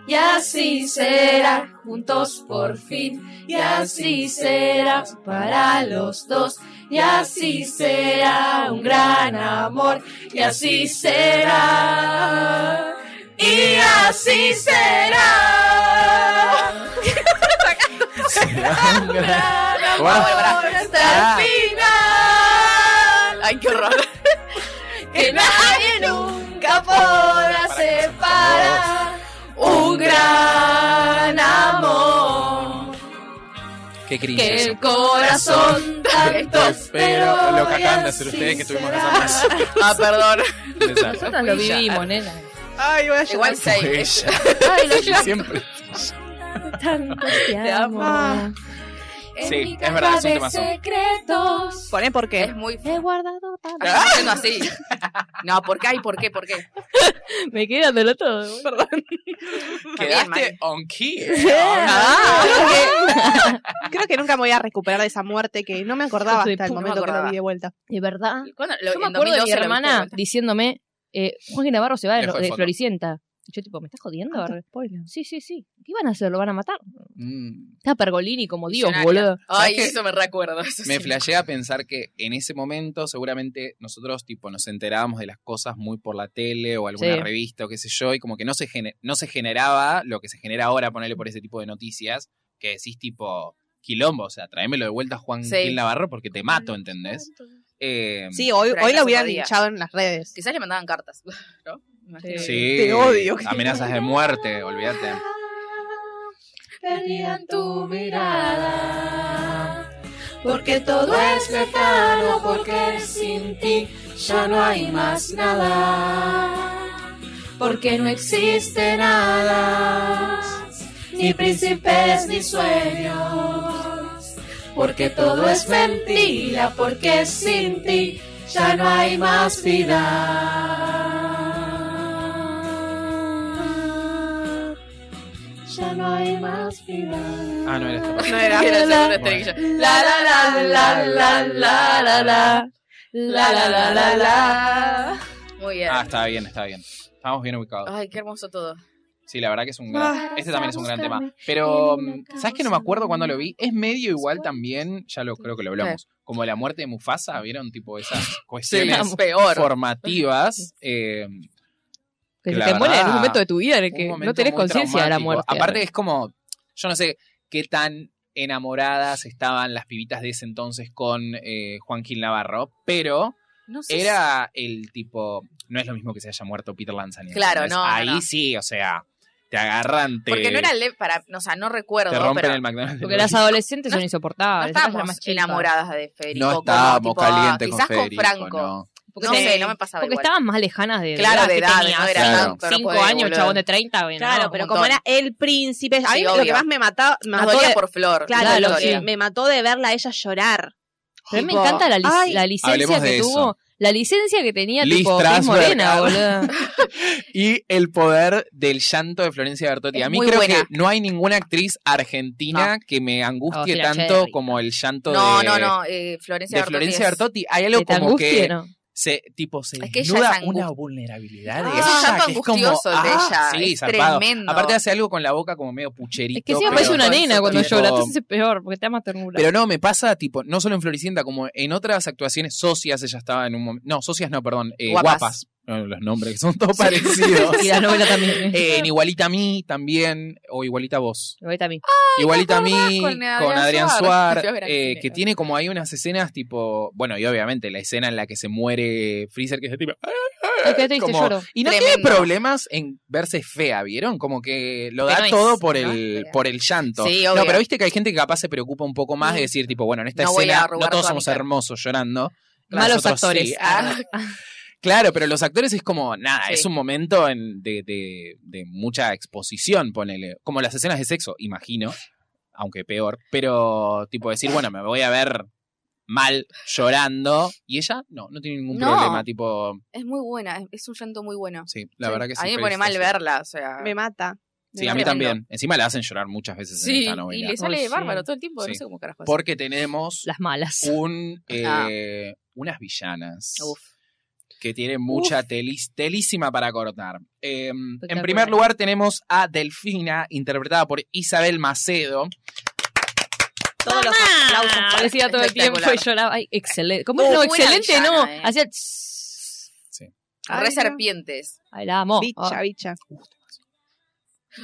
[SPEAKER 3] Y así será, juntos por fin. Y así será para los dos. Y así será un gran amor. Y así será. Y así será.
[SPEAKER 1] Bueno,
[SPEAKER 3] Ahora
[SPEAKER 1] Ah.
[SPEAKER 3] hasta el final.
[SPEAKER 2] Ay, qué horror.
[SPEAKER 3] Que nadie nunca podrá separar un gran amor.
[SPEAKER 1] qué
[SPEAKER 3] Que
[SPEAKER 1] cringe
[SPEAKER 3] el corazón tanto
[SPEAKER 1] Pero
[SPEAKER 3] espero.
[SPEAKER 1] lo que acaban de hacer ustedes que tuvimos que hacer más.
[SPEAKER 2] Ah, perdón.
[SPEAKER 1] Desastre.
[SPEAKER 4] Nosotras lo vivimos, nena.
[SPEAKER 5] Ay, voy a llorar.
[SPEAKER 2] Igual
[SPEAKER 1] Fue
[SPEAKER 2] seis.
[SPEAKER 1] ella.
[SPEAKER 4] Ay, lo lloro.
[SPEAKER 1] Siempre.
[SPEAKER 3] Tanto
[SPEAKER 4] Te amo.
[SPEAKER 5] Ah.
[SPEAKER 1] Sí, es verdad, es un temazo.
[SPEAKER 3] secretos.
[SPEAKER 5] Poné por
[SPEAKER 2] Es
[SPEAKER 5] qué.
[SPEAKER 2] muy
[SPEAKER 4] He guardado tanto.
[SPEAKER 2] Ay, haciendo así. No, ¿por qué? Ay, ¿por
[SPEAKER 3] <laughs>
[SPEAKER 2] qué? ¿Por
[SPEAKER 3] Eh.
[SPEAKER 2] qué?
[SPEAKER 4] Me queda del todo. Perdón.
[SPEAKER 1] Quedaste
[SPEAKER 2] Mari.
[SPEAKER 1] on key.
[SPEAKER 5] Ah, Creo que nunca me voy a recuperar de esa muerte que no me acordaba
[SPEAKER 4] Hijo de
[SPEAKER 5] hasta el
[SPEAKER 4] puta,
[SPEAKER 2] no me
[SPEAKER 5] momento que lo
[SPEAKER 2] acordaba.
[SPEAKER 5] vi de vuelta.
[SPEAKER 4] De verdad.
[SPEAKER 2] ¿Cuándo? Lo-
[SPEAKER 4] Yo me
[SPEAKER 2] en
[SPEAKER 4] acuerdo
[SPEAKER 2] 2012
[SPEAKER 4] de mi
[SPEAKER 2] lo viste de
[SPEAKER 4] hermana
[SPEAKER 2] vuelta.
[SPEAKER 4] diciéndome, eh, Juan Navarro se va de,
[SPEAKER 1] Dejó de
[SPEAKER 4] de
[SPEAKER 1] fondo.
[SPEAKER 4] Floricienta. Y yo tipo, ¿me estás jodiendo?
[SPEAKER 5] Ah,
[SPEAKER 4] Arre.
[SPEAKER 5] spoiler.
[SPEAKER 4] Sí, sí, sí. ¿Qué van a hacer? ¿Lo van a matar?
[SPEAKER 1] Mm.
[SPEAKER 4] Está Pergolini como Dios,
[SPEAKER 2] Visionaria.
[SPEAKER 4] boludo.
[SPEAKER 1] ¿Sabes
[SPEAKER 2] Ay,
[SPEAKER 1] qué?
[SPEAKER 2] eso me recuerdo. eso
[SPEAKER 1] Me
[SPEAKER 2] sí.
[SPEAKER 1] flashea a pensar que en ese momento seguramente nosotros tipo nos enterábamos de las cosas muy por la tele o alguna
[SPEAKER 4] Sí.
[SPEAKER 1] revista o qué sé yo y como que no se, gene- no se generaba lo que se genera ahora, ponerle por ese tipo de noticias, que decís tipo quilombo, o sea, tráemelo de vuelta a Juan
[SPEAKER 2] Sí.
[SPEAKER 1] Gil Navarro porque te mato, ¿entendés? Eh,
[SPEAKER 5] Sí, hoy,
[SPEAKER 2] Pero
[SPEAKER 5] hoy
[SPEAKER 2] ahí no
[SPEAKER 5] la
[SPEAKER 2] se
[SPEAKER 5] hubieran
[SPEAKER 2] podía.
[SPEAKER 5] hinchado en las redes.
[SPEAKER 2] Quizás le mandaban cartas, <laughs> ¿no? Me imagino.
[SPEAKER 4] Sí.
[SPEAKER 1] sí,
[SPEAKER 5] Te odio.
[SPEAKER 1] Amenazas de muerte, olvídate.
[SPEAKER 3] Perdida en tu mirada. Porque todo es lejano, porque sin ti ya no hay más nada. Porque no existe nada, ni príncipes ni sueños. Porque todo es mentira, porque sin ti ya no hay más vida. Ya no hay más vida.
[SPEAKER 1] Ah, no era esta parte.
[SPEAKER 2] No era, era la segunda estrella.
[SPEAKER 3] La la la la la la la la la la la la la.
[SPEAKER 2] Muy bien.
[SPEAKER 1] Ah, está bien, está bien. Estamos bien ubicados.
[SPEAKER 2] Ay, qué hermoso todo.
[SPEAKER 1] Sí, la verdad que es un
[SPEAKER 3] Ah.
[SPEAKER 1] gran. Este también es un gran tema. Pero, mm, ¿sabes que no me acuerdo cuando lo vi? Es medio igual también, ya lo creo que lo hablamos. Como la muerte de Mufasa, ¿vieron? Tipo
[SPEAKER 2] <laughs>
[SPEAKER 1] esas cuestiones
[SPEAKER 2] peor.
[SPEAKER 1] formativas. eh,
[SPEAKER 4] Que
[SPEAKER 1] Que
[SPEAKER 4] se
[SPEAKER 1] la
[SPEAKER 4] te muere en un
[SPEAKER 1] verdad,
[SPEAKER 4] momento de tu vida en el
[SPEAKER 1] un
[SPEAKER 4] que no
[SPEAKER 1] momento
[SPEAKER 4] tenés
[SPEAKER 1] muy
[SPEAKER 4] conciencia de la
[SPEAKER 1] traumático.
[SPEAKER 4] muerte.
[SPEAKER 1] Aparte es como, yo no sé qué tan enamoradas estaban las pibitas de ese entonces con eh, Juan Gil Navarro, pero
[SPEAKER 2] No sé
[SPEAKER 1] era el tipo, no es lo mismo que se haya muerto Peter Lanzani.
[SPEAKER 2] Claro,
[SPEAKER 1] ¿entendés?
[SPEAKER 2] no,
[SPEAKER 1] Ahí
[SPEAKER 2] no.
[SPEAKER 1] sí, o sea, te agarran, te,
[SPEAKER 2] Porque no era leve para, o sea, no recuerdo,
[SPEAKER 1] Este, te rompen
[SPEAKER 2] pero
[SPEAKER 1] el McDonald's.
[SPEAKER 4] porque las adolescentes son
[SPEAKER 2] no
[SPEAKER 4] insoportables.
[SPEAKER 2] estábamos
[SPEAKER 4] más chicas.
[SPEAKER 2] enamoradas de Federico.
[SPEAKER 1] no
[SPEAKER 2] como
[SPEAKER 1] estábamos
[SPEAKER 2] tipo, ah,
[SPEAKER 1] calientes con
[SPEAKER 2] Quizás
[SPEAKER 1] Federico,
[SPEAKER 2] Franco.
[SPEAKER 1] no.
[SPEAKER 2] No
[SPEAKER 4] Sí.
[SPEAKER 2] sé, no me pasaba
[SPEAKER 4] Porque
[SPEAKER 2] igual.
[SPEAKER 4] estaban más lejanas de
[SPEAKER 2] Claro, de
[SPEAKER 4] que
[SPEAKER 2] edad,
[SPEAKER 4] tenías.
[SPEAKER 2] no era
[SPEAKER 1] Claro.
[SPEAKER 2] tanto. no
[SPEAKER 4] Cinco
[SPEAKER 2] podés,
[SPEAKER 4] años,
[SPEAKER 2] boludo.
[SPEAKER 4] chabón de 30, bueno,
[SPEAKER 5] Claro,
[SPEAKER 4] no,
[SPEAKER 5] pero
[SPEAKER 2] un
[SPEAKER 5] como
[SPEAKER 2] montón.
[SPEAKER 5] era el príncipe, a
[SPEAKER 2] Sí,
[SPEAKER 5] mí lo
[SPEAKER 2] obvio.
[SPEAKER 5] que más me mataba, me
[SPEAKER 2] Nos
[SPEAKER 5] mató
[SPEAKER 2] dolía
[SPEAKER 5] de-
[SPEAKER 2] por flor.
[SPEAKER 5] claro,
[SPEAKER 4] la
[SPEAKER 5] lo
[SPEAKER 4] historia.
[SPEAKER 5] que me mató de verla a ella llorar.
[SPEAKER 4] Pero a mí me
[SPEAKER 5] Tipo,
[SPEAKER 4] encanta la, lic-
[SPEAKER 5] ay,
[SPEAKER 4] la licencia
[SPEAKER 1] hablemos de
[SPEAKER 4] que
[SPEAKER 1] eso.
[SPEAKER 4] tuvo. La licencia que tenía
[SPEAKER 1] Liz
[SPEAKER 4] tipo Cris
[SPEAKER 1] Trasberg,
[SPEAKER 4] Morena,
[SPEAKER 1] claro.
[SPEAKER 4] boludo.
[SPEAKER 1] <laughs> Y el poder del llanto de Florencia Bertotti.
[SPEAKER 2] Es
[SPEAKER 1] a mí
[SPEAKER 2] muy
[SPEAKER 1] creo
[SPEAKER 2] buena.
[SPEAKER 1] que no hay ninguna actriz argentina que me angustie
[SPEAKER 4] Agustina
[SPEAKER 1] tanto
[SPEAKER 4] Cherry.
[SPEAKER 1] como el llanto
[SPEAKER 2] No,
[SPEAKER 1] de,
[SPEAKER 2] no, no. eh, Florencia
[SPEAKER 1] de
[SPEAKER 2] Bertotti
[SPEAKER 1] Florencia
[SPEAKER 2] es-
[SPEAKER 1] Bertotti. Hay
[SPEAKER 4] Que
[SPEAKER 1] algo
[SPEAKER 4] te
[SPEAKER 1] como
[SPEAKER 4] angustie,
[SPEAKER 1] que
[SPEAKER 4] ¿no?
[SPEAKER 1] se, tipo, se
[SPEAKER 2] Es que ella
[SPEAKER 1] desnuda
[SPEAKER 2] es angu-
[SPEAKER 1] una vulnerabilidad de
[SPEAKER 2] Ah,
[SPEAKER 1] ella.
[SPEAKER 2] es un llanto
[SPEAKER 1] que es como,
[SPEAKER 2] angustioso de
[SPEAKER 1] ah,
[SPEAKER 2] ella,
[SPEAKER 1] Sí,
[SPEAKER 2] es
[SPEAKER 1] zarpado.
[SPEAKER 2] tremendo.
[SPEAKER 1] Aparte hace algo con la boca como medio pucherito.
[SPEAKER 4] Es que siempre
[SPEAKER 1] pero-
[SPEAKER 4] parece una
[SPEAKER 2] Pero-
[SPEAKER 4] nena cuando
[SPEAKER 1] Tipo-
[SPEAKER 4] llora, entonces es peor, porque te da más ternura.
[SPEAKER 1] Pero no, me pasa, tipo, no solo en Floricienta, como en otras actuaciones, Socias, ella estaba en un momento. No, Socias no, perdón, eh,
[SPEAKER 2] Guapas.
[SPEAKER 1] guapas. No, los nombres que son todos
[SPEAKER 2] <laughs>
[SPEAKER 1] parecidos.
[SPEAKER 4] y la novela
[SPEAKER 1] <laughs>
[SPEAKER 4] también.
[SPEAKER 1] Eh, en Igualita a mí también, o Igualita a vos.
[SPEAKER 4] Ahorita a mí.
[SPEAKER 1] Ah, Igualita a mí,
[SPEAKER 2] acordás
[SPEAKER 1] con
[SPEAKER 2] con Adrián
[SPEAKER 1] Adrián
[SPEAKER 2] Suar?
[SPEAKER 1] Suar,
[SPEAKER 2] Fui a ver al
[SPEAKER 1] eh,
[SPEAKER 2] cine.
[SPEAKER 1] que tiene como ahí unas escenas tipo, bueno, y obviamente la escena en la que se muere Freezer, que es tipo... "Ah",
[SPEAKER 4] Ay, qué triste,
[SPEAKER 1] como-
[SPEAKER 4] lloro.
[SPEAKER 1] Y no tiene
[SPEAKER 2] Tremendo.
[SPEAKER 1] problemas en verse fea, ¿vieron? Como que lo da
[SPEAKER 4] Pero es,
[SPEAKER 1] todo por,
[SPEAKER 2] ¿no?
[SPEAKER 1] el,
[SPEAKER 2] Fea.
[SPEAKER 1] por el llanto.
[SPEAKER 2] Sí,
[SPEAKER 1] no,
[SPEAKER 2] obvio.
[SPEAKER 1] pero viste que hay gente que capaz se preocupa un poco más de decir, tipo, bueno, en esta
[SPEAKER 2] No voy a
[SPEAKER 1] escena no
[SPEAKER 2] arrugar
[SPEAKER 1] todos
[SPEAKER 2] toda
[SPEAKER 1] somos
[SPEAKER 2] mi cara.
[SPEAKER 1] hermosos llorando.
[SPEAKER 4] Malos
[SPEAKER 1] Nosotros
[SPEAKER 4] actores.
[SPEAKER 1] sí.
[SPEAKER 2] Ah,
[SPEAKER 1] Claro, pero los actores es como, nada,
[SPEAKER 2] Sí.
[SPEAKER 1] es un momento en- de, de- de mucha exposición, ponele. Como las escenas de sexo, imagino, aunque peor, pero tipo decir, bueno, me voy a ver mal llorando. Y ella, no, no tiene ningún
[SPEAKER 2] No.
[SPEAKER 1] problema, tipo,
[SPEAKER 2] es muy buena, es- es un llanto muy bueno.
[SPEAKER 1] sí, la
[SPEAKER 2] Sí.
[SPEAKER 1] verdad que sí.
[SPEAKER 2] A mí me pone mal
[SPEAKER 1] felicitaciones.
[SPEAKER 2] verla, o sea.
[SPEAKER 5] Me mata.
[SPEAKER 1] Sí, a mí
[SPEAKER 2] Tremendo.
[SPEAKER 1] también. Encima la hacen llorar muchas veces en
[SPEAKER 2] Sí,
[SPEAKER 1] esta
[SPEAKER 2] y
[SPEAKER 1] novela.
[SPEAKER 2] le sale
[SPEAKER 4] Ay, sí.
[SPEAKER 2] bárbaro todo el tiempo, no
[SPEAKER 1] Sí.
[SPEAKER 2] sé cómo carajo. hace.
[SPEAKER 1] Porque tenemos
[SPEAKER 4] Las malas.
[SPEAKER 2] <laughs>
[SPEAKER 1] un, eh,
[SPEAKER 2] Ah.
[SPEAKER 1] unas villanas.
[SPEAKER 2] Uf.
[SPEAKER 1] que tiene mucha telis- telísima para cortar. Eh, en
[SPEAKER 4] Espectacular.
[SPEAKER 1] primer lugar tenemos a Delfina, interpretada por Isabel Macedo.
[SPEAKER 5] Todos los aplausos
[SPEAKER 4] Ah,
[SPEAKER 5] para-
[SPEAKER 4] decía todo el tiempo
[SPEAKER 2] espectacular.
[SPEAKER 4] y lloraba. Ay, excelente. ¿Cómo?
[SPEAKER 2] Uh, Muy
[SPEAKER 4] No,
[SPEAKER 2] buena
[SPEAKER 4] excelente,
[SPEAKER 2] villana,
[SPEAKER 4] no.
[SPEAKER 2] eh.
[SPEAKER 4] Hacía. tss.
[SPEAKER 5] Ay,
[SPEAKER 2] Re
[SPEAKER 5] no.
[SPEAKER 2] serpientes.
[SPEAKER 4] Ay, la amo.
[SPEAKER 5] Bicha, bicha.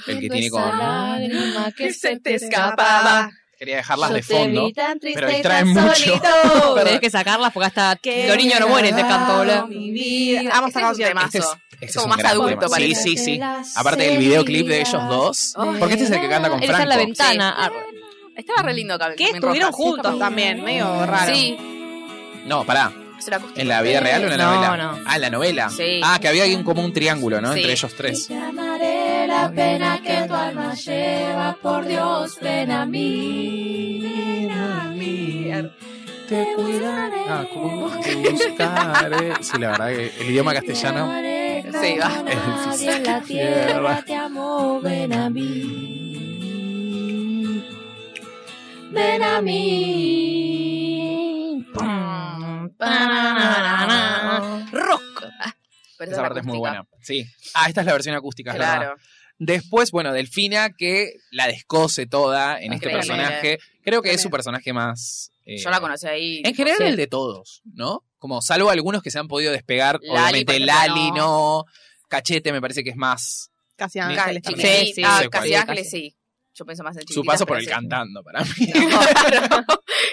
[SPEAKER 1] El que tiene con...
[SPEAKER 2] que se te
[SPEAKER 5] escapaba.
[SPEAKER 1] Quería dejarlas de
[SPEAKER 3] Yo te
[SPEAKER 1] fondo.
[SPEAKER 3] vi tan triste
[SPEAKER 1] pero
[SPEAKER 3] y
[SPEAKER 1] distraen
[SPEAKER 3] tan
[SPEAKER 1] mucho.
[SPEAKER 4] <laughs>
[SPEAKER 3] solito.
[SPEAKER 4] Tenés que sacarlas porque hasta Loriño no muere, te canto,
[SPEAKER 2] Ah,
[SPEAKER 4] boludo.
[SPEAKER 3] Mi vida.
[SPEAKER 5] Vamos
[SPEAKER 2] Este es un
[SPEAKER 5] a canción.
[SPEAKER 1] Este
[SPEAKER 2] temazo.
[SPEAKER 1] es- Este
[SPEAKER 2] Es como
[SPEAKER 1] un
[SPEAKER 2] más
[SPEAKER 1] gran
[SPEAKER 2] adulto,
[SPEAKER 1] tema. Sí,
[SPEAKER 2] parece.
[SPEAKER 1] sí, sí.
[SPEAKER 3] De las
[SPEAKER 1] Aparte del videoclip de ellos
[SPEAKER 3] heridas.
[SPEAKER 1] dos.
[SPEAKER 2] Ay.
[SPEAKER 1] Porque este es el que canta con
[SPEAKER 4] Él está en la
[SPEAKER 1] Franco.
[SPEAKER 4] ventana. Ah,
[SPEAKER 2] Estaba re lindo Carmen
[SPEAKER 5] Que
[SPEAKER 2] Rojas.
[SPEAKER 5] estuvieron juntos también, medio raro.
[SPEAKER 2] Sí,
[SPEAKER 1] No, pará.
[SPEAKER 2] se la acostumbró.
[SPEAKER 1] ¿En la vida real o en la
[SPEAKER 4] No,
[SPEAKER 1] novela?
[SPEAKER 4] no.
[SPEAKER 1] Ah, en la novela.
[SPEAKER 2] Sí.
[SPEAKER 1] Ah, que había alguien como un triángulo, ¿no?
[SPEAKER 2] Sí.
[SPEAKER 1] Entre ellos tres.
[SPEAKER 3] Llamaré la pena que tu alma lleva, por Dios, ven a mí, ven a mí. Te cuidaré.
[SPEAKER 1] Ah, como buscaré. Sí, la verdad que el idioma castellano.
[SPEAKER 2] Sí,
[SPEAKER 1] <laughs>
[SPEAKER 2] va.
[SPEAKER 3] Nadie en la tierra te amó, ven a mí. Ven a mí.
[SPEAKER 4] Rock.
[SPEAKER 2] Pero
[SPEAKER 1] Esa
[SPEAKER 2] la
[SPEAKER 1] parte es muy buena.
[SPEAKER 2] acústica.
[SPEAKER 1] Sí. Ah, esta es la versión acústica, es verdad.
[SPEAKER 2] Claro.
[SPEAKER 1] Después, bueno, Delfina que la descose toda en este
[SPEAKER 2] Increíble.
[SPEAKER 1] personaje. Creo que es su
[SPEAKER 5] Tremendo.
[SPEAKER 1] personaje más. eh,
[SPEAKER 2] Yo la conocí ahí.
[SPEAKER 1] En general,
[SPEAKER 4] Sí.
[SPEAKER 1] el de todos, ¿no? Como salvo algunos que se han podido despegar.
[SPEAKER 2] Lali, por
[SPEAKER 1] Obviamente,
[SPEAKER 2] ejemplo,
[SPEAKER 1] Lali
[SPEAKER 2] no.
[SPEAKER 1] no. Cachete me parece que es más
[SPEAKER 5] Casi
[SPEAKER 1] Ni-
[SPEAKER 5] ángeles
[SPEAKER 1] Sí,
[SPEAKER 5] también.
[SPEAKER 2] Chiquitita,
[SPEAKER 4] sí,
[SPEAKER 2] ah,
[SPEAKER 1] sí,
[SPEAKER 2] casi
[SPEAKER 1] sí,
[SPEAKER 2] ángeles sí. Yo pienso más en
[SPEAKER 1] su
[SPEAKER 2] chiquititas,
[SPEAKER 1] paso por
[SPEAKER 2] pero
[SPEAKER 1] el
[SPEAKER 2] sí.
[SPEAKER 1] cantando para mí.
[SPEAKER 2] Claro.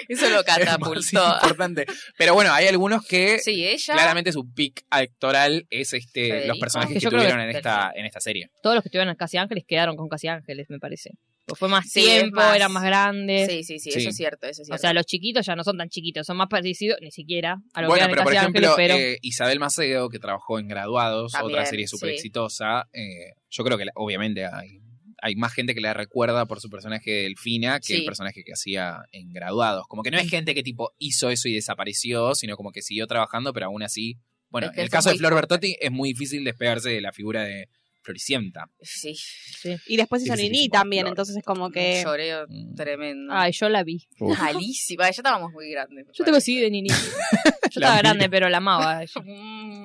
[SPEAKER 2] Eso lo
[SPEAKER 1] Es
[SPEAKER 2] <laughs> catapultó.
[SPEAKER 1] más importante. Pero bueno, hay algunos que
[SPEAKER 2] Sí, ella.
[SPEAKER 1] claramente su pick actoral es este los
[SPEAKER 2] Federico.
[SPEAKER 1] personajes
[SPEAKER 4] Que
[SPEAKER 1] que,
[SPEAKER 4] yo creo que-
[SPEAKER 1] tuvieron en esta en esta serie.
[SPEAKER 4] Todos los que estuvieron en Casi Ángeles quedaron con Casi Ángeles, me parece. Pues fue más
[SPEAKER 2] Sí, es
[SPEAKER 4] tiempo,
[SPEAKER 2] más-
[SPEAKER 4] eran más grandes.
[SPEAKER 2] Sí, sí, sí,
[SPEAKER 1] Sí.
[SPEAKER 2] eso es cierto, eso es
[SPEAKER 4] O
[SPEAKER 2] cierto.
[SPEAKER 4] sea, los chiquitos ya no son tan chiquitos, son más parecidos, ni siquiera, a lo que
[SPEAKER 1] Bueno,
[SPEAKER 4] eran en
[SPEAKER 1] pero por
[SPEAKER 4] Casi
[SPEAKER 1] ejemplo,
[SPEAKER 4] Ángeles, pero...
[SPEAKER 1] eh, Isabel Macedo, que trabajó en Graduados,
[SPEAKER 2] También,
[SPEAKER 1] otra serie súper
[SPEAKER 2] sí.
[SPEAKER 1] exitosa, eh, yo creo que la- obviamente hay hay más gente que la recuerda por su personaje de Delfina que el
[SPEAKER 2] Sí. Mm.
[SPEAKER 1] personaje que hacía en Graduados. Como que no es gente que tipo hizo eso y desapareció, sino como que siguió trabajando, pero aún así. Bueno,
[SPEAKER 2] Es que
[SPEAKER 1] en el
[SPEAKER 2] eso
[SPEAKER 1] caso
[SPEAKER 2] es
[SPEAKER 1] de
[SPEAKER 2] muy
[SPEAKER 1] Flor Bertotti es muy difícil despegarse de la figura de Floricienta.
[SPEAKER 2] Sí,
[SPEAKER 5] Y después
[SPEAKER 1] Sí,
[SPEAKER 5] hizo
[SPEAKER 1] sí, sí,
[SPEAKER 5] Nini
[SPEAKER 1] sí,
[SPEAKER 5] también,
[SPEAKER 1] claro.
[SPEAKER 5] entonces es como
[SPEAKER 2] un
[SPEAKER 5] que...
[SPEAKER 2] lloreo
[SPEAKER 1] Mm.
[SPEAKER 2] tremendo.
[SPEAKER 4] Ay, yo la vi.
[SPEAKER 2] Malísima, ya estábamos muy grandes. me
[SPEAKER 4] Yo te
[SPEAKER 2] parece.
[SPEAKER 4] conseguí de Nini. <laughs> Yo
[SPEAKER 1] La
[SPEAKER 4] estaba
[SPEAKER 1] vi.
[SPEAKER 4] grande, pero la
[SPEAKER 1] <laughs>
[SPEAKER 4] amaba. Yo-
[SPEAKER 2] Mm,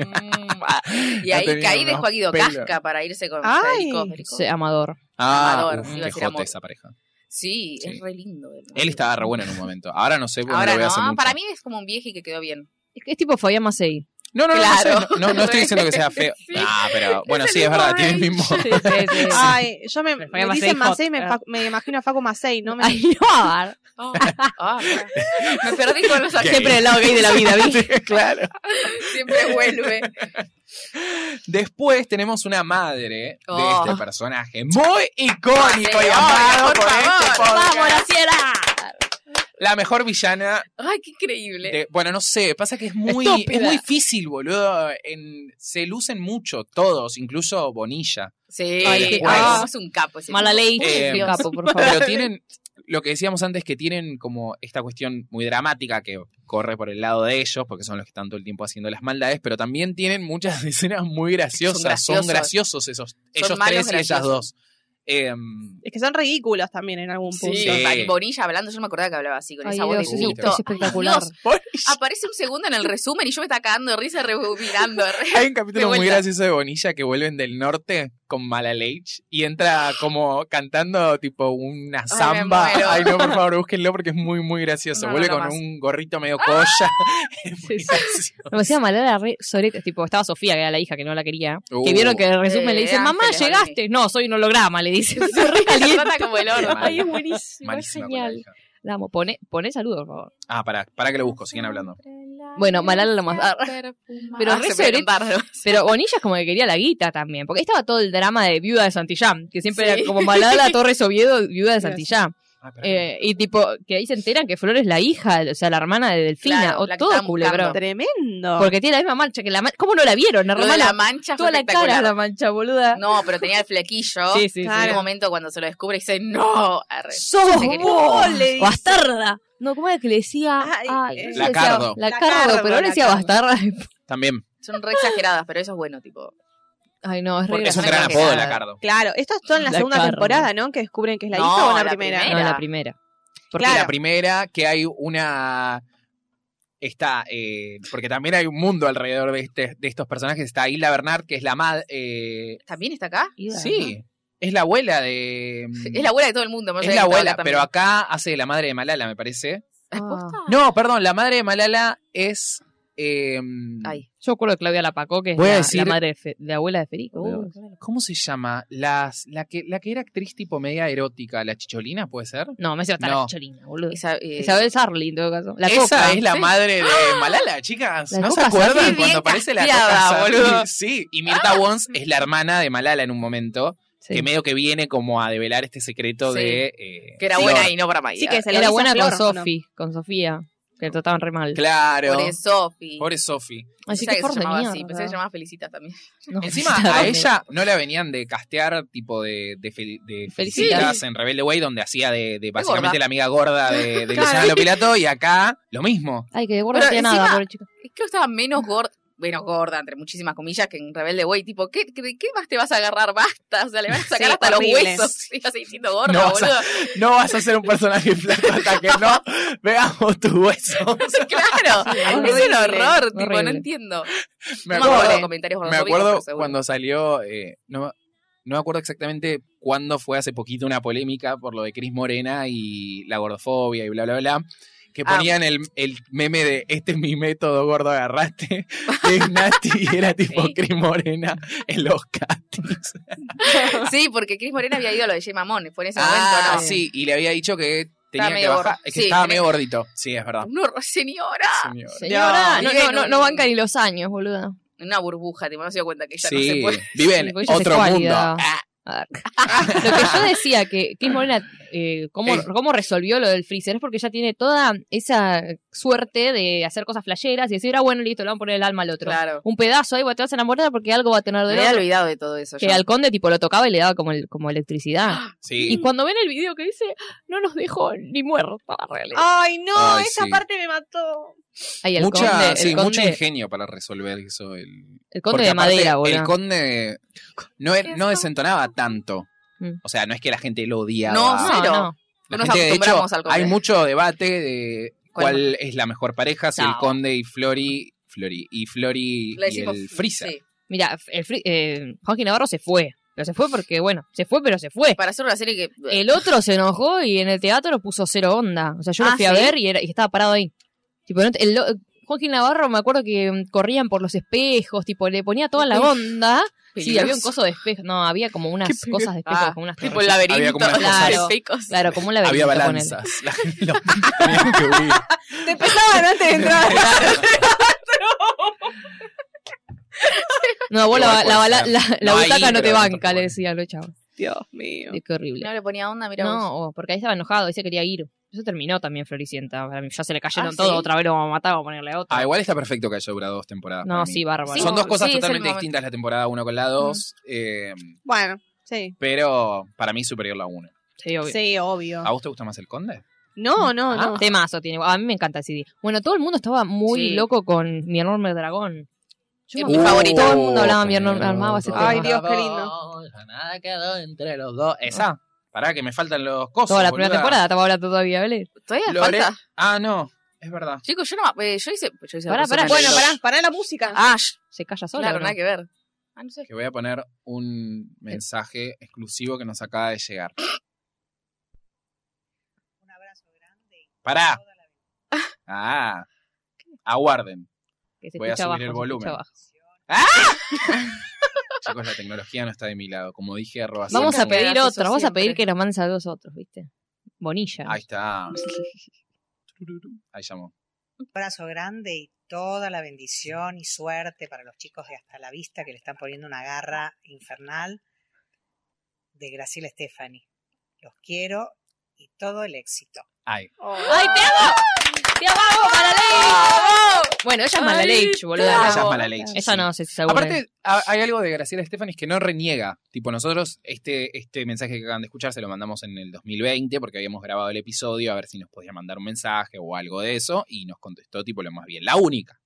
[SPEAKER 2] ah, y
[SPEAKER 1] Ha
[SPEAKER 2] ahí
[SPEAKER 1] tenido
[SPEAKER 2] caí de
[SPEAKER 1] unos
[SPEAKER 2] Joaquido
[SPEAKER 1] pelos.
[SPEAKER 2] Casca para irse con
[SPEAKER 5] Ay.
[SPEAKER 2] Federico. Federico.
[SPEAKER 4] Sí, amador.
[SPEAKER 1] Ah,
[SPEAKER 2] Amador,
[SPEAKER 1] uf,
[SPEAKER 2] iba a
[SPEAKER 1] qué
[SPEAKER 2] decir
[SPEAKER 1] jote
[SPEAKER 2] amor.
[SPEAKER 1] esa pareja.
[SPEAKER 2] Sí,
[SPEAKER 1] Sí.
[SPEAKER 2] es re lindo. de verdad.
[SPEAKER 1] Él estaba re bueno en un momento. Ahora no sé, porque no
[SPEAKER 2] Ahora
[SPEAKER 1] lo veo hace
[SPEAKER 2] no,
[SPEAKER 1] mucho.
[SPEAKER 2] para mí es como un vieje que quedó bien.
[SPEAKER 4] Es, que es tipo
[SPEAKER 1] <laughs>
[SPEAKER 4] Fabián Macei.
[SPEAKER 1] No, no, no,
[SPEAKER 2] Claro.
[SPEAKER 1] no, sé, no, no, no estoy diciendo que sea feo. Ah, pero bueno, sí, es verdad, tiene el
[SPEAKER 2] <laughs>
[SPEAKER 1] mismo.
[SPEAKER 4] <laughs> Sí, sí, sí.
[SPEAKER 5] Ay, yo me,
[SPEAKER 4] Pero
[SPEAKER 5] me
[SPEAKER 4] Fabián Macei
[SPEAKER 5] dicen
[SPEAKER 4] hot,
[SPEAKER 5] Macei, me,
[SPEAKER 4] ah.
[SPEAKER 5] fa- me imagino a Facu Macei, ¿no? Me,
[SPEAKER 4] Ay, no.
[SPEAKER 2] Ah, ah, me perdí con los
[SPEAKER 1] Gay.
[SPEAKER 4] Siempre el lado gay de la vida, ¿viste?
[SPEAKER 1] <laughs> Sí, claro.
[SPEAKER 2] siempre vuelve.
[SPEAKER 1] Después tenemos una madre
[SPEAKER 2] Oh.
[SPEAKER 1] de este personaje muy icónico y
[SPEAKER 2] Ay,
[SPEAKER 1] amado
[SPEAKER 2] por
[SPEAKER 1] por
[SPEAKER 2] favor,
[SPEAKER 1] este podcast.
[SPEAKER 4] ¡Vamos, la sierra!
[SPEAKER 1] La mejor villana
[SPEAKER 2] Ay, qué increíble.
[SPEAKER 1] de- bueno, no sé, pasa que es muy
[SPEAKER 4] Estúpida.
[SPEAKER 1] es muy difícil, boludo. En- se lucen mucho todos, incluso Bonilla.
[SPEAKER 2] Sí,
[SPEAKER 1] Ay,
[SPEAKER 2] ay,
[SPEAKER 1] qué- ah.
[SPEAKER 2] es un capo. ese
[SPEAKER 4] Mala
[SPEAKER 2] tipo.
[SPEAKER 4] ley.
[SPEAKER 1] Eh,
[SPEAKER 4] Un capo, por favor.
[SPEAKER 2] <laughs>
[SPEAKER 1] Pero tienen lo que decíamos antes que tienen como esta cuestión muy dramática que corre por el lado de ellos porque son los que están todo el tiempo haciendo las maldades, pero también tienen muchas <laughs> escenas muy graciosas, son
[SPEAKER 2] graciosos.
[SPEAKER 1] graciosos, esos ellos
[SPEAKER 2] malos
[SPEAKER 1] tres y ellas
[SPEAKER 2] graciosos.
[SPEAKER 1] dos. Em, <laughs>
[SPEAKER 5] es que son ridículos también en algún punto.
[SPEAKER 2] Sí,
[SPEAKER 1] Sí.
[SPEAKER 2] Mari Bonilla hablando, yo no me acordaba que hablaba así, con
[SPEAKER 4] pues. Ay,
[SPEAKER 2] esa voz
[SPEAKER 4] Dios,
[SPEAKER 2] de
[SPEAKER 4] es,
[SPEAKER 1] pito.
[SPEAKER 4] es espectacular.
[SPEAKER 2] Ay, Dios. Aparece un segundo en el resumen y yo me estaba cagando de risa re- mirando. re-
[SPEAKER 1] Hay un
[SPEAKER 2] De
[SPEAKER 1] capítulo
[SPEAKER 2] vuelta.
[SPEAKER 1] muy gracioso de Bonilla que vuelven del norte con Malalich y entra como cantando tipo una
[SPEAKER 2] me
[SPEAKER 1] samba. Ay, no,
[SPEAKER 2] muero.
[SPEAKER 1] por favor, búsquenlo porque es muy, muy gracioso.
[SPEAKER 2] No, no,
[SPEAKER 1] Vuelve
[SPEAKER 2] no
[SPEAKER 1] con
[SPEAKER 2] más. ¡Ah!
[SPEAKER 1] un gorrito medio colla. <laughs> Es muy
[SPEAKER 4] Sí, sí.
[SPEAKER 1] gracioso.
[SPEAKER 4] Me hacía mal era re sorete, tipo, estaba Sofía, que era la hija que no la quería.
[SPEAKER 1] Uh.
[SPEAKER 4] que vieron que en el resumen
[SPEAKER 2] Eh,
[SPEAKER 4] le dicen, mamá,
[SPEAKER 2] Ángeles
[SPEAKER 4] llegaste. No, soy un holograma,
[SPEAKER 2] <laughs>
[SPEAKER 4] le dicen. Se re
[SPEAKER 2] Se
[SPEAKER 4] calienta.
[SPEAKER 2] trata como el oro.
[SPEAKER 1] Mal.
[SPEAKER 4] Ay, es buenísimo, es
[SPEAKER 1] Malísima con la
[SPEAKER 4] genial.
[SPEAKER 1] hija.
[SPEAKER 4] La amo, pone, pone saludos, por favor.
[SPEAKER 1] Ah, para, para que lo busco, sigan hablando.
[SPEAKER 4] Bueno, Malala lo más- ah, pero re sobre- Pero Bonilla es como que quería la guita también, porque ahí estaba todo el drama de viuda de Santillán, que siempre
[SPEAKER 2] Sí.
[SPEAKER 4] era como
[SPEAKER 2] <laughs>
[SPEAKER 4] Malala Torres Oviedo, viuda de
[SPEAKER 5] Gracias.
[SPEAKER 4] Santillán.
[SPEAKER 1] Ah, espera.
[SPEAKER 4] Eh, y tipo, que ahí se enteran que Flor es la hija, o sea, la hermana de Delfina,
[SPEAKER 2] Claro,
[SPEAKER 4] o
[SPEAKER 2] la que
[SPEAKER 4] todo
[SPEAKER 2] estaban
[SPEAKER 4] culebrón.
[SPEAKER 2] buscando.
[SPEAKER 5] Tremendo.
[SPEAKER 4] Porque tiene la misma mancha que la mancha. ¿Cómo no la vieron? La
[SPEAKER 2] Lo de la
[SPEAKER 4] hermana,
[SPEAKER 2] mancha fue
[SPEAKER 4] toda la cara
[SPEAKER 2] espectacular.
[SPEAKER 4] la mancha, boluda.
[SPEAKER 2] No, pero tenía el flequillo.
[SPEAKER 4] sí, sí,
[SPEAKER 2] En
[SPEAKER 5] Claro.
[SPEAKER 2] un momento cuando se lo descubre dice, no, arre.
[SPEAKER 4] ¡Sos
[SPEAKER 2] Se quería-
[SPEAKER 4] vos,
[SPEAKER 5] le dice.
[SPEAKER 4] bastarda! No, ¿cómo era que le decía?
[SPEAKER 5] Ay, eh.
[SPEAKER 4] no sé,
[SPEAKER 1] Lacardo.
[SPEAKER 4] decía-
[SPEAKER 5] Lacardo,
[SPEAKER 4] Lacardo, pero ahora le decía
[SPEAKER 5] Lacardo.
[SPEAKER 4] bastarda. <laughs>
[SPEAKER 1] También,
[SPEAKER 2] Son re exageradas, pero eso es bueno, tipo.
[SPEAKER 4] Ay, no, es re
[SPEAKER 2] Porque
[SPEAKER 1] es un
[SPEAKER 2] Personaje
[SPEAKER 1] gran
[SPEAKER 4] gracioso.
[SPEAKER 1] apodo de
[SPEAKER 2] que-
[SPEAKER 1] Lacardo.
[SPEAKER 5] Claro, esto es todo en la,
[SPEAKER 4] La
[SPEAKER 5] segunda
[SPEAKER 4] carne.
[SPEAKER 5] temporada, ¿no? Que descubren que es la
[SPEAKER 2] No,
[SPEAKER 5] hija o una
[SPEAKER 2] la
[SPEAKER 5] primera.
[SPEAKER 2] primera.
[SPEAKER 4] No,
[SPEAKER 2] Era.
[SPEAKER 4] la primera. Porque
[SPEAKER 5] Claro.
[SPEAKER 1] La primera que hay una... Está, eh, porque también hay un mundo alrededor de, este- de estos personajes. Está Hilda Bernard, que es la madre...
[SPEAKER 2] ¿También está acá?
[SPEAKER 4] la-
[SPEAKER 1] Sí, es la abuela de. mm,
[SPEAKER 2] Es la abuela de todo el mundo. me
[SPEAKER 1] Es
[SPEAKER 2] parece
[SPEAKER 1] la
[SPEAKER 2] que
[SPEAKER 1] abuela,
[SPEAKER 2] estaba
[SPEAKER 1] pero
[SPEAKER 2] acá
[SPEAKER 1] acá hace de la madre de Malala, me parece.
[SPEAKER 4] Ah.
[SPEAKER 1] No, perdón, la madre de Malala es. eh,
[SPEAKER 2] también. Ay.
[SPEAKER 4] Yo acuerdo de Claudia Lapacó, que es
[SPEAKER 1] Voy a
[SPEAKER 4] la,
[SPEAKER 1] decir-
[SPEAKER 4] la madre de, Fe- de abuela de Federico. creo.
[SPEAKER 1] ¿Cómo se llama? Las, la, que, la que era actriz tipo media erótica, la chicholina, ¿puede ser?
[SPEAKER 4] No, me hace hasta
[SPEAKER 1] No.
[SPEAKER 4] la chicholina, boludo.
[SPEAKER 2] Esa, eh,
[SPEAKER 4] Isabel Sarli, en todo caso. La
[SPEAKER 1] Esa
[SPEAKER 4] coca.
[SPEAKER 1] es la
[SPEAKER 4] Sí.
[SPEAKER 1] madre de Malala, chicas.
[SPEAKER 4] La
[SPEAKER 1] ¿No se
[SPEAKER 4] Coca
[SPEAKER 1] acuerdan
[SPEAKER 2] Sarli.
[SPEAKER 1] cuando
[SPEAKER 2] Bien
[SPEAKER 1] aparece la
[SPEAKER 2] casteada,
[SPEAKER 1] Coca <laughs> Sarli?
[SPEAKER 2] boludo.
[SPEAKER 1] Sí, y Mirta Wons es la hermana de Malala en un momento,
[SPEAKER 4] Sí.
[SPEAKER 1] que medio que viene como a develar este secreto
[SPEAKER 2] Sí.
[SPEAKER 1] de. eh,
[SPEAKER 2] que era
[SPEAKER 1] Flor.
[SPEAKER 2] buena y no para Maya.
[SPEAKER 5] Sí, que se lo
[SPEAKER 4] Era
[SPEAKER 5] dice
[SPEAKER 4] buena
[SPEAKER 5] a
[SPEAKER 4] con
[SPEAKER 5] Flor, ¿o no?
[SPEAKER 4] Sofi, con Sofía, que la trataban re mal.
[SPEAKER 1] Claro.
[SPEAKER 2] Pobre Sofi.
[SPEAKER 1] Pobre Sophie.
[SPEAKER 4] Así
[SPEAKER 2] Pensaba
[SPEAKER 4] que, por
[SPEAKER 2] se
[SPEAKER 4] de
[SPEAKER 2] llamaba
[SPEAKER 4] mierda.
[SPEAKER 2] así. Pensé que se llamaba Felicita también.
[SPEAKER 4] No, <laughs>
[SPEAKER 1] Encima
[SPEAKER 4] está
[SPEAKER 1] a
[SPEAKER 4] re-
[SPEAKER 1] ella no la venían de castear tipo de, de, fel- de felicitas en Rebelde Way, donde hacía de, de básicamente
[SPEAKER 2] gorda.
[SPEAKER 1] la amiga gorda de, de
[SPEAKER 2] Claro.
[SPEAKER 1] Luciano Lopilato, y acá lo mismo.
[SPEAKER 4] Ay, que de gorda no
[SPEAKER 2] Pero
[SPEAKER 4] tenía
[SPEAKER 2] encima-
[SPEAKER 4] nada, pobre chica.
[SPEAKER 2] Creo que estaba menos gorda. Menos gorda, entre muchísimas comillas, que en Rebelde Way. Tipo, ¿qué, qué, qué más te vas a agarrar? Basta. O sea, le van a sacar
[SPEAKER 5] Sí,
[SPEAKER 2] hasta
[SPEAKER 5] horrible.
[SPEAKER 2] los huesos. <laughs> Y vas a seguir siendo gorda,
[SPEAKER 1] No vas a-
[SPEAKER 2] boludo.
[SPEAKER 1] No vas a ser un personaje flaco hasta que <laughs> no veamos tus <laughs> huesos.
[SPEAKER 2] <laughs> claro. es un
[SPEAKER 5] horrible,
[SPEAKER 2] horror. Tipo, no
[SPEAKER 4] horrible.
[SPEAKER 2] entiendo.
[SPEAKER 1] Me
[SPEAKER 2] no me acuerdo de
[SPEAKER 1] acuerdo,
[SPEAKER 2] comentarios
[SPEAKER 1] me
[SPEAKER 2] gordofóbicos,
[SPEAKER 1] acuerdo
[SPEAKER 2] pero seguro.
[SPEAKER 1] cuando salió, eh, no, no me acuerdo exactamente cuándo fue hace poquito una polémica por lo de Cris Morena y la gordofobia y bla, bla, bla. Que
[SPEAKER 2] Ah.
[SPEAKER 1] ponían el, el meme de este es mi método gordo agarraste, <laughs> que es Nati y era tipo
[SPEAKER 2] Sí.
[SPEAKER 1] Cris Morena en los castings.
[SPEAKER 2] <laughs> Sí, porque Cris Morena había ido a lo de Jay Mamón. Fue en ese
[SPEAKER 1] Ah,
[SPEAKER 2] momento, ¿no?
[SPEAKER 1] sí, y le había dicho que tenía
[SPEAKER 2] Estaba
[SPEAKER 1] que
[SPEAKER 2] medio
[SPEAKER 1] bajar,
[SPEAKER 2] gordo.
[SPEAKER 1] es que
[SPEAKER 2] Sí,
[SPEAKER 1] estaba
[SPEAKER 2] tenés-
[SPEAKER 1] medio gordito. Sí, es
[SPEAKER 4] Ah.
[SPEAKER 1] verdad.
[SPEAKER 2] Un horror, señora.
[SPEAKER 1] señor.
[SPEAKER 4] Señora, no, no,
[SPEAKER 2] vieron.
[SPEAKER 4] no, no banca ni los años, boluda.
[SPEAKER 2] Una burbuja, tipo, no se dio cuenta que ya no
[SPEAKER 1] Sí,
[SPEAKER 2] se puede.
[SPEAKER 1] viven
[SPEAKER 4] Sí, porque ella es
[SPEAKER 1] otro mundo.
[SPEAKER 4] sexualidad.
[SPEAKER 1] Ah,
[SPEAKER 4] A ver. lo que yo decía que Cris Morena, eh, cómo,
[SPEAKER 1] Eh.
[SPEAKER 4] cómo resolvió lo del freezer, es porque ella tiene toda esa suerte de hacer cosas flasheras y decir, ah, bueno, listo, le vamos a poner el alma al otro.
[SPEAKER 2] Claro.
[SPEAKER 4] Un pedazo ahí, vos te vas a enamorar porque algo va a tener
[SPEAKER 2] Me
[SPEAKER 4] de
[SPEAKER 2] había
[SPEAKER 4] otro.
[SPEAKER 2] olvidado de todo eso.
[SPEAKER 4] Que
[SPEAKER 2] yo.
[SPEAKER 4] al conde tipo lo tocaba y le daba como, el- como electricidad.
[SPEAKER 1] <gasps> Sí.
[SPEAKER 4] Y cuando ven el video que dice, no nos dejó ni muerto la
[SPEAKER 1] Ah,
[SPEAKER 4] realidad.
[SPEAKER 5] Ay, no,
[SPEAKER 1] Ay,
[SPEAKER 5] esa
[SPEAKER 1] sí.
[SPEAKER 5] parte me mató.
[SPEAKER 4] Ahí el
[SPEAKER 1] Mucha-
[SPEAKER 4] conde, el
[SPEAKER 1] sí, mucho
[SPEAKER 4] conde,
[SPEAKER 1] ingenio para resolver eso. El, porque
[SPEAKER 4] el conde de
[SPEAKER 1] aparte,
[SPEAKER 4] madera, boludo.
[SPEAKER 1] El conde no, er- no desentonaba tanto.
[SPEAKER 4] Mm.
[SPEAKER 1] O sea, no es que la gente lo odiaba.
[SPEAKER 2] No,
[SPEAKER 4] No,
[SPEAKER 2] Cero.
[SPEAKER 4] no.
[SPEAKER 1] La
[SPEAKER 2] Nos
[SPEAKER 1] gente, de hecho,
[SPEAKER 2] acostumbramos al conde.
[SPEAKER 1] hay mucho debate de
[SPEAKER 2] ¿Cuál?
[SPEAKER 1] cuál, es la mejor pareja, si
[SPEAKER 4] No.
[SPEAKER 1] el conde y Flori, Flori y Flori
[SPEAKER 2] Le
[SPEAKER 1] y
[SPEAKER 2] decimos-
[SPEAKER 1] el Freezer.
[SPEAKER 2] sí.
[SPEAKER 4] Mira, el fri- eh, Joaquín Navarro se fue. Pero se fue porque, bueno, se fue, pero se fue.
[SPEAKER 2] Para hacer una serie que. eh,
[SPEAKER 4] El otro se enojó y en el teatro puso cero onda. O sea, yo lo
[SPEAKER 2] Ah,
[SPEAKER 4] fui a
[SPEAKER 2] ¿sí?
[SPEAKER 4] ver y, era- y estaba parado ahí. Tipo, no te- el lo- Joaquín Navarro, me acuerdo que mm, corrían por los espejos, tipo, le ponía toda la
[SPEAKER 2] Uf,
[SPEAKER 4] onda. Sí,
[SPEAKER 2] Peligroso.
[SPEAKER 4] había un coso de espejo. No, había como unas
[SPEAKER 1] Qué peligro.
[SPEAKER 4] cosas de espejo,
[SPEAKER 2] Ah,
[SPEAKER 4] como unas
[SPEAKER 2] Tipo el
[SPEAKER 4] torres.
[SPEAKER 2] laberinto.
[SPEAKER 1] Había como
[SPEAKER 2] <laughs>
[SPEAKER 1] una
[SPEAKER 4] cosa
[SPEAKER 2] Claro.
[SPEAKER 4] así. Claro, como un laberinto.
[SPEAKER 1] Había
[SPEAKER 4] ponele.
[SPEAKER 1] balanzas. <laughs> La gente lo- tenían que huir.
[SPEAKER 5] Te pesaban antes
[SPEAKER 4] <laughs>
[SPEAKER 5] de entrar.
[SPEAKER 4] No, vos
[SPEAKER 1] Igual
[SPEAKER 4] la,
[SPEAKER 1] puede
[SPEAKER 4] la, bala-
[SPEAKER 1] ser.
[SPEAKER 4] la, la
[SPEAKER 1] No, ahí, pero
[SPEAKER 4] butaca no te
[SPEAKER 1] no te
[SPEAKER 4] banca, le
[SPEAKER 1] puede.
[SPEAKER 4] decían los chavos.
[SPEAKER 5] Dios mío.
[SPEAKER 4] Qué horrible.
[SPEAKER 2] No le ponía onda, mira. vos.
[SPEAKER 4] No, porque ahí estaba enojado, ahí se quería ir. Eso terminó también Floricienta. para mí. Ya se le cayeron
[SPEAKER 2] Ah,
[SPEAKER 4] todo,
[SPEAKER 2] ¿sí?
[SPEAKER 4] otra vez lo vamos a matar, vamos a ponerle otro.
[SPEAKER 1] Ah, igual está perfecto que haya durado dos temporadas.
[SPEAKER 4] no,
[SPEAKER 1] para mí.
[SPEAKER 4] sí, bárbaro.
[SPEAKER 2] Sí.
[SPEAKER 1] Son dos cosas
[SPEAKER 2] es el
[SPEAKER 1] totalmente
[SPEAKER 2] momento.
[SPEAKER 1] distintas la temporada 1 con la 2, eh,
[SPEAKER 5] Bueno, sí.
[SPEAKER 1] pero para mí superior la 1.
[SPEAKER 4] Sí, obvio.
[SPEAKER 5] Sí, obvio.
[SPEAKER 1] ¿A vos te gusta más el conde?
[SPEAKER 5] No, no,
[SPEAKER 4] Ah,
[SPEAKER 5] no.
[SPEAKER 4] Temazo tiene. A mí me encanta el CD. Bueno, todo el mundo estaba muy
[SPEAKER 2] Sí.
[SPEAKER 4] loco con mi enorme dragón. Yo
[SPEAKER 2] Es
[SPEAKER 4] me-
[SPEAKER 2] mi Uh, favorito.
[SPEAKER 4] Todo el mundo hablaba mi enorme armaba ese tema.
[SPEAKER 5] Ay, Dios, qué lindo.
[SPEAKER 1] Nada quedó entre los dos. Esa. Pará, que me faltan los cosos.
[SPEAKER 4] Toda la
[SPEAKER 1] boluda.
[SPEAKER 4] primera temporada estaba hablando todavía, ¿vale?
[SPEAKER 2] Todavía
[SPEAKER 1] Lore-
[SPEAKER 2] falta.
[SPEAKER 1] Ah, no. Es verdad.
[SPEAKER 2] Chicos, yo no. eh, yo hice. Yo hice
[SPEAKER 4] Pará,
[SPEAKER 2] la
[SPEAKER 4] pará.
[SPEAKER 2] persona
[SPEAKER 5] Bueno,
[SPEAKER 2] en el-
[SPEAKER 5] pará, pará la música.
[SPEAKER 2] Ah, sh-
[SPEAKER 4] Se calla sola.
[SPEAKER 2] claro,
[SPEAKER 4] ¿o no?
[SPEAKER 2] nada que ver. Ah, no sé.
[SPEAKER 1] Que voy a poner un mensaje exclusivo que nos acaba de llegar. Pará. Ah. Aguarden.
[SPEAKER 4] Que se
[SPEAKER 1] Voy a
[SPEAKER 4] escucha
[SPEAKER 1] subir el
[SPEAKER 4] abajo, se
[SPEAKER 1] volumen.
[SPEAKER 4] escucha abajo.
[SPEAKER 1] Chicos, la tecnología no está de mi lado. Como dije, arroba
[SPEAKER 4] Vamos a
[SPEAKER 1] siempre.
[SPEAKER 4] pedir
[SPEAKER 2] Haces eso
[SPEAKER 4] otro, vamos a pedir
[SPEAKER 2] siempre.
[SPEAKER 4] que nos manden saludos otros, ¿viste? Bonilla.
[SPEAKER 1] Ahí
[SPEAKER 4] <laughs>
[SPEAKER 1] está. Ahí llamó.
[SPEAKER 6] abrazo grande y toda la bendición y suerte para los chicos de Hasta la Vista que le están poniendo una garra infernal de Graciela Estefani. Los quiero y todo el éxito.
[SPEAKER 1] Ahí.
[SPEAKER 5] Oh.
[SPEAKER 4] ¡Ay, te amo! ¡Te amo, Malalich! Bueno, ella es Malalich, boluda.
[SPEAKER 1] Ella
[SPEAKER 4] Ella,
[SPEAKER 1] es mala leche. sí.
[SPEAKER 4] no, se se aburre.
[SPEAKER 1] Aparte, a- hay algo de Graciela Stefanis que no reniega. Tipo, nosotros este, este mensaje que acaban de escuchar se lo mandamos en el 2020 porque habíamos grabado el episodio a ver si nos podía mandar un mensaje o algo de eso y nos contestó tipo lo más bien. La única.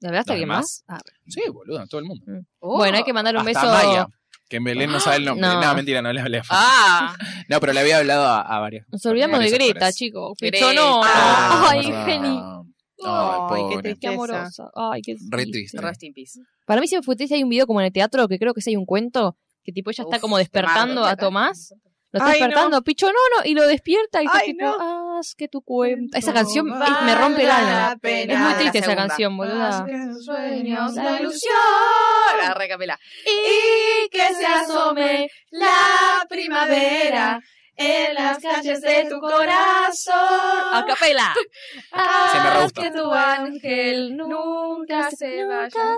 [SPEAKER 4] ¿La hablaste a
[SPEAKER 1] ¿Los
[SPEAKER 4] alguien más? Ah,
[SPEAKER 1] demás? Sí, boludo, todo el mundo.
[SPEAKER 2] Oh.
[SPEAKER 4] Bueno, hay que mandar un
[SPEAKER 1] Hasta
[SPEAKER 4] beso.
[SPEAKER 1] Maya, que en Belén no sabe el nombre.
[SPEAKER 4] No.
[SPEAKER 1] No, mentira, no le hablé.
[SPEAKER 2] Ah,
[SPEAKER 1] No, pero le había hablado a, a varias.
[SPEAKER 4] Nos olvidamos de
[SPEAKER 1] varios
[SPEAKER 4] Greta,
[SPEAKER 1] actores.
[SPEAKER 4] chicos.
[SPEAKER 2] Greta.
[SPEAKER 4] Pichón, no.
[SPEAKER 1] Ah,
[SPEAKER 4] Ay,
[SPEAKER 1] verdad.
[SPEAKER 4] Geni.
[SPEAKER 1] Ay,
[SPEAKER 5] Ay, qué
[SPEAKER 1] pobre.
[SPEAKER 5] triste.
[SPEAKER 4] Qué amorosa. Ay, qué
[SPEAKER 1] Re triste.
[SPEAKER 2] rest in
[SPEAKER 4] <laughs>
[SPEAKER 2] peace.
[SPEAKER 4] Para mí siempre fue triste. Hay un video como en el teatro que creo que sí hay un cuento que tipo ella está
[SPEAKER 2] Uf,
[SPEAKER 4] como despertando
[SPEAKER 2] Marvel.
[SPEAKER 4] a Tomás. Lo está
[SPEAKER 5] Ay,
[SPEAKER 4] despertando, Pichón, no, no, y lo despierta y está
[SPEAKER 5] Ay,
[SPEAKER 4] tipo, ah.
[SPEAKER 5] no.
[SPEAKER 4] haz que tu cuenta. Esa canción es- me rompe el alma. Es muy
[SPEAKER 2] la
[SPEAKER 4] triste esa
[SPEAKER 2] segunda.
[SPEAKER 4] canción,
[SPEAKER 5] Ah,
[SPEAKER 4] boluda.
[SPEAKER 3] Sueños,
[SPEAKER 4] la
[SPEAKER 3] la
[SPEAKER 4] ilusión.
[SPEAKER 3] ilusión.
[SPEAKER 2] La recapela.
[SPEAKER 3] Y que se asome la primavera en las calles de tu corazón. <laughs>
[SPEAKER 4] Acapela.
[SPEAKER 1] Se me re
[SPEAKER 3] Haz
[SPEAKER 1] gusta.
[SPEAKER 3] que tu ángel nunca se vaya.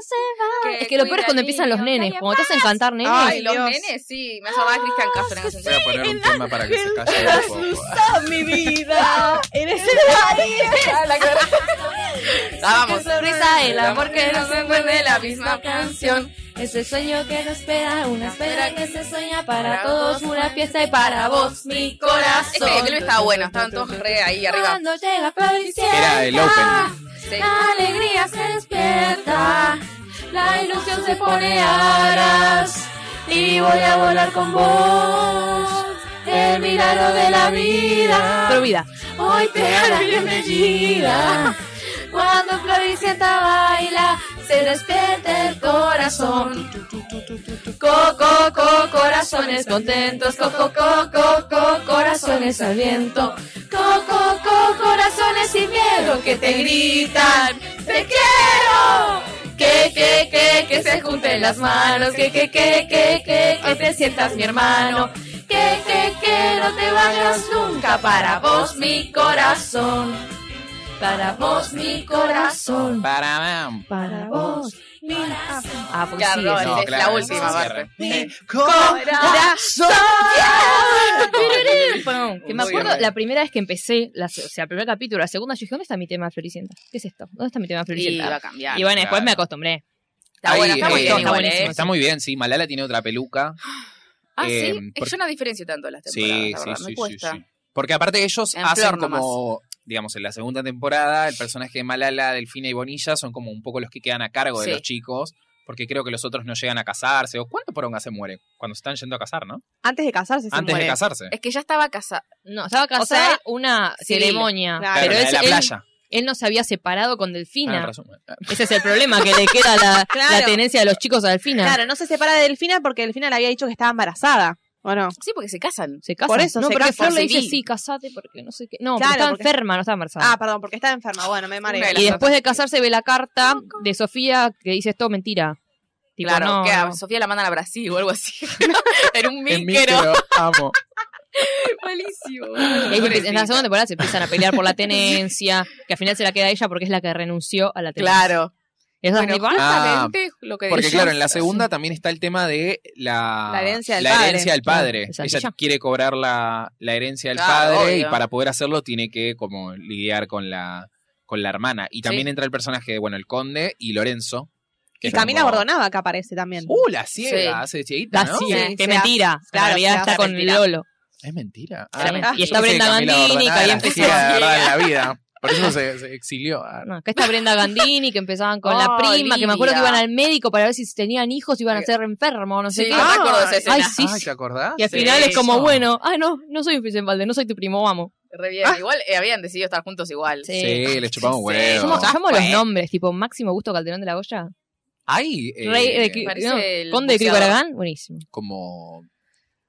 [SPEAKER 4] Es que lo peor es cuando empiezan los nenes. Cuando te hacen cantar nenes.
[SPEAKER 2] Ay, los
[SPEAKER 5] Dios.
[SPEAKER 2] nenes, Ah, sí. Me hace acordar a Cristian Castro. en
[SPEAKER 1] Voy
[SPEAKER 2] la canción.
[SPEAKER 1] a poner un tema para que se calle un poco.
[SPEAKER 5] mi vida. Eres
[SPEAKER 2] <laughs> Ah, vamos.
[SPEAKER 3] Qué sorpresa
[SPEAKER 2] el amor que nos envuelve la misma canción.
[SPEAKER 3] Ese sueño que no espera, una espera que se sueña para todos, una fiesta y para vos, mi
[SPEAKER 2] Este videoclip
[SPEAKER 3] corazón.
[SPEAKER 2] estaba bueno. Estaban todos re ahí arriba.
[SPEAKER 3] Cuando llega Floricienta,
[SPEAKER 1] Era el opening.
[SPEAKER 2] Sí.
[SPEAKER 3] la alegría se despierta, la ilusión se pone aras y voy a volar con vos. El milagro de la vida.
[SPEAKER 4] Pero vida.
[SPEAKER 3] Hoy te la bienvenida. Cuando Floricienta baila, se despierta el corazón. Coco, co, corazones contentos. Coco, co, co, co, corazones al viento. Coco, co, corazones sin miedo que te gritan. ¡Te quiero! Que, que, que, que se junten las manos. Que, que, que, que, que, que te sientas mi hermano. Que, que, que no te vayas nunca para vos mi corazón. Para vos mi corazón.
[SPEAKER 1] Para, mam.
[SPEAKER 3] Para vos
[SPEAKER 5] Mi
[SPEAKER 4] Ah, porque
[SPEAKER 2] Claro,
[SPEAKER 4] sí,
[SPEAKER 2] no,
[SPEAKER 4] eso.
[SPEAKER 2] es- la
[SPEAKER 1] claro,
[SPEAKER 2] última
[SPEAKER 1] se
[SPEAKER 2] parte.
[SPEAKER 1] cierra. Mi
[SPEAKER 4] Pum, Que me
[SPEAKER 1] Muy
[SPEAKER 4] acuerdo,
[SPEAKER 1] bien.
[SPEAKER 4] la primera vez que empecé, la, se- o sea, el primer capítulo, la segunda, yo dije, ¿dónde está mi tema floricienta? ¿Qué es esto? ¿Dónde está mi tema
[SPEAKER 2] Y va
[SPEAKER 4] floricienta?
[SPEAKER 2] a cambiar.
[SPEAKER 4] Y bueno, después
[SPEAKER 1] claro.
[SPEAKER 4] me acostumbré.
[SPEAKER 2] Está
[SPEAKER 1] Ahí,
[SPEAKER 2] bueno, está
[SPEAKER 1] eh,
[SPEAKER 2] muy bien,
[SPEAKER 4] está
[SPEAKER 2] igual,
[SPEAKER 4] buenísimo.
[SPEAKER 2] ¿eh?
[SPEAKER 1] Está muy bien, sí. Malala tiene otra peluca.
[SPEAKER 2] Ah, sí.
[SPEAKER 1] Eh,
[SPEAKER 2] Es que
[SPEAKER 1] porque-
[SPEAKER 2] Yo no diferencio tanto las temporadas, la verdad. me cuesta.
[SPEAKER 1] Porque aparte ellos
[SPEAKER 2] En
[SPEAKER 1] hacen
[SPEAKER 2] flor
[SPEAKER 1] como, digamos, en la segunda temporada, el personaje de Malala, Delfina y Bonilla son como un poco los que quedan a cargo
[SPEAKER 2] Sí.
[SPEAKER 1] de los chicos, porque creo que los otros no llegan a casarse. ¿O cuándo Poronga se muere? Cuando se están yendo a casar, ¿no?
[SPEAKER 5] Antes de casarse se
[SPEAKER 1] Antes
[SPEAKER 5] muere.
[SPEAKER 1] de casarse.
[SPEAKER 2] Es que ya estaba casada.
[SPEAKER 4] No, estaba casada
[SPEAKER 2] sea,
[SPEAKER 4] una
[SPEAKER 2] civil.
[SPEAKER 4] ceremonia.
[SPEAKER 5] Claro.
[SPEAKER 1] Claro,
[SPEAKER 4] Pero
[SPEAKER 1] la de
[SPEAKER 4] él,
[SPEAKER 1] la
[SPEAKER 4] él-
[SPEAKER 1] playa.
[SPEAKER 4] él no se había separado con
[SPEAKER 1] Ah,
[SPEAKER 4] Delfina.
[SPEAKER 1] razón.
[SPEAKER 4] Ese es el problema, que le queda
[SPEAKER 5] <laughs>
[SPEAKER 4] la,
[SPEAKER 5] Claro.
[SPEAKER 4] la tenencia de los chicos a Delfina.
[SPEAKER 5] Claro, no se separa de Delfina porque Delfina le había dicho que estaba embarazada. ¿O no?
[SPEAKER 2] Sí, porque se casan.
[SPEAKER 4] Se casan.
[SPEAKER 5] Por eso
[SPEAKER 4] no,
[SPEAKER 5] se
[SPEAKER 4] porque
[SPEAKER 5] casan,
[SPEAKER 4] Flor le
[SPEAKER 2] sí.
[SPEAKER 4] dice, sí, casate, porque no sé qué. No,
[SPEAKER 5] Claro,
[SPEAKER 4] porque estaba
[SPEAKER 5] porque-
[SPEAKER 4] enferma, no estaba embarazada.
[SPEAKER 5] Ah, perdón, porque estaba enferma. Bueno, me
[SPEAKER 2] Una
[SPEAKER 5] mareé.
[SPEAKER 2] de las
[SPEAKER 4] y después de casarse ve la carta de Sofía que dice, es todo mentira. Tipo,
[SPEAKER 2] claro,
[SPEAKER 4] no,
[SPEAKER 2] que a
[SPEAKER 4] no.
[SPEAKER 2] Sofía la mandan a Brasil o algo <laughs> así. en un
[SPEAKER 1] En
[SPEAKER 2] <laughs> micro.
[SPEAKER 1] micro, amo.
[SPEAKER 2] Buenísimo. <laughs>
[SPEAKER 4] Y ahí se empieza- en la segunda temporada se empiezan a pelear por la tenencia, que al final se la queda ella porque es la que renunció a la tenencia.
[SPEAKER 2] Claro.
[SPEAKER 4] Y esas
[SPEAKER 2] Bueno,
[SPEAKER 4] tipo, ah,
[SPEAKER 2] justamente lo que
[SPEAKER 1] Porque
[SPEAKER 2] decías.
[SPEAKER 1] claro, en la segunda también está el tema de la,
[SPEAKER 5] La herencia del
[SPEAKER 1] la
[SPEAKER 5] padre.
[SPEAKER 1] herencia del padre.
[SPEAKER 4] Exacto,
[SPEAKER 1] Ella
[SPEAKER 4] ya.
[SPEAKER 1] quiere cobrar la, la herencia del
[SPEAKER 2] Claro,
[SPEAKER 1] padre
[SPEAKER 2] obvio.
[SPEAKER 1] y para poder hacerlo tiene que como lidiar con la, con la hermana. Y también entra el personaje de, bueno, el conde y Lorenzo. que
[SPEAKER 5] Y
[SPEAKER 1] es
[SPEAKER 5] Camila
[SPEAKER 1] como-
[SPEAKER 5] Bordonaba que aparece también.
[SPEAKER 1] Uh, la ciega,
[SPEAKER 2] Sí.
[SPEAKER 1] hace de
[SPEAKER 4] la
[SPEAKER 1] cieguita, ¿no?
[SPEAKER 4] sigue,
[SPEAKER 5] Sí,
[SPEAKER 4] que
[SPEAKER 5] se
[SPEAKER 4] mentira.
[SPEAKER 5] claro,
[SPEAKER 4] en realidad
[SPEAKER 5] se
[SPEAKER 4] está
[SPEAKER 5] hace
[SPEAKER 4] con
[SPEAKER 5] mentira.
[SPEAKER 4] Lolo.
[SPEAKER 1] Es mentira. Ah,
[SPEAKER 4] Era mentira.
[SPEAKER 1] yo
[SPEAKER 4] Y está
[SPEAKER 1] pensé que
[SPEAKER 4] Brenda
[SPEAKER 1] Camila
[SPEAKER 4] Gandini, que
[SPEAKER 1] Bordonaba
[SPEAKER 4] ahí
[SPEAKER 1] era
[SPEAKER 4] empezó. <laughs>
[SPEAKER 1] ciega de verdad en la vida. Por eso se, se exilió. Ah,
[SPEAKER 4] No, acá está Brenda Gandini, que empezaban con la
[SPEAKER 2] Oh,
[SPEAKER 4] prima, que me acuerdo que
[SPEAKER 2] Lidia.
[SPEAKER 4] iban al médico para ver si tenían hijos, iban a ser enfermos, no
[SPEAKER 2] Ah, Sí,
[SPEAKER 4] sé qué.
[SPEAKER 2] yo me acuerdo de esa escena.
[SPEAKER 4] Ay, sí,
[SPEAKER 1] Ay,
[SPEAKER 4] sí.
[SPEAKER 1] ¿te acordás?
[SPEAKER 4] Y al
[SPEAKER 2] Sí,
[SPEAKER 4] final es como,
[SPEAKER 1] eso.
[SPEAKER 4] bueno, ah, no, no soy un Fisenbalde, no soy tu primo, vamos.
[SPEAKER 2] Re bien. Igual eh, habían decidido estar juntos igual.
[SPEAKER 4] eh, Sí.
[SPEAKER 1] Sí, le chupamos
[SPEAKER 2] Sí.
[SPEAKER 1] huevo.
[SPEAKER 4] Somos,
[SPEAKER 2] Ya
[SPEAKER 4] somos los
[SPEAKER 2] fue.
[SPEAKER 4] nombres, tipo Máximo Gusto Calderón de la Goya,
[SPEAKER 1] Ay, eh,
[SPEAKER 4] Rey, eh, que-
[SPEAKER 2] Parece
[SPEAKER 4] no,
[SPEAKER 2] el
[SPEAKER 4] Conde de Crico
[SPEAKER 2] boxeador.
[SPEAKER 4] Aragán, buenísimo.
[SPEAKER 1] como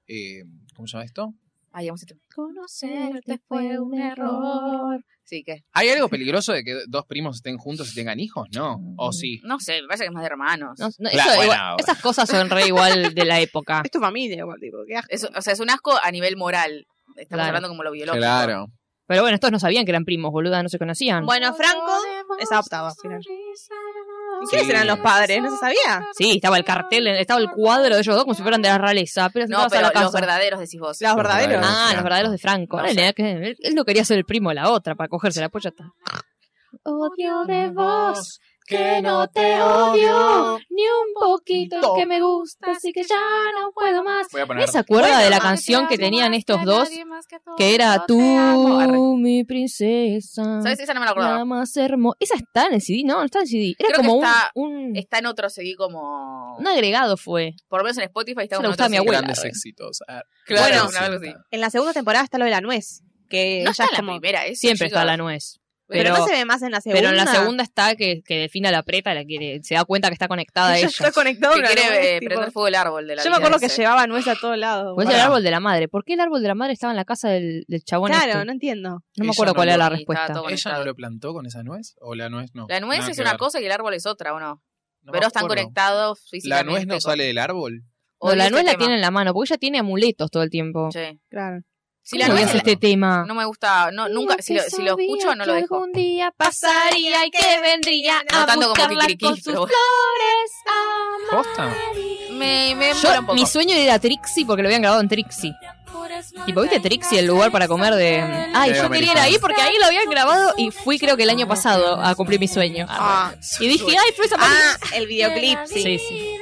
[SPEAKER 1] eh, ¿cómo se llama esto?
[SPEAKER 2] Ay, vamos a este-
[SPEAKER 3] Conocerte fue un error.
[SPEAKER 2] Sí, que.
[SPEAKER 1] ¿Hay algo peligroso de que dos primos estén juntos y tengan hijos? No. O sí.
[SPEAKER 2] No sé, me parece que es más de hermanos.
[SPEAKER 4] No, no,
[SPEAKER 1] Claro,
[SPEAKER 4] eso
[SPEAKER 1] bueno,
[SPEAKER 4] igual- esas cosas son re igual de la
[SPEAKER 5] <laughs>
[SPEAKER 4] época.
[SPEAKER 5] Es tu familia, igual, tipo, qué asco.
[SPEAKER 2] Es- o sea, es un asco a nivel moral. Estamos
[SPEAKER 4] Claro.
[SPEAKER 2] hablando como lo biológico.
[SPEAKER 1] Claro.
[SPEAKER 4] Pero bueno, estos no sabían que eran primos, boluda, no se conocían.
[SPEAKER 5] Bueno, Franco es adoptado al final. ¿Y ¿Quiénes eran los padres? ¿No se sabía?
[SPEAKER 4] Sí, estaba el cartel, estaba el cuadro de ellos dos como si fueran de la realeza, pero
[SPEAKER 2] No,
[SPEAKER 4] sentados a
[SPEAKER 2] pero
[SPEAKER 4] la casa.
[SPEAKER 2] los verdaderos decís vos.
[SPEAKER 5] Los verdaderos.
[SPEAKER 1] verdaderos.
[SPEAKER 4] Ah,
[SPEAKER 1] Franco.
[SPEAKER 4] los verdaderos de Franco.
[SPEAKER 2] No,
[SPEAKER 4] Dale, que él, él no quería ser el primo de la otra para cogerse la polla.
[SPEAKER 3] Odio de vos, que no te odio, ni un poquito es que me gusta, así que ya no puedo más.
[SPEAKER 1] Voy a poner
[SPEAKER 4] ¿No se acuerda de la
[SPEAKER 3] Bueno,
[SPEAKER 4] canción que
[SPEAKER 3] te amo
[SPEAKER 4] tenían
[SPEAKER 3] más
[SPEAKER 4] estos
[SPEAKER 3] a
[SPEAKER 4] dos?
[SPEAKER 3] nadie más a todos,
[SPEAKER 4] Que era
[SPEAKER 3] yo te amo. Arre.
[SPEAKER 4] tú, mi princesa.
[SPEAKER 2] ¿Sabes? Esa no me la
[SPEAKER 4] La
[SPEAKER 2] acordaba.
[SPEAKER 4] más hermosa. Esa está en el CD, no, no está en el CD. Era
[SPEAKER 2] Creo que
[SPEAKER 4] como un-
[SPEAKER 2] está-
[SPEAKER 4] un,
[SPEAKER 2] Está en otro, seguí como.
[SPEAKER 4] un agregado fue.
[SPEAKER 2] Por lo menos en Spotify está
[SPEAKER 4] Se
[SPEAKER 2] como
[SPEAKER 4] lo
[SPEAKER 2] en
[SPEAKER 4] gustaba
[SPEAKER 2] otro
[SPEAKER 4] mi
[SPEAKER 2] seguí.
[SPEAKER 4] abuela.
[SPEAKER 1] Grandes
[SPEAKER 4] bueno.
[SPEAKER 1] éxitos. Ah,
[SPEAKER 2] Claro,
[SPEAKER 1] sí,
[SPEAKER 2] una vez así.
[SPEAKER 1] está.
[SPEAKER 5] En la segunda temporada está lo de la nuez. Que
[SPEAKER 2] No
[SPEAKER 5] ella
[SPEAKER 2] está
[SPEAKER 5] es
[SPEAKER 2] en la
[SPEAKER 5] como.
[SPEAKER 2] primera, eso,
[SPEAKER 4] Siempre
[SPEAKER 2] chicos.
[SPEAKER 4] está la nuez.
[SPEAKER 5] Pero,
[SPEAKER 4] Pero-
[SPEAKER 5] no se ve más en la segunda.
[SPEAKER 4] Pero en la segunda está que, que Delfina la aprieta, la quiere, se da cuenta que está conectada a
[SPEAKER 5] Ella
[SPEAKER 4] ella.
[SPEAKER 5] está conectada.
[SPEAKER 2] Que
[SPEAKER 5] a una nuez,
[SPEAKER 2] quiere eh,
[SPEAKER 5] tipo.
[SPEAKER 2] prender fuego el árbol de la
[SPEAKER 5] Yo me
[SPEAKER 2] vida
[SPEAKER 5] acuerdo que
[SPEAKER 2] ese.
[SPEAKER 5] llevaba nuez a todos lados.
[SPEAKER 4] Pues el
[SPEAKER 1] Pará.
[SPEAKER 4] árbol de la madre. ¿Por qué el árbol de la madre estaba en la casa del, del chabón? este?
[SPEAKER 5] Claro, no entiendo.
[SPEAKER 4] No me
[SPEAKER 1] Ella
[SPEAKER 4] acuerdo
[SPEAKER 1] no
[SPEAKER 4] cuál era
[SPEAKER 1] lo-
[SPEAKER 2] y
[SPEAKER 4] la
[SPEAKER 2] estaba
[SPEAKER 4] respuesta.
[SPEAKER 2] todo-
[SPEAKER 1] ¿Ella
[SPEAKER 2] conectado.
[SPEAKER 1] no lo plantó con esa nuez? ¿O la nuez no?
[SPEAKER 2] La nuez
[SPEAKER 1] Nada
[SPEAKER 2] es
[SPEAKER 1] que
[SPEAKER 2] una
[SPEAKER 1] ver.
[SPEAKER 2] cosa y el árbol es otra, ¿o no?
[SPEAKER 1] No me
[SPEAKER 2] pero están
[SPEAKER 1] acuerdo.
[SPEAKER 2] conectados
[SPEAKER 1] ¿La
[SPEAKER 2] físicamente.
[SPEAKER 1] nuez no
[SPEAKER 2] con-
[SPEAKER 1] sale del árbol?
[SPEAKER 4] No, la
[SPEAKER 2] Odio
[SPEAKER 4] nuez
[SPEAKER 2] este
[SPEAKER 4] la
[SPEAKER 2] tema.
[SPEAKER 4] tiene en la mano, porque ella tiene amuletos todo el tiempo.
[SPEAKER 2] Sí.
[SPEAKER 5] Claro.
[SPEAKER 2] Si
[SPEAKER 4] ¿Cómo
[SPEAKER 2] la nuez
[SPEAKER 4] odias
[SPEAKER 1] es
[SPEAKER 4] este tema?
[SPEAKER 2] no me gusta, no, nunca, si lo, si lo escucho no lo dejo.
[SPEAKER 3] Un día pasaría y que vendría
[SPEAKER 2] No
[SPEAKER 3] a
[SPEAKER 2] tanto como
[SPEAKER 3] buscarla
[SPEAKER 2] Kikiriki,
[SPEAKER 3] con sus
[SPEAKER 2] pero bueno.
[SPEAKER 3] flores.
[SPEAKER 1] ¿Posta?
[SPEAKER 2] <laughs> Me, me
[SPEAKER 4] Yo,
[SPEAKER 2] muero un poco.
[SPEAKER 4] mi sueño era Trixie porque lo habían grabado en Trixie. Tipo, ¿viste Trixie el lugar para comer de. Ay, yo quería ir ahí porque ahí lo habían grabado y fui, creo que el año pasado, a cumplir mi sueño.
[SPEAKER 5] Ah,
[SPEAKER 4] Y dije, ay, fue esa
[SPEAKER 5] ah, el videoclip, sí.
[SPEAKER 4] Sí, sí.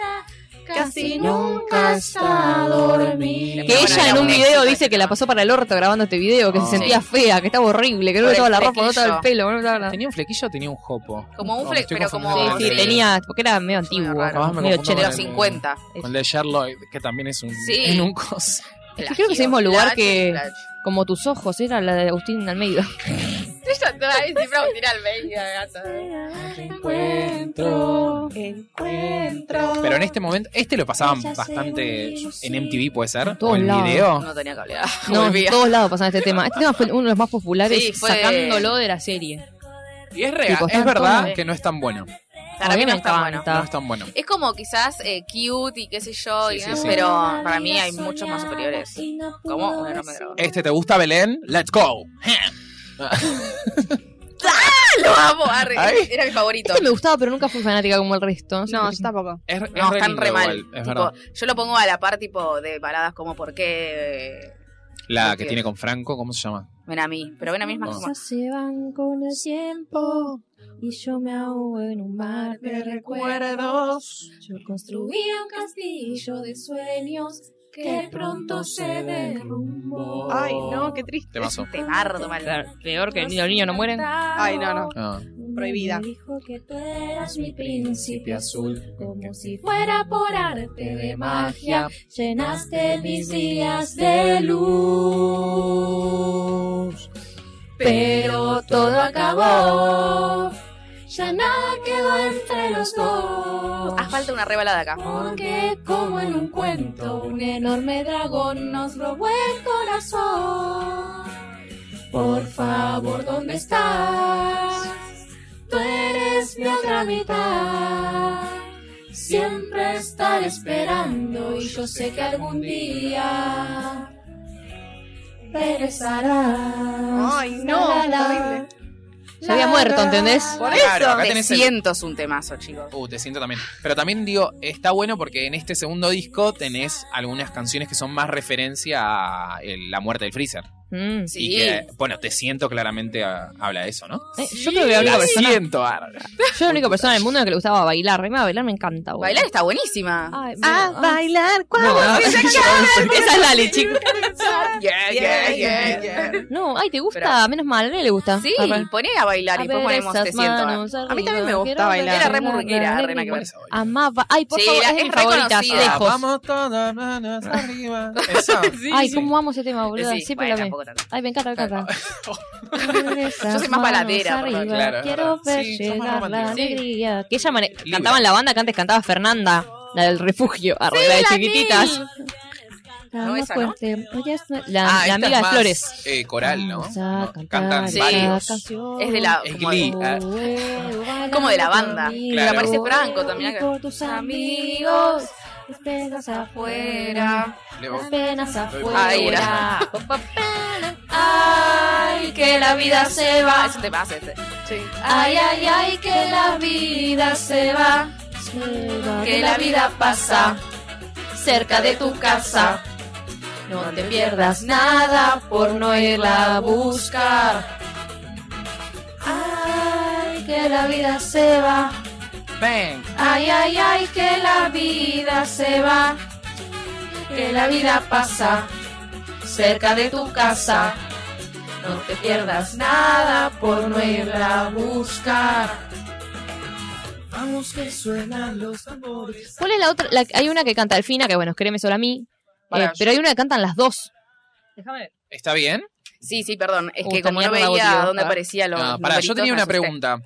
[SPEAKER 3] Casi nunca está dormida.
[SPEAKER 4] Que ella en un video dice que la pasó para el orto grabando este video, que
[SPEAKER 1] Ah.
[SPEAKER 4] se sentía fea, que estaba horrible, que no
[SPEAKER 2] Por
[SPEAKER 4] le estaba
[SPEAKER 2] el
[SPEAKER 4] la ropa, no le estaba el
[SPEAKER 2] flequillo.
[SPEAKER 4] pelo, no le estaba nada.
[SPEAKER 1] ¿Tenía un flequillo o tenía un jopo?
[SPEAKER 2] Como un
[SPEAKER 1] No, me estoy
[SPEAKER 2] flequillo, pero
[SPEAKER 1] confundiendo
[SPEAKER 2] como-
[SPEAKER 1] con
[SPEAKER 4] Sí,
[SPEAKER 1] el-
[SPEAKER 4] sí, tenía, porque era medio
[SPEAKER 2] Medio
[SPEAKER 4] antiguo,
[SPEAKER 2] raro.
[SPEAKER 1] Capaz me
[SPEAKER 4] medio
[SPEAKER 1] confundo
[SPEAKER 2] de
[SPEAKER 4] ochenta.
[SPEAKER 2] los
[SPEAKER 1] con el-
[SPEAKER 2] 50.
[SPEAKER 1] Con el de Sherlock, que también es un,
[SPEAKER 2] Sí.
[SPEAKER 1] en un coso.
[SPEAKER 4] creo que es el mismo lugar que-
[SPEAKER 2] Plagio.
[SPEAKER 4] Como tus ojos, era la de Agustín Almeida.
[SPEAKER 2] Ella te va a decir, "Bravo, tira al medio, gata".
[SPEAKER 1] Encuentro.
[SPEAKER 5] Eh,
[SPEAKER 3] Encuentro.
[SPEAKER 1] Pero en este momento, este lo pasaban bastante en MTV, puede ser.
[SPEAKER 4] todos
[SPEAKER 1] o el
[SPEAKER 4] lados.
[SPEAKER 1] video.
[SPEAKER 2] No tenía cable. ah,
[SPEAKER 4] No, en
[SPEAKER 2] volvía.
[SPEAKER 4] todos lados pasan este tema. Este tema fue uno de los más populares
[SPEAKER 2] Sí, fue-
[SPEAKER 4] sacándolo de la serie.
[SPEAKER 1] Y es real,
[SPEAKER 4] Tipo, Ah,
[SPEAKER 1] es
[SPEAKER 4] están
[SPEAKER 1] verdad
[SPEAKER 4] todos-
[SPEAKER 1] que no es tan bueno.
[SPEAKER 2] Para
[SPEAKER 4] A
[SPEAKER 2] mí
[SPEAKER 4] mí
[SPEAKER 2] no
[SPEAKER 4] me
[SPEAKER 2] está bueno.
[SPEAKER 4] encanta.
[SPEAKER 1] No es tan bueno.
[SPEAKER 2] Es como quizás eh, cute y qué sé yo,
[SPEAKER 1] Sí,
[SPEAKER 2] y
[SPEAKER 4] este
[SPEAKER 1] sí,
[SPEAKER 2] no,
[SPEAKER 1] sí.
[SPEAKER 2] pero para mí hay muchos más superiores. Como un enorme dragón.
[SPEAKER 1] Este te gusta Belén, let's go.
[SPEAKER 2] lo amo. Arre,
[SPEAKER 1] Ay.
[SPEAKER 2] era mi favorito.
[SPEAKER 4] Este me gustaba, pero nunca fui fanática como el resto. sé
[SPEAKER 5] No,
[SPEAKER 4] por
[SPEAKER 5] yo
[SPEAKER 4] qué.
[SPEAKER 5] tampoco.
[SPEAKER 1] Es, es
[SPEAKER 2] No,
[SPEAKER 1] re
[SPEAKER 2] están
[SPEAKER 1] lindo
[SPEAKER 2] re mal.
[SPEAKER 1] igual, es
[SPEAKER 2] Tipo,
[SPEAKER 1] verdad.
[SPEAKER 2] yo lo pongo a la par tipo de baladas como por qué
[SPEAKER 1] La que
[SPEAKER 2] lo que-
[SPEAKER 1] tiene con Franco, ¿cómo se llama?
[SPEAKER 2] ven a mí. Pero ven a mí es más como.
[SPEAKER 3] Cosas se van con el tiempo y yo me ahogo en un mar de recuerdos. Yo construía un castillo de sueños que pronto se derrumbó.
[SPEAKER 5] Ay, no, qué triste.
[SPEAKER 1] Te pasó.
[SPEAKER 2] Te bardo mal.
[SPEAKER 4] Claro, peor que ni los niños no mueren.
[SPEAKER 5] Ay, no, no.
[SPEAKER 1] Ah.
[SPEAKER 5] Prohibida.
[SPEAKER 3] Me dijo que tú eras mi príncipe azul, como si fuera por arte de magia, llenaste mis días de luz. Pero todo acabó, ya nada quedó entre los dos.
[SPEAKER 2] Haz Ah, falta una rebalada acá.
[SPEAKER 3] Porque como en un cuento, un enorme dragón nos robó el corazón. Por favor, ¿dónde estás? Tú eres mi otra mitad. Siempre estaré esperando y yo sé que algún día regresarás.
[SPEAKER 5] Ay, no,
[SPEAKER 3] La, la, la.
[SPEAKER 5] horrible.
[SPEAKER 4] Se había muerto, ¿entendés?
[SPEAKER 5] Por
[SPEAKER 1] Claro,
[SPEAKER 5] eso.
[SPEAKER 1] acá
[SPEAKER 2] Te
[SPEAKER 1] tenés el-
[SPEAKER 2] siento es un temazo, chicos.
[SPEAKER 1] Uh, te siento también. Pero también digo, está bueno porque en este segundo disco tenés algunas canciones que son más referencia a el- la muerte del Freezer.
[SPEAKER 4] Mm.
[SPEAKER 1] Y
[SPEAKER 2] Sí.
[SPEAKER 1] que, bueno, te siento claramente ah, habla de eso, ¿no?
[SPEAKER 4] Eh, yo creo que la única
[SPEAKER 1] La
[SPEAKER 4] persona,
[SPEAKER 1] siento, ah,
[SPEAKER 4] yo era la única persona del mundo a la que le gustaba bailar. A mí bailar me encanta. boludo.
[SPEAKER 2] Bailar está buenísima.
[SPEAKER 1] Ah,
[SPEAKER 4] Ay,
[SPEAKER 5] A
[SPEAKER 4] mira, ay.
[SPEAKER 5] Ah, bailar, ¿cuál? <laughs>
[SPEAKER 4] No, no. Esa es Lali, chicos.
[SPEAKER 1] Yeah, yeah, yeah, yeah.
[SPEAKER 4] No, ay, te gusta,
[SPEAKER 2] Pero-
[SPEAKER 4] menos mal, a él le gusta.
[SPEAKER 2] Sí,
[SPEAKER 4] Arre.
[SPEAKER 2] poné a bailar y
[SPEAKER 4] A
[SPEAKER 2] después
[SPEAKER 4] ver,
[SPEAKER 2] ponemos
[SPEAKER 4] esas
[SPEAKER 2] te siento.
[SPEAKER 4] manos
[SPEAKER 2] A mí también me
[SPEAKER 4] arriba,
[SPEAKER 2] gusta
[SPEAKER 4] quiero
[SPEAKER 5] bailar.
[SPEAKER 2] Era re
[SPEAKER 4] bailar,
[SPEAKER 2] murguera,
[SPEAKER 4] bailar,
[SPEAKER 2] re nada que ver.
[SPEAKER 1] Esa, boludo.
[SPEAKER 4] Amaba, ay, por
[SPEAKER 2] Sí,
[SPEAKER 4] favor,
[SPEAKER 2] la-
[SPEAKER 4] es,
[SPEAKER 2] es
[SPEAKER 4] mi favorita,
[SPEAKER 2] reconocida.
[SPEAKER 1] Ah,
[SPEAKER 4] lejos.
[SPEAKER 1] Vamos todas manos arriba.
[SPEAKER 4] <laughs>
[SPEAKER 1] Esa.
[SPEAKER 4] ay, cómo amo ese tema, boludo.
[SPEAKER 2] Sí,
[SPEAKER 4] Siempre
[SPEAKER 2] bueno,
[SPEAKER 4] lo
[SPEAKER 2] tampoco tanto.
[SPEAKER 4] Ay, me encanta, me encanta. Yo
[SPEAKER 2] soy más baladera, por favor.
[SPEAKER 1] Claro,
[SPEAKER 4] quiero
[SPEAKER 1] es verdad.
[SPEAKER 4] ver
[SPEAKER 1] Sí, sos más
[SPEAKER 4] llegar la
[SPEAKER 1] romántica. Sí.
[SPEAKER 4] alegría. Que ella mane-
[SPEAKER 1] Libra.
[SPEAKER 4] cantaba en la banda que antes cantaba Fernanda, la del refugio, arre, la de chiquititas.
[SPEAKER 2] No, esa, ¿no?
[SPEAKER 4] Fuerte, hoy es nue- La,
[SPEAKER 1] Ah,
[SPEAKER 4] la
[SPEAKER 1] esta
[SPEAKER 4] amiga
[SPEAKER 1] es
[SPEAKER 4] de
[SPEAKER 1] más,
[SPEAKER 4] Flores.
[SPEAKER 1] eh, coral, ¿no?
[SPEAKER 4] Vamos a
[SPEAKER 1] No,
[SPEAKER 4] cantar
[SPEAKER 1] Cantan
[SPEAKER 4] esta
[SPEAKER 2] Sí.
[SPEAKER 1] varios.
[SPEAKER 4] canción.
[SPEAKER 2] Es de la.
[SPEAKER 1] Es
[SPEAKER 2] como-
[SPEAKER 1] Glee. ah,
[SPEAKER 2] Como de la banda.
[SPEAKER 1] Claro.
[SPEAKER 2] Aparece Franco también acá.
[SPEAKER 3] Por tus amigos, las penas afuera,
[SPEAKER 1] le-
[SPEAKER 3] las penas afuera.
[SPEAKER 2] Ahí era.
[SPEAKER 3] Ay, que la vida se
[SPEAKER 2] Ah,
[SPEAKER 3] va.
[SPEAKER 2] es un temazo este.
[SPEAKER 3] Ay, ay, ay, que la vida se va. Que la vida pasa cerca de tu casa. No te pierdas nada por no irla a buscar. Ay, que la vida se va.
[SPEAKER 1] Bang.
[SPEAKER 3] Ay, ay, ay, que la vida se va, que la vida pasa cerca de tu casa. No te pierdas nada por no irla a buscar. Vamos que suenan los tambores.
[SPEAKER 4] ¿Cuál es la otra? La- hay una que canta Alfina, que bueno, créeme solo a mí.
[SPEAKER 1] Pará,
[SPEAKER 4] eh,
[SPEAKER 1] yo-
[SPEAKER 4] pero hay una que cantan las dos.
[SPEAKER 1] ¿Está bien?
[SPEAKER 2] Sí, sí, perdón. Es
[SPEAKER 4] Uh,
[SPEAKER 2] que como no
[SPEAKER 4] también era
[SPEAKER 2] veía
[SPEAKER 4] motivo,
[SPEAKER 2] dónde
[SPEAKER 4] ¿verdad?
[SPEAKER 2] aparecían los.
[SPEAKER 1] No, Ah, pará, yo
[SPEAKER 2] numeritos,
[SPEAKER 1] tenía
[SPEAKER 2] me
[SPEAKER 1] una
[SPEAKER 2] asusté.
[SPEAKER 1] pregunta.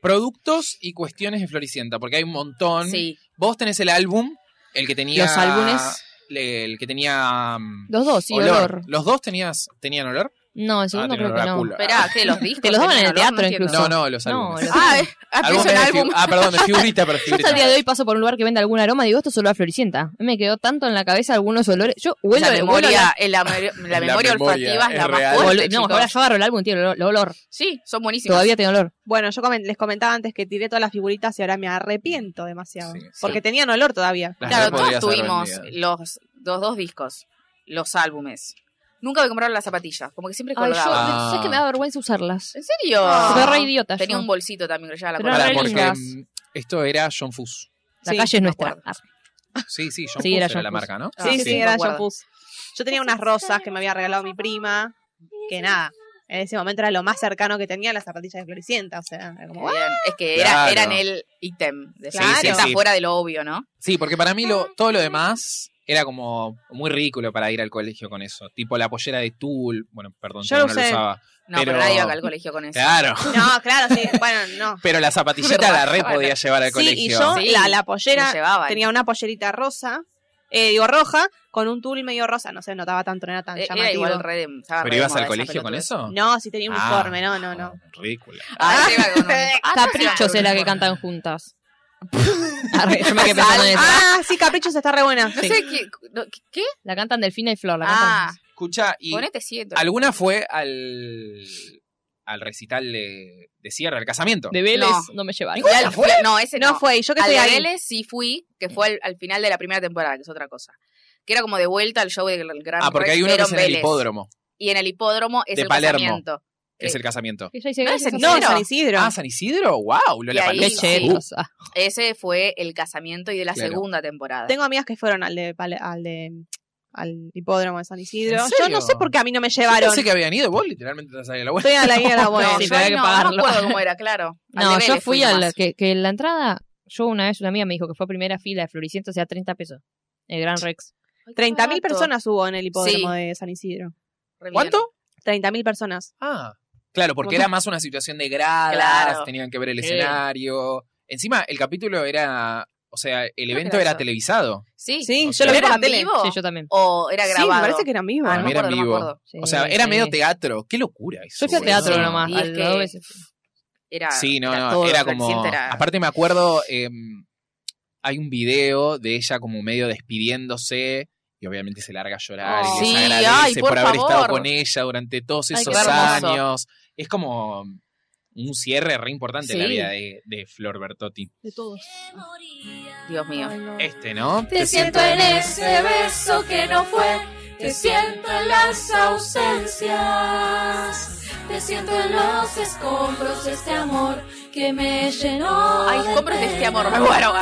[SPEAKER 1] Productos y cuestiones de Floricienta, porque hay un montón.
[SPEAKER 2] Sí.
[SPEAKER 1] Vos tenés el álbum, el que tenía.
[SPEAKER 4] Los álbumes.
[SPEAKER 1] le- El que tenía. mm,
[SPEAKER 4] Los dos, sí, olor.
[SPEAKER 1] ¿Los dos tenías, tenían olor?
[SPEAKER 4] No, el
[SPEAKER 1] Ah,
[SPEAKER 4] segundo
[SPEAKER 1] tenían
[SPEAKER 4] creo
[SPEAKER 1] olor
[SPEAKER 4] que
[SPEAKER 1] a
[SPEAKER 4] no.
[SPEAKER 1] culo.
[SPEAKER 2] Esperá, que los discos.
[SPEAKER 4] Te los daban en el
[SPEAKER 2] tenían olor?
[SPEAKER 4] teatro
[SPEAKER 2] entiendo.
[SPEAKER 4] incluso.
[SPEAKER 1] No, no, los
[SPEAKER 4] No,
[SPEAKER 1] álbumes.
[SPEAKER 4] los-
[SPEAKER 2] Ah, eh, ah,
[SPEAKER 1] Álbumes
[SPEAKER 2] pensé en
[SPEAKER 1] de
[SPEAKER 2] álbum.
[SPEAKER 1] figu- ah, perdón, de figurita, pero
[SPEAKER 4] Yo hasta
[SPEAKER 1] figurita.
[SPEAKER 4] el día de hoy paso por un lugar que vende algún aroma y digo, esto es olor a Floricienta. Me quedó tanto en la cabeza algunos olores. Yo huelo
[SPEAKER 2] La
[SPEAKER 4] de huelo
[SPEAKER 2] memoria, el la, mer- la
[SPEAKER 1] La
[SPEAKER 2] memoria
[SPEAKER 1] memoria
[SPEAKER 2] olfativa es la
[SPEAKER 1] es
[SPEAKER 2] más
[SPEAKER 1] real.
[SPEAKER 2] fuerte.
[SPEAKER 4] la- No,
[SPEAKER 2] chicos.
[SPEAKER 4] ahora yo agarro el álbum, tío, el olor. el olor.
[SPEAKER 2] Sí, son buenísimos.
[SPEAKER 4] Todavía tiene olor.
[SPEAKER 5] Bueno, yo comen- les comentaba antes que tiré todas las figuritas y ahora me arrepiento demasiado.
[SPEAKER 1] Sí,
[SPEAKER 5] porque
[SPEAKER 1] sí.
[SPEAKER 5] tenían olor todavía.
[SPEAKER 1] Las
[SPEAKER 2] Claro,
[SPEAKER 1] re podrías
[SPEAKER 2] todos
[SPEAKER 1] haber
[SPEAKER 2] tuvimos
[SPEAKER 1] vendido.
[SPEAKER 2] los, los dos discos, los álbumes. Nunca me compraron las zapatillas, como que siempre
[SPEAKER 4] Ay, yo,
[SPEAKER 2] colgaba.
[SPEAKER 1] Ah.
[SPEAKER 4] ¿sabes que me da vergüenza usarlas?
[SPEAKER 2] ¿En serio?
[SPEAKER 5] Ah.
[SPEAKER 4] Soy re idiota
[SPEAKER 2] Tenía
[SPEAKER 4] yo.
[SPEAKER 2] un bolsito también que llevaba la
[SPEAKER 4] Pero
[SPEAKER 2] cola.
[SPEAKER 1] Pará,
[SPEAKER 4] re
[SPEAKER 1] porque
[SPEAKER 4] lindas.
[SPEAKER 1] mm, esto era John Fuss.
[SPEAKER 4] La
[SPEAKER 5] Sí,
[SPEAKER 4] calle es
[SPEAKER 2] me
[SPEAKER 4] nuestra.
[SPEAKER 2] acuerdo.
[SPEAKER 4] Ah,
[SPEAKER 1] Sí, sí, John
[SPEAKER 4] Sí,
[SPEAKER 1] Fuss
[SPEAKER 4] era
[SPEAKER 1] era,
[SPEAKER 4] John
[SPEAKER 1] la
[SPEAKER 4] Fuss.
[SPEAKER 1] marca, ¿no?
[SPEAKER 2] Ah,
[SPEAKER 5] sí, sí,
[SPEAKER 2] sí, me
[SPEAKER 5] era
[SPEAKER 2] acuerdo.
[SPEAKER 5] John Fuss. Yo tenía unas rosas que me había regalado mi prima, que nada, en ese momento era lo más cercano que tenía a las zapatillas de Floricienta. O sea, era <laughs> como, ¡ah!
[SPEAKER 2] Eran- es que era,
[SPEAKER 1] Claro.
[SPEAKER 2] eran el ítem. De
[SPEAKER 1] Sí,
[SPEAKER 2] esa-
[SPEAKER 1] sí,
[SPEAKER 2] está
[SPEAKER 1] sí.
[SPEAKER 2] fuera de lo obvio, ¿no?
[SPEAKER 1] Sí, porque para mí lo, todo lo demás era como muy ridículo para ir al colegio con eso. Tipo la pollera de Tool. Bueno, perdón, yo
[SPEAKER 5] Yo
[SPEAKER 1] no
[SPEAKER 5] lo
[SPEAKER 1] lo
[SPEAKER 5] usé.
[SPEAKER 1] usaba.
[SPEAKER 2] No, pero,
[SPEAKER 1] Pero-
[SPEAKER 2] nadie iba acá al colegio con eso.
[SPEAKER 1] Claro.
[SPEAKER 5] No, claro, sí, bueno, no.
[SPEAKER 1] Pero la zapatillita la red
[SPEAKER 2] Bueno.
[SPEAKER 1] podía llevar al
[SPEAKER 5] Sí, y
[SPEAKER 1] colegio.
[SPEAKER 5] yo
[SPEAKER 2] Sí.
[SPEAKER 5] la, la
[SPEAKER 2] Lo
[SPEAKER 5] pollera,
[SPEAKER 2] llevaban.
[SPEAKER 5] tenía una pollerita rosa, eh, digo roja, con un tul medio rosa, no se notaba tanto, no era tan
[SPEAKER 2] Eh,
[SPEAKER 5] llamativo.
[SPEAKER 2] Era igual re de- estaba
[SPEAKER 1] ¿Pero
[SPEAKER 2] re de
[SPEAKER 1] ibas
[SPEAKER 2] moda
[SPEAKER 1] al
[SPEAKER 2] esa
[SPEAKER 1] colegio con
[SPEAKER 2] pelotudez.
[SPEAKER 1] eso? Oh,
[SPEAKER 5] No, sí tenía uniforme, no, no, no.
[SPEAKER 1] Ridícula.
[SPEAKER 2] Ah, sí, iba con un-
[SPEAKER 4] Caprichos es la que cantan <laughs> juntas. Arre, yo me quedé pensando en eso.
[SPEAKER 5] Ah, sí, Caprichos está re buena.
[SPEAKER 2] No
[SPEAKER 5] Sí.
[SPEAKER 2] sé qué. no, ¿qué- ¿Qué?
[SPEAKER 4] La cantan Delfina y Flor. La
[SPEAKER 2] Ah,
[SPEAKER 4] cantan.
[SPEAKER 1] Escucha, y
[SPEAKER 2] ponete siento.
[SPEAKER 1] alguna fue al al recital de, de cierre, al casamiento.
[SPEAKER 4] De Vélez
[SPEAKER 2] No.
[SPEAKER 4] no, me llevaron.
[SPEAKER 2] Y al-
[SPEAKER 1] fue?
[SPEAKER 2] No, ese no.
[SPEAKER 5] No fue, y yo que
[SPEAKER 2] al
[SPEAKER 5] estoy
[SPEAKER 2] de
[SPEAKER 5] ahí.
[SPEAKER 2] Vélez sí fui, que fue al, al final de la primera temporada, que es otra cosa. Que era como de vuelta al show del Gran
[SPEAKER 1] Ah, porque hay uno
[SPEAKER 2] Rex,
[SPEAKER 1] que
[SPEAKER 2] pero
[SPEAKER 1] es en el
[SPEAKER 2] Vélez.
[SPEAKER 1] hipódromo.
[SPEAKER 2] Y en el hipódromo es
[SPEAKER 1] De
[SPEAKER 2] el
[SPEAKER 1] Palermo.
[SPEAKER 2] casamiento.
[SPEAKER 1] Es
[SPEAKER 2] Sí.
[SPEAKER 1] el casamiento.
[SPEAKER 4] Que ya dice,
[SPEAKER 2] No,
[SPEAKER 4] gracias,
[SPEAKER 2] es en
[SPEAKER 4] a
[SPEAKER 5] No,
[SPEAKER 2] Isidro.
[SPEAKER 4] Dios.
[SPEAKER 5] San Isidro.
[SPEAKER 1] Ah, San Isidro, wow, Lola
[SPEAKER 2] ahí-
[SPEAKER 4] Qué
[SPEAKER 1] Palusa.
[SPEAKER 2] sí.
[SPEAKER 1] Uh,
[SPEAKER 4] chetos. ah.
[SPEAKER 2] Ese fue el casamiento y de la
[SPEAKER 1] Claro.
[SPEAKER 2] segunda temporada.
[SPEAKER 5] Tengo amigas que fueron al de, Pale- al de- al hipódromo de San Isidro.
[SPEAKER 1] ¿En
[SPEAKER 5] Yo
[SPEAKER 1] serio?
[SPEAKER 5] no sé por qué a mí no me
[SPEAKER 1] Yo
[SPEAKER 5] llevaron.
[SPEAKER 1] pensé que habían ido, vos literalmente te salí a la vuelta.
[SPEAKER 5] Estoy a la guía de la abuela.
[SPEAKER 2] <laughs> no,
[SPEAKER 4] Sí,
[SPEAKER 2] yo
[SPEAKER 4] pero
[SPEAKER 2] ahí
[SPEAKER 4] hay que
[SPEAKER 2] no, no me
[SPEAKER 4] pagarlo.
[SPEAKER 2] acuerdo cómo era, claro. Al
[SPEAKER 4] No,
[SPEAKER 2] de
[SPEAKER 4] yo
[SPEAKER 2] Vélez
[SPEAKER 4] fui a la,
[SPEAKER 2] nomás.
[SPEAKER 4] que, que en la entrada, yo una vez una amiga me dijo que fue a primera fila de Floricienta, o sea, 30 pesos. El Gran Rex.
[SPEAKER 2] Ay, qué
[SPEAKER 5] 30.000
[SPEAKER 2] barato.
[SPEAKER 5] personas hubo en el hipódromo
[SPEAKER 2] Sí.
[SPEAKER 5] de San Isidro.
[SPEAKER 2] Re bien.
[SPEAKER 1] ¿Cuánto?
[SPEAKER 5] 30.000 personas.
[SPEAKER 1] Ah, claro, porque
[SPEAKER 5] Montón.
[SPEAKER 1] era más una situación de gradas,
[SPEAKER 2] Claro.
[SPEAKER 1] tenían que ver el
[SPEAKER 4] Sí.
[SPEAKER 1] escenario. Encima, el capítulo era, o sea, el evento
[SPEAKER 2] era
[SPEAKER 1] era
[SPEAKER 2] eso.
[SPEAKER 1] televisado.
[SPEAKER 2] Sí.
[SPEAKER 5] Sí,
[SPEAKER 1] Ok.
[SPEAKER 5] yo lo vi
[SPEAKER 2] ¿Era
[SPEAKER 5] por la
[SPEAKER 2] en
[SPEAKER 5] tele.
[SPEAKER 2] vivo?
[SPEAKER 4] Sí, yo también.
[SPEAKER 2] ¿O era
[SPEAKER 5] Sí,
[SPEAKER 2] grabado?
[SPEAKER 5] me parece que eran vivos.
[SPEAKER 2] Ah, no
[SPEAKER 1] Para
[SPEAKER 2] me
[SPEAKER 1] mí era
[SPEAKER 2] acuerdo,
[SPEAKER 1] en
[SPEAKER 2] no me
[SPEAKER 1] vivo.
[SPEAKER 2] acuerdo.
[SPEAKER 1] O sea, era
[SPEAKER 4] Sí,
[SPEAKER 1] medio
[SPEAKER 4] sí.
[SPEAKER 1] teatro. Qué locura eso.
[SPEAKER 4] Yo fui a
[SPEAKER 1] boludo.
[SPEAKER 4] teatro
[SPEAKER 2] Sí,
[SPEAKER 4] nomás,
[SPEAKER 2] y
[SPEAKER 4] a
[SPEAKER 2] es
[SPEAKER 4] las
[SPEAKER 2] que-
[SPEAKER 4] dos veces.
[SPEAKER 2] Era,
[SPEAKER 1] Sí, no,
[SPEAKER 2] era
[SPEAKER 1] no,
[SPEAKER 2] todo,
[SPEAKER 1] era
[SPEAKER 2] Floricienta
[SPEAKER 1] como...
[SPEAKER 2] era-
[SPEAKER 1] Aparte me acuerdo, eh, hay un video de ella como medio despidiéndose y obviamente se larga a llorar
[SPEAKER 5] Oh.
[SPEAKER 1] y les
[SPEAKER 5] Sí,
[SPEAKER 1] agradece
[SPEAKER 2] ay,
[SPEAKER 1] por,
[SPEAKER 2] por
[SPEAKER 1] haber estado
[SPEAKER 2] favor.
[SPEAKER 1] con ella durante todos
[SPEAKER 4] Ay, qué
[SPEAKER 1] esos
[SPEAKER 2] hermoso.
[SPEAKER 1] años. Es como un cierre re importante en la
[SPEAKER 2] Sí.
[SPEAKER 1] vida de, de Flor Bertotti.
[SPEAKER 5] De todos.
[SPEAKER 2] Dios mío.
[SPEAKER 1] Este, ¿no?
[SPEAKER 3] Te siento en ese beso que no fue, te siento en las ausencias, te siento en los escombros de este amor que me llenó.
[SPEAKER 2] Ay,
[SPEAKER 3] de
[SPEAKER 2] escombros de este amor, me
[SPEAKER 3] pena.
[SPEAKER 2] muero.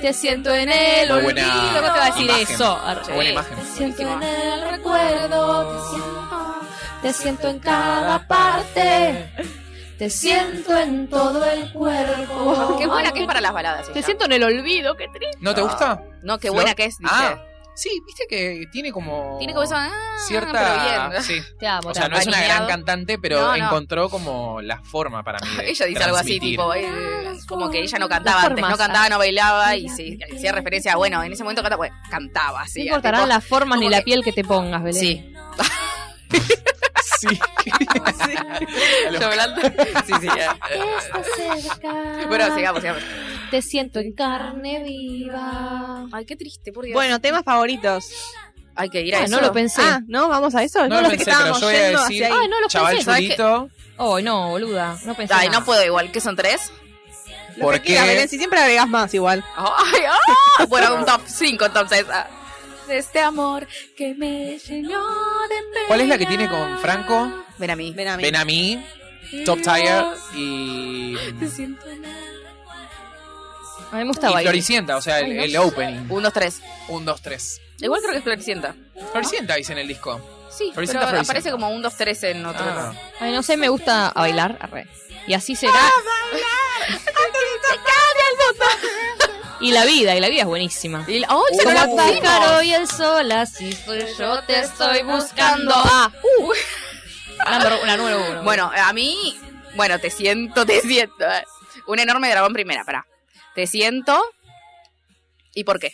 [SPEAKER 3] Te siento en el
[SPEAKER 1] Muy
[SPEAKER 3] olvido.
[SPEAKER 1] buena
[SPEAKER 4] Luego te va a decir
[SPEAKER 1] imagen.
[SPEAKER 4] eso.
[SPEAKER 1] Qué buena imagen.
[SPEAKER 3] Te siento en el recuerdo, te siento, te siento en cada parte, te siento en todo el cuerpo.
[SPEAKER 2] Qué buena que es para las baladas.
[SPEAKER 4] Te
[SPEAKER 2] ella.
[SPEAKER 4] siento en el olvido, qué triste.
[SPEAKER 1] ¿No te gusta?
[SPEAKER 2] No, qué
[SPEAKER 1] Flor.
[SPEAKER 2] buena que es, dice.
[SPEAKER 1] Ah, sí, viste que tiene como...
[SPEAKER 2] Tiene como eso. Ah,
[SPEAKER 1] Cierta...
[SPEAKER 2] Pero bien.
[SPEAKER 1] sí.
[SPEAKER 4] Te amo,
[SPEAKER 1] O
[SPEAKER 4] te
[SPEAKER 1] sea,
[SPEAKER 4] amo.
[SPEAKER 1] no es una gran
[SPEAKER 2] Alineado.
[SPEAKER 1] cantante, pero
[SPEAKER 2] No, no.
[SPEAKER 1] encontró como la forma para mí. de
[SPEAKER 2] <laughs> <laughs> Ella dice algo así,
[SPEAKER 1] transmitir.
[SPEAKER 2] tipo, eh, como que ella no cantaba
[SPEAKER 4] Las
[SPEAKER 2] antes, no
[SPEAKER 4] formas,
[SPEAKER 2] cantaba,
[SPEAKER 4] ah.
[SPEAKER 2] no bailaba y sí, hacía referencia a, bueno, en ese momento cantaba, bueno, cantaba,
[SPEAKER 4] No
[SPEAKER 2] sí.
[SPEAKER 4] importarán
[SPEAKER 2] tipo,
[SPEAKER 4] las formas ni
[SPEAKER 2] como
[SPEAKER 4] la
[SPEAKER 2] que-
[SPEAKER 4] piel que te pongas, Belén.
[SPEAKER 2] Sí,
[SPEAKER 1] Sí.
[SPEAKER 2] <laughs> yo hablando. Sí, sí. ya.
[SPEAKER 3] Está cerca.
[SPEAKER 2] Bueno, sigamos, sigamos.
[SPEAKER 4] Te siento en carne.
[SPEAKER 3] Carne viva.
[SPEAKER 2] Ay, qué triste, por Dios.
[SPEAKER 5] Bueno, temas favoritos.
[SPEAKER 2] hay que ir a
[SPEAKER 4] Ah,
[SPEAKER 2] eso.
[SPEAKER 4] no lo pensé.
[SPEAKER 5] Ah, ¿no? ¿Vamos a eso?
[SPEAKER 1] No
[SPEAKER 5] Yo
[SPEAKER 1] lo
[SPEAKER 5] pensé
[SPEAKER 1] pensé,
[SPEAKER 5] que
[SPEAKER 1] pero
[SPEAKER 5] estábamos
[SPEAKER 1] yo voy a
[SPEAKER 5] yendo
[SPEAKER 1] decir-
[SPEAKER 5] hacia ahí.
[SPEAKER 4] Ay, no lo
[SPEAKER 1] Chaval
[SPEAKER 4] pensé.
[SPEAKER 2] ¿sabes qué?
[SPEAKER 1] Chulito,
[SPEAKER 4] Ay, no, boluda. No pensé.
[SPEAKER 2] Ay,
[SPEAKER 4] nada.
[SPEAKER 2] no puedo igual, ¿qué son tres?
[SPEAKER 5] Lo que quieras,
[SPEAKER 1] porque
[SPEAKER 5] Belén, si siempre agregas más igual.
[SPEAKER 2] Ay, <laughs> ah, bueno, un top 5 entonces. ah.
[SPEAKER 3] De este amor que me llenó de pena.
[SPEAKER 1] ¿Cuál es la que tiene con Franco?
[SPEAKER 2] Ven a mí.
[SPEAKER 5] Ven a mí.
[SPEAKER 1] ven a mí, Top Tire y,
[SPEAKER 3] Te
[SPEAKER 1] y
[SPEAKER 3] siento en el recuerdo.
[SPEAKER 4] A mí me gustaba. ahí.
[SPEAKER 1] Floricienta, o sea, el, el opening.
[SPEAKER 2] Un, dos, tres.
[SPEAKER 1] Un, dos, tres.
[SPEAKER 2] Igual creo que es Floricienta.
[SPEAKER 1] Floricienta dice en el disco.
[SPEAKER 2] Sí, pero
[SPEAKER 1] Floricienta, Floricienta.
[SPEAKER 2] aparece como un, dos, tres en otro.
[SPEAKER 1] Ah.
[SPEAKER 4] Ay, no sé, me gusta a bailar. arre. Y así será. <laughs>
[SPEAKER 1] <laughs>
[SPEAKER 4] Y la vida, y la vida es buenísima.
[SPEAKER 2] Y la- ¡Oh, se
[SPEAKER 4] Como
[SPEAKER 2] lo
[SPEAKER 1] la pusimos.
[SPEAKER 4] pájaro y el sol, así soy yo, te estoy buscando. Ah, uh. <laughs> La número- la número uno.
[SPEAKER 2] Bueno, a mí. Bueno, te siento, te siento. eh. Un enorme dragón primera, pará. Te siento. ¿Y por qué?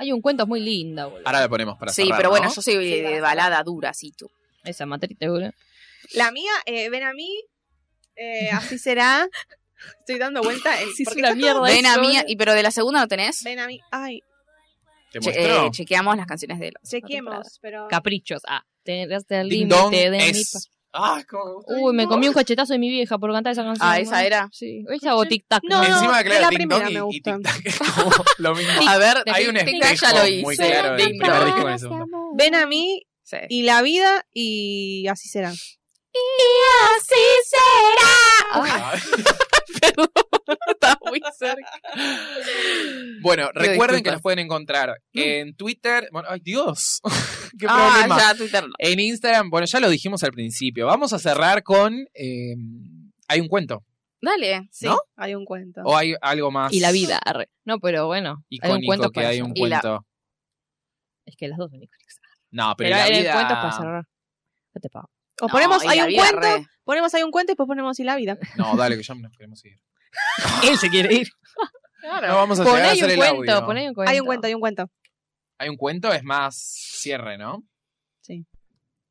[SPEAKER 4] hay un cuento muy linda, boludo.
[SPEAKER 1] Ahora le ponemos para
[SPEAKER 2] sí,
[SPEAKER 1] cerrar,
[SPEAKER 2] pero bueno,
[SPEAKER 1] ¿no?
[SPEAKER 2] yo soy de balada dura, sí, tú.
[SPEAKER 4] Esa matrita, boludo.
[SPEAKER 5] La mía, eh, ven a mí. eh, así será. Estoy dando vuelta. El,
[SPEAKER 4] Sí, es
[SPEAKER 5] porque
[SPEAKER 4] una
[SPEAKER 5] está todo-
[SPEAKER 4] mierda.
[SPEAKER 2] Ven a
[SPEAKER 4] eso,
[SPEAKER 2] mí,
[SPEAKER 4] eh.
[SPEAKER 2] y, pero de la segunda no tenés.
[SPEAKER 5] Ven a mí. Ay,
[SPEAKER 1] Te
[SPEAKER 2] Che-
[SPEAKER 1] muestro.
[SPEAKER 2] eh, chequeamos las canciones de los.
[SPEAKER 5] chequemos. Pero...
[SPEAKER 4] Caprichos. Ah, llegaste al
[SPEAKER 1] Ding Dong
[SPEAKER 4] límite de mi pa-
[SPEAKER 1] es... Ah, cómo me gusta.
[SPEAKER 4] Uy, me comí un cachetazo de mi vieja por cantar esa canción.
[SPEAKER 2] Ah, esa
[SPEAKER 4] boludo.
[SPEAKER 2] era.
[SPEAKER 4] Sí. O Esa o Tic Tac.
[SPEAKER 5] No, no,
[SPEAKER 1] Encima,
[SPEAKER 5] es la
[SPEAKER 1] claro, Ding
[SPEAKER 5] primera
[SPEAKER 1] Dong y,
[SPEAKER 5] me
[SPEAKER 1] y Tic
[SPEAKER 5] gusta.
[SPEAKER 1] Tac <laughs> es como lo mismo.
[SPEAKER 2] <laughs> A ver,
[SPEAKER 1] Hay un
[SPEAKER 2] Tic Tac
[SPEAKER 1] espejo
[SPEAKER 2] ya lo
[SPEAKER 1] muy
[SPEAKER 2] hizo.
[SPEAKER 1] claro del
[SPEAKER 2] Ding
[SPEAKER 1] primer
[SPEAKER 2] dong.
[SPEAKER 1] disco con el segundo.
[SPEAKER 5] Ven a mí
[SPEAKER 2] Sí.
[SPEAKER 5] y la vida y así será.
[SPEAKER 3] Así será.
[SPEAKER 1] <laughs> Ah.
[SPEAKER 2] Está muy cerca.
[SPEAKER 4] <laughs>
[SPEAKER 1] Bueno,
[SPEAKER 2] Pido
[SPEAKER 1] recuerden que
[SPEAKER 2] disculpas.
[SPEAKER 1] nos pueden encontrar
[SPEAKER 4] Mm.
[SPEAKER 1] en Twitter. Bueno, ay Dios, <laughs> qué
[SPEAKER 2] Ah,
[SPEAKER 1] problema.
[SPEAKER 2] ya, Twitter no.
[SPEAKER 1] En Instagram, bueno, ya lo dijimos al principio. Vamos a cerrar con. eh, hay un cuento.
[SPEAKER 2] Dale.
[SPEAKER 5] Sí,
[SPEAKER 1] ¿No?
[SPEAKER 5] hay un cuento.
[SPEAKER 1] O hay algo más.
[SPEAKER 4] Y la vida. arre. No, pero bueno.
[SPEAKER 1] Icónico
[SPEAKER 4] hay un cuento
[SPEAKER 1] que
[SPEAKER 4] para
[SPEAKER 1] hay un
[SPEAKER 4] cerrar.
[SPEAKER 2] Y la-
[SPEAKER 1] cuento.
[SPEAKER 4] Es que las dos son icónicas.
[SPEAKER 1] No, pero,
[SPEAKER 4] Pero,
[SPEAKER 1] la
[SPEAKER 4] el
[SPEAKER 1] vida.
[SPEAKER 4] cuento es para cerrar. No te pago.
[SPEAKER 5] O ponemos
[SPEAKER 2] No, y
[SPEAKER 5] hay
[SPEAKER 2] la
[SPEAKER 5] un
[SPEAKER 2] vida
[SPEAKER 5] cuento,
[SPEAKER 2] re.
[SPEAKER 5] ponemos hay un cuento y después ponemos y la vida.
[SPEAKER 1] No, dale, que ya nos queremos ir.
[SPEAKER 4] <laughs> Él se quiere ir.
[SPEAKER 1] No vamos a llegar a
[SPEAKER 4] Poné
[SPEAKER 1] hacer
[SPEAKER 4] un
[SPEAKER 1] el
[SPEAKER 4] cuento,
[SPEAKER 1] audio.
[SPEAKER 4] poné un cuento.
[SPEAKER 5] Hay un cuento, hay un cuento.
[SPEAKER 1] Hay un cuento, es más cierre, ¿no?
[SPEAKER 5] Sí.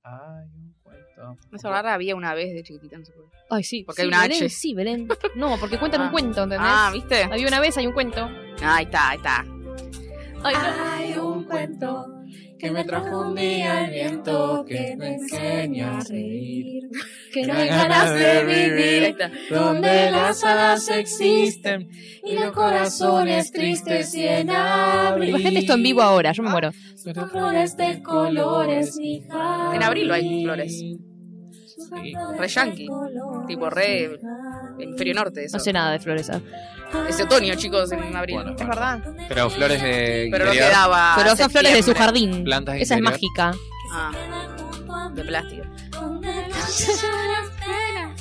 [SPEAKER 1] Hay un cuento.
[SPEAKER 2] No se acuerda, había una vez de chiquitita, no se acuerda.
[SPEAKER 4] Ay, sí.
[SPEAKER 2] Porque hay
[SPEAKER 4] sí,
[SPEAKER 2] una
[SPEAKER 4] Belén,
[SPEAKER 2] H.
[SPEAKER 4] Sí, Belén. No, porque cuentan
[SPEAKER 2] Ah.
[SPEAKER 4] un cuento, ¿entendés?
[SPEAKER 2] Ah, ¿viste?
[SPEAKER 4] Había una vez, hay un cuento.
[SPEAKER 2] Ahí está, ahí está.
[SPEAKER 4] Ay, no.
[SPEAKER 3] Hay un cuento que me trajo un día el viento que me enseña a reír. Que no hay ganas de
[SPEAKER 2] Ahí
[SPEAKER 3] vivir
[SPEAKER 2] está.
[SPEAKER 3] <laughs> donde las alas existen y los corazones tristes y en abril.
[SPEAKER 4] Imagínate esto en vivo ahora, yo me
[SPEAKER 3] Ah.
[SPEAKER 4] muero.
[SPEAKER 3] Son flores de colores, mi jardín.
[SPEAKER 2] En abril hay flores. Re yankee,
[SPEAKER 3] yanqui
[SPEAKER 2] tipo re- Hemisferio norte, eso.
[SPEAKER 4] No sé nada de flores. ah.
[SPEAKER 2] Es otoño, chicos, en abril.
[SPEAKER 1] Bueno,
[SPEAKER 5] Es verdad.
[SPEAKER 1] Pero flores de
[SPEAKER 2] Pero no
[SPEAKER 1] interior,
[SPEAKER 2] quedaba.
[SPEAKER 4] Pero son flores de su
[SPEAKER 2] Ah, septiembre.
[SPEAKER 4] jardín.
[SPEAKER 1] plantas de
[SPEAKER 4] Esa es
[SPEAKER 1] interior.
[SPEAKER 4] mágica.
[SPEAKER 2] Ah, de plástico.
[SPEAKER 3] Donde las lloras penas,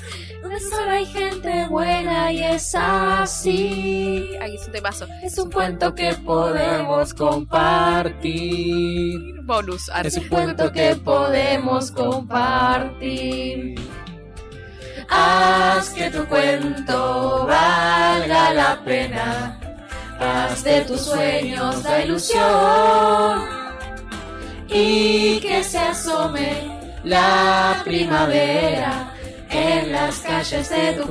[SPEAKER 3] donde solo hay gente buena y es así.
[SPEAKER 2] Ay, es un temazo.
[SPEAKER 3] Es un cuento que podemos compartir.
[SPEAKER 2] Bonus. ar-
[SPEAKER 1] Es
[SPEAKER 3] Es un cuento que podemos compartir. Haz que tu cuento valga la pena. Haz de tus sueños la ilusión. Y que se asome la primavera en las calles de tu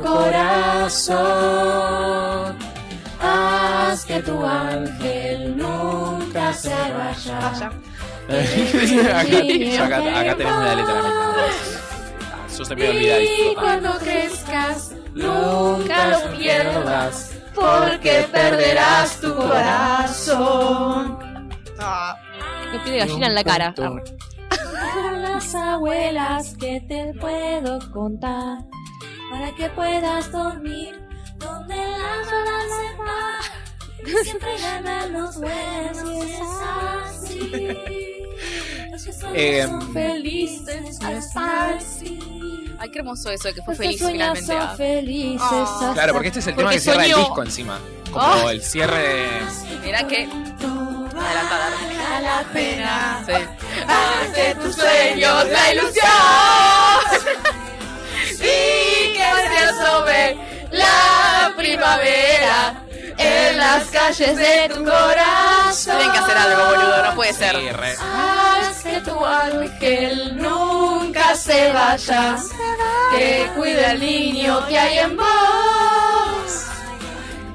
[SPEAKER 3] corazón. Haz que tu ángel nunca se vaya.
[SPEAKER 1] acá, acá- acá tenemos una letra misma. Yo se me olvida
[SPEAKER 3] Y
[SPEAKER 1] disfrutar.
[SPEAKER 3] cuando crezcas, nunca lo pierdas, porque perderás tu corazón.
[SPEAKER 2] Ah,
[SPEAKER 4] Me pide gallina en la cara. Ah,
[SPEAKER 3] A <laughs> las abuelas que te puedo contar, para que puedas dormir donde las olas están. Siempre ganan los buenos, y es así. Los que solo
[SPEAKER 1] Eh,
[SPEAKER 3] son felices, es así.
[SPEAKER 2] Ay, qué hermoso eso de que fue
[SPEAKER 3] Los que
[SPEAKER 2] feliz
[SPEAKER 3] sueñan
[SPEAKER 2] finalmente.
[SPEAKER 3] son
[SPEAKER 2] Ah.
[SPEAKER 3] felices,
[SPEAKER 2] Ah.
[SPEAKER 1] Claro, porque este es el tema
[SPEAKER 2] Porque
[SPEAKER 1] que cierra el
[SPEAKER 2] soñó.
[SPEAKER 1] disco encima. Como
[SPEAKER 4] Oh.
[SPEAKER 2] Ah.
[SPEAKER 1] el cierre de.
[SPEAKER 2] Mirá que. Adelantada.
[SPEAKER 3] A la pena
[SPEAKER 2] Sí.
[SPEAKER 3] haz de tus
[SPEAKER 2] sueños la ilusión. Y que se asome la primavera
[SPEAKER 3] en las calles de tu corazón.
[SPEAKER 2] Tienen que hacer algo, boludo, no puede ser.
[SPEAKER 1] Sí, re-
[SPEAKER 3] Haz que tu ángel nunca se vaya, que cuida el niño que hay en vos.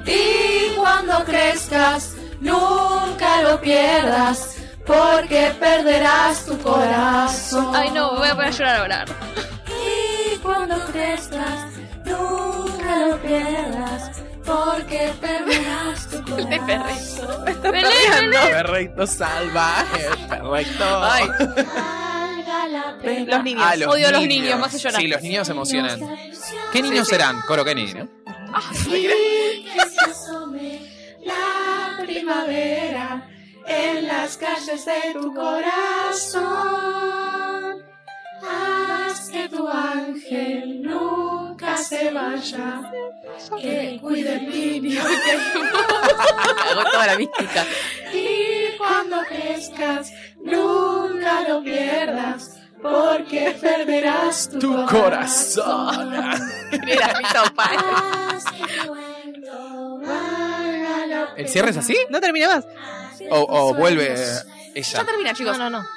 [SPEAKER 3] Y cuando crezcas, nunca lo pierdas, porque perderás tu corazón.
[SPEAKER 4] Ay, no, voy a poner a llorar ahora.
[SPEAKER 3] Y cuando crezcas, nunca lo pierdas, porque perderás
[SPEAKER 4] <laughs>
[SPEAKER 3] tu corazón.
[SPEAKER 4] Ah,
[SPEAKER 1] Perfecto salvaje, perfecto.
[SPEAKER 2] Ay,
[SPEAKER 3] Valga la pena.
[SPEAKER 5] Los niños.
[SPEAKER 1] Ah, los
[SPEAKER 4] Odio a los niños, me hace llorar.
[SPEAKER 1] Sí, los niños se emocionan. ¿Qué niños
[SPEAKER 2] Sí, sí.
[SPEAKER 1] serán? Coro, ¿qué niño?
[SPEAKER 3] Y que se asome la primavera en las calles de tu corazón. Haz que tu ángel nunca se vaya, que cuide el
[SPEAKER 1] <laughs>
[SPEAKER 3] niño.
[SPEAKER 4] Ah,
[SPEAKER 2] hago Ah, toda la mística.
[SPEAKER 3] Y cuando crezcas, nunca lo pierdas, porque perderás tu,
[SPEAKER 1] Tu corazón.
[SPEAKER 2] Mira, mi topa.
[SPEAKER 3] Haz que tu cuento valga la
[SPEAKER 1] ¿El cierre es así?
[SPEAKER 5] No termina más.
[SPEAKER 1] ¿O, o vuelve eh, ella?
[SPEAKER 2] Ya termina, chicos.
[SPEAKER 4] No, no, no.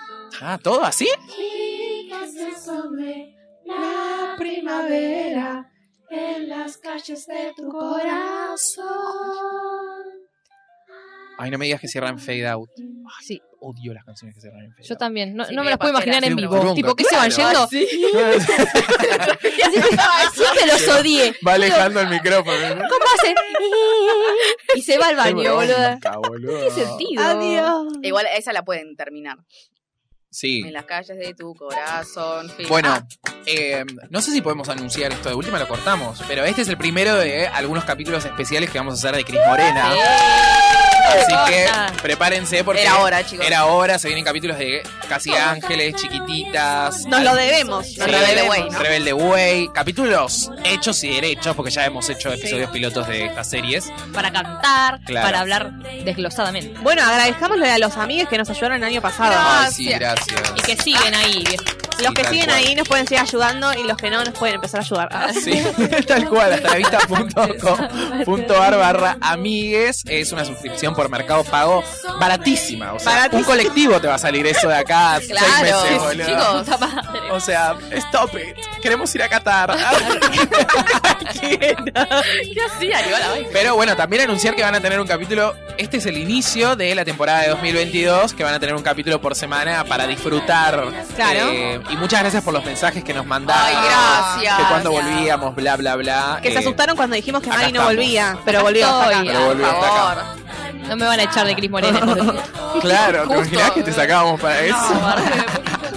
[SPEAKER 1] Ah, ¿todo así?
[SPEAKER 3] Y que se asome la primavera en las calles de tu corazón.
[SPEAKER 1] Ay, no me digas que cierran fade out. Ay,
[SPEAKER 4] Sí.
[SPEAKER 1] Odio las canciones que cierran en fade
[SPEAKER 4] Yo
[SPEAKER 1] out.
[SPEAKER 4] también. No,
[SPEAKER 2] Sí,
[SPEAKER 4] no me
[SPEAKER 2] medio
[SPEAKER 4] las puedo
[SPEAKER 2] pajera,
[SPEAKER 4] imaginar en
[SPEAKER 1] sí,
[SPEAKER 4] vivo.
[SPEAKER 1] bronca,
[SPEAKER 4] tipo, ¿qué se van
[SPEAKER 1] claro. Ah,
[SPEAKER 4] yendo? <laughs> Siempre los odié.
[SPEAKER 1] Va alejando el micrófono.
[SPEAKER 4] ¿Cómo
[SPEAKER 1] <laughs>
[SPEAKER 4] hacen? Y se va al baño, boluda.
[SPEAKER 1] boludo.
[SPEAKER 4] ¿Qué sentido?
[SPEAKER 5] Adiós.
[SPEAKER 2] Igual esa la pueden terminar.
[SPEAKER 1] Sí.
[SPEAKER 2] En las calles de tu corazón. fin.
[SPEAKER 1] Bueno,
[SPEAKER 2] Ah,
[SPEAKER 1] eh, no sé si podemos anunciar esto. De última lo cortamos. Pero este es el primero de algunos capítulos especiales que vamos a hacer de Cris Morena. Así que
[SPEAKER 4] Corta.
[SPEAKER 1] prepárense porque
[SPEAKER 2] era hora, chicos.
[SPEAKER 1] Era hora, se vienen capítulos de Casi Ángeles, Chiquititas.
[SPEAKER 5] Nos lo debemos. Nos
[SPEAKER 2] Sí.
[SPEAKER 5] lo
[SPEAKER 2] Rebelde
[SPEAKER 5] debemos.
[SPEAKER 2] Way,
[SPEAKER 3] <laughs>
[SPEAKER 2] ¿no?
[SPEAKER 1] Rebelde Way, capítulos hechos y derechos, porque ya hemos hecho episodios pilotos de estas series.
[SPEAKER 4] Para cantar,
[SPEAKER 1] Claro.
[SPEAKER 4] para hablar desglosadamente.
[SPEAKER 5] Bueno, agradezcamosle a los amigos que nos ayudaron el año pasado.
[SPEAKER 1] Ay,
[SPEAKER 2] Gracias.
[SPEAKER 1] sí, gracias.
[SPEAKER 4] Y que siguen ahí. viejo.
[SPEAKER 5] Los que
[SPEAKER 1] tal
[SPEAKER 5] siguen
[SPEAKER 1] cual.
[SPEAKER 5] ahí nos pueden seguir ayudando y los que no nos pueden empezar a ayudar.
[SPEAKER 2] <laughs>
[SPEAKER 5] Ah.
[SPEAKER 1] Sí, <laughs> tal cual, hasta la vista punto com, punto ar barra amigues. Es una suscripción por Mercado Pago baratísima. O sea, un colectivo te va a salir eso de acá a seis
[SPEAKER 2] Claro,
[SPEAKER 1] meses, boludo.
[SPEAKER 2] chicos.
[SPEAKER 4] Puta madre.
[SPEAKER 1] O sea, stop it. Queremos ir a
[SPEAKER 2] <laughs>
[SPEAKER 1] Qatar.
[SPEAKER 2] ¿Qué hacía? Llegó la vaina.
[SPEAKER 1] Pero bueno, también anunciar que van a tener un capítulo. Este es el inicio de la temporada de 2022, que van a tener un capítulo por semana para disfrutar.
[SPEAKER 5] Claro.
[SPEAKER 1] Eh, y muchas gracias por los mensajes que nos mandaron.
[SPEAKER 2] Ay, gracias.
[SPEAKER 1] Que cuando volvíamos, bla, bla, bla.
[SPEAKER 5] Que se
[SPEAKER 1] Eh,
[SPEAKER 5] asustaron cuando dijimos que
[SPEAKER 1] acá
[SPEAKER 5] Mari no
[SPEAKER 1] estamos.
[SPEAKER 5] volvía, pero volvió hasta
[SPEAKER 4] estoy.
[SPEAKER 5] acá.
[SPEAKER 1] Pero volvió
[SPEAKER 2] Por
[SPEAKER 1] hasta acá.
[SPEAKER 2] favor.
[SPEAKER 4] No me van a echar de
[SPEAKER 2] <laughs>
[SPEAKER 4] Cris Morena. entonces.
[SPEAKER 1] Claro, ¿te
[SPEAKER 2] Justo.
[SPEAKER 1] imaginás que te sacábamos para eso?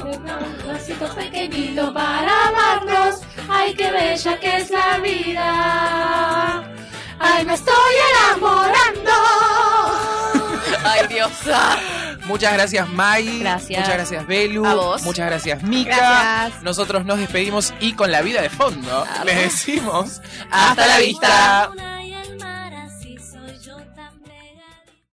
[SPEAKER 3] Un vasito pequeñito para amarnos. Ay, qué bella que es la vida. Ay, me estoy enamorando.
[SPEAKER 2] Ay, Dios.
[SPEAKER 1] Muchas gracias, Mai.
[SPEAKER 4] Gracias.
[SPEAKER 1] Muchas gracias, Belu.
[SPEAKER 2] A vos.
[SPEAKER 1] Muchas gracias, Mika.
[SPEAKER 5] Gracias.
[SPEAKER 1] Nosotros nos despedimos y con la vida de fondo les decimos
[SPEAKER 2] Hasta la vista.
[SPEAKER 3] Una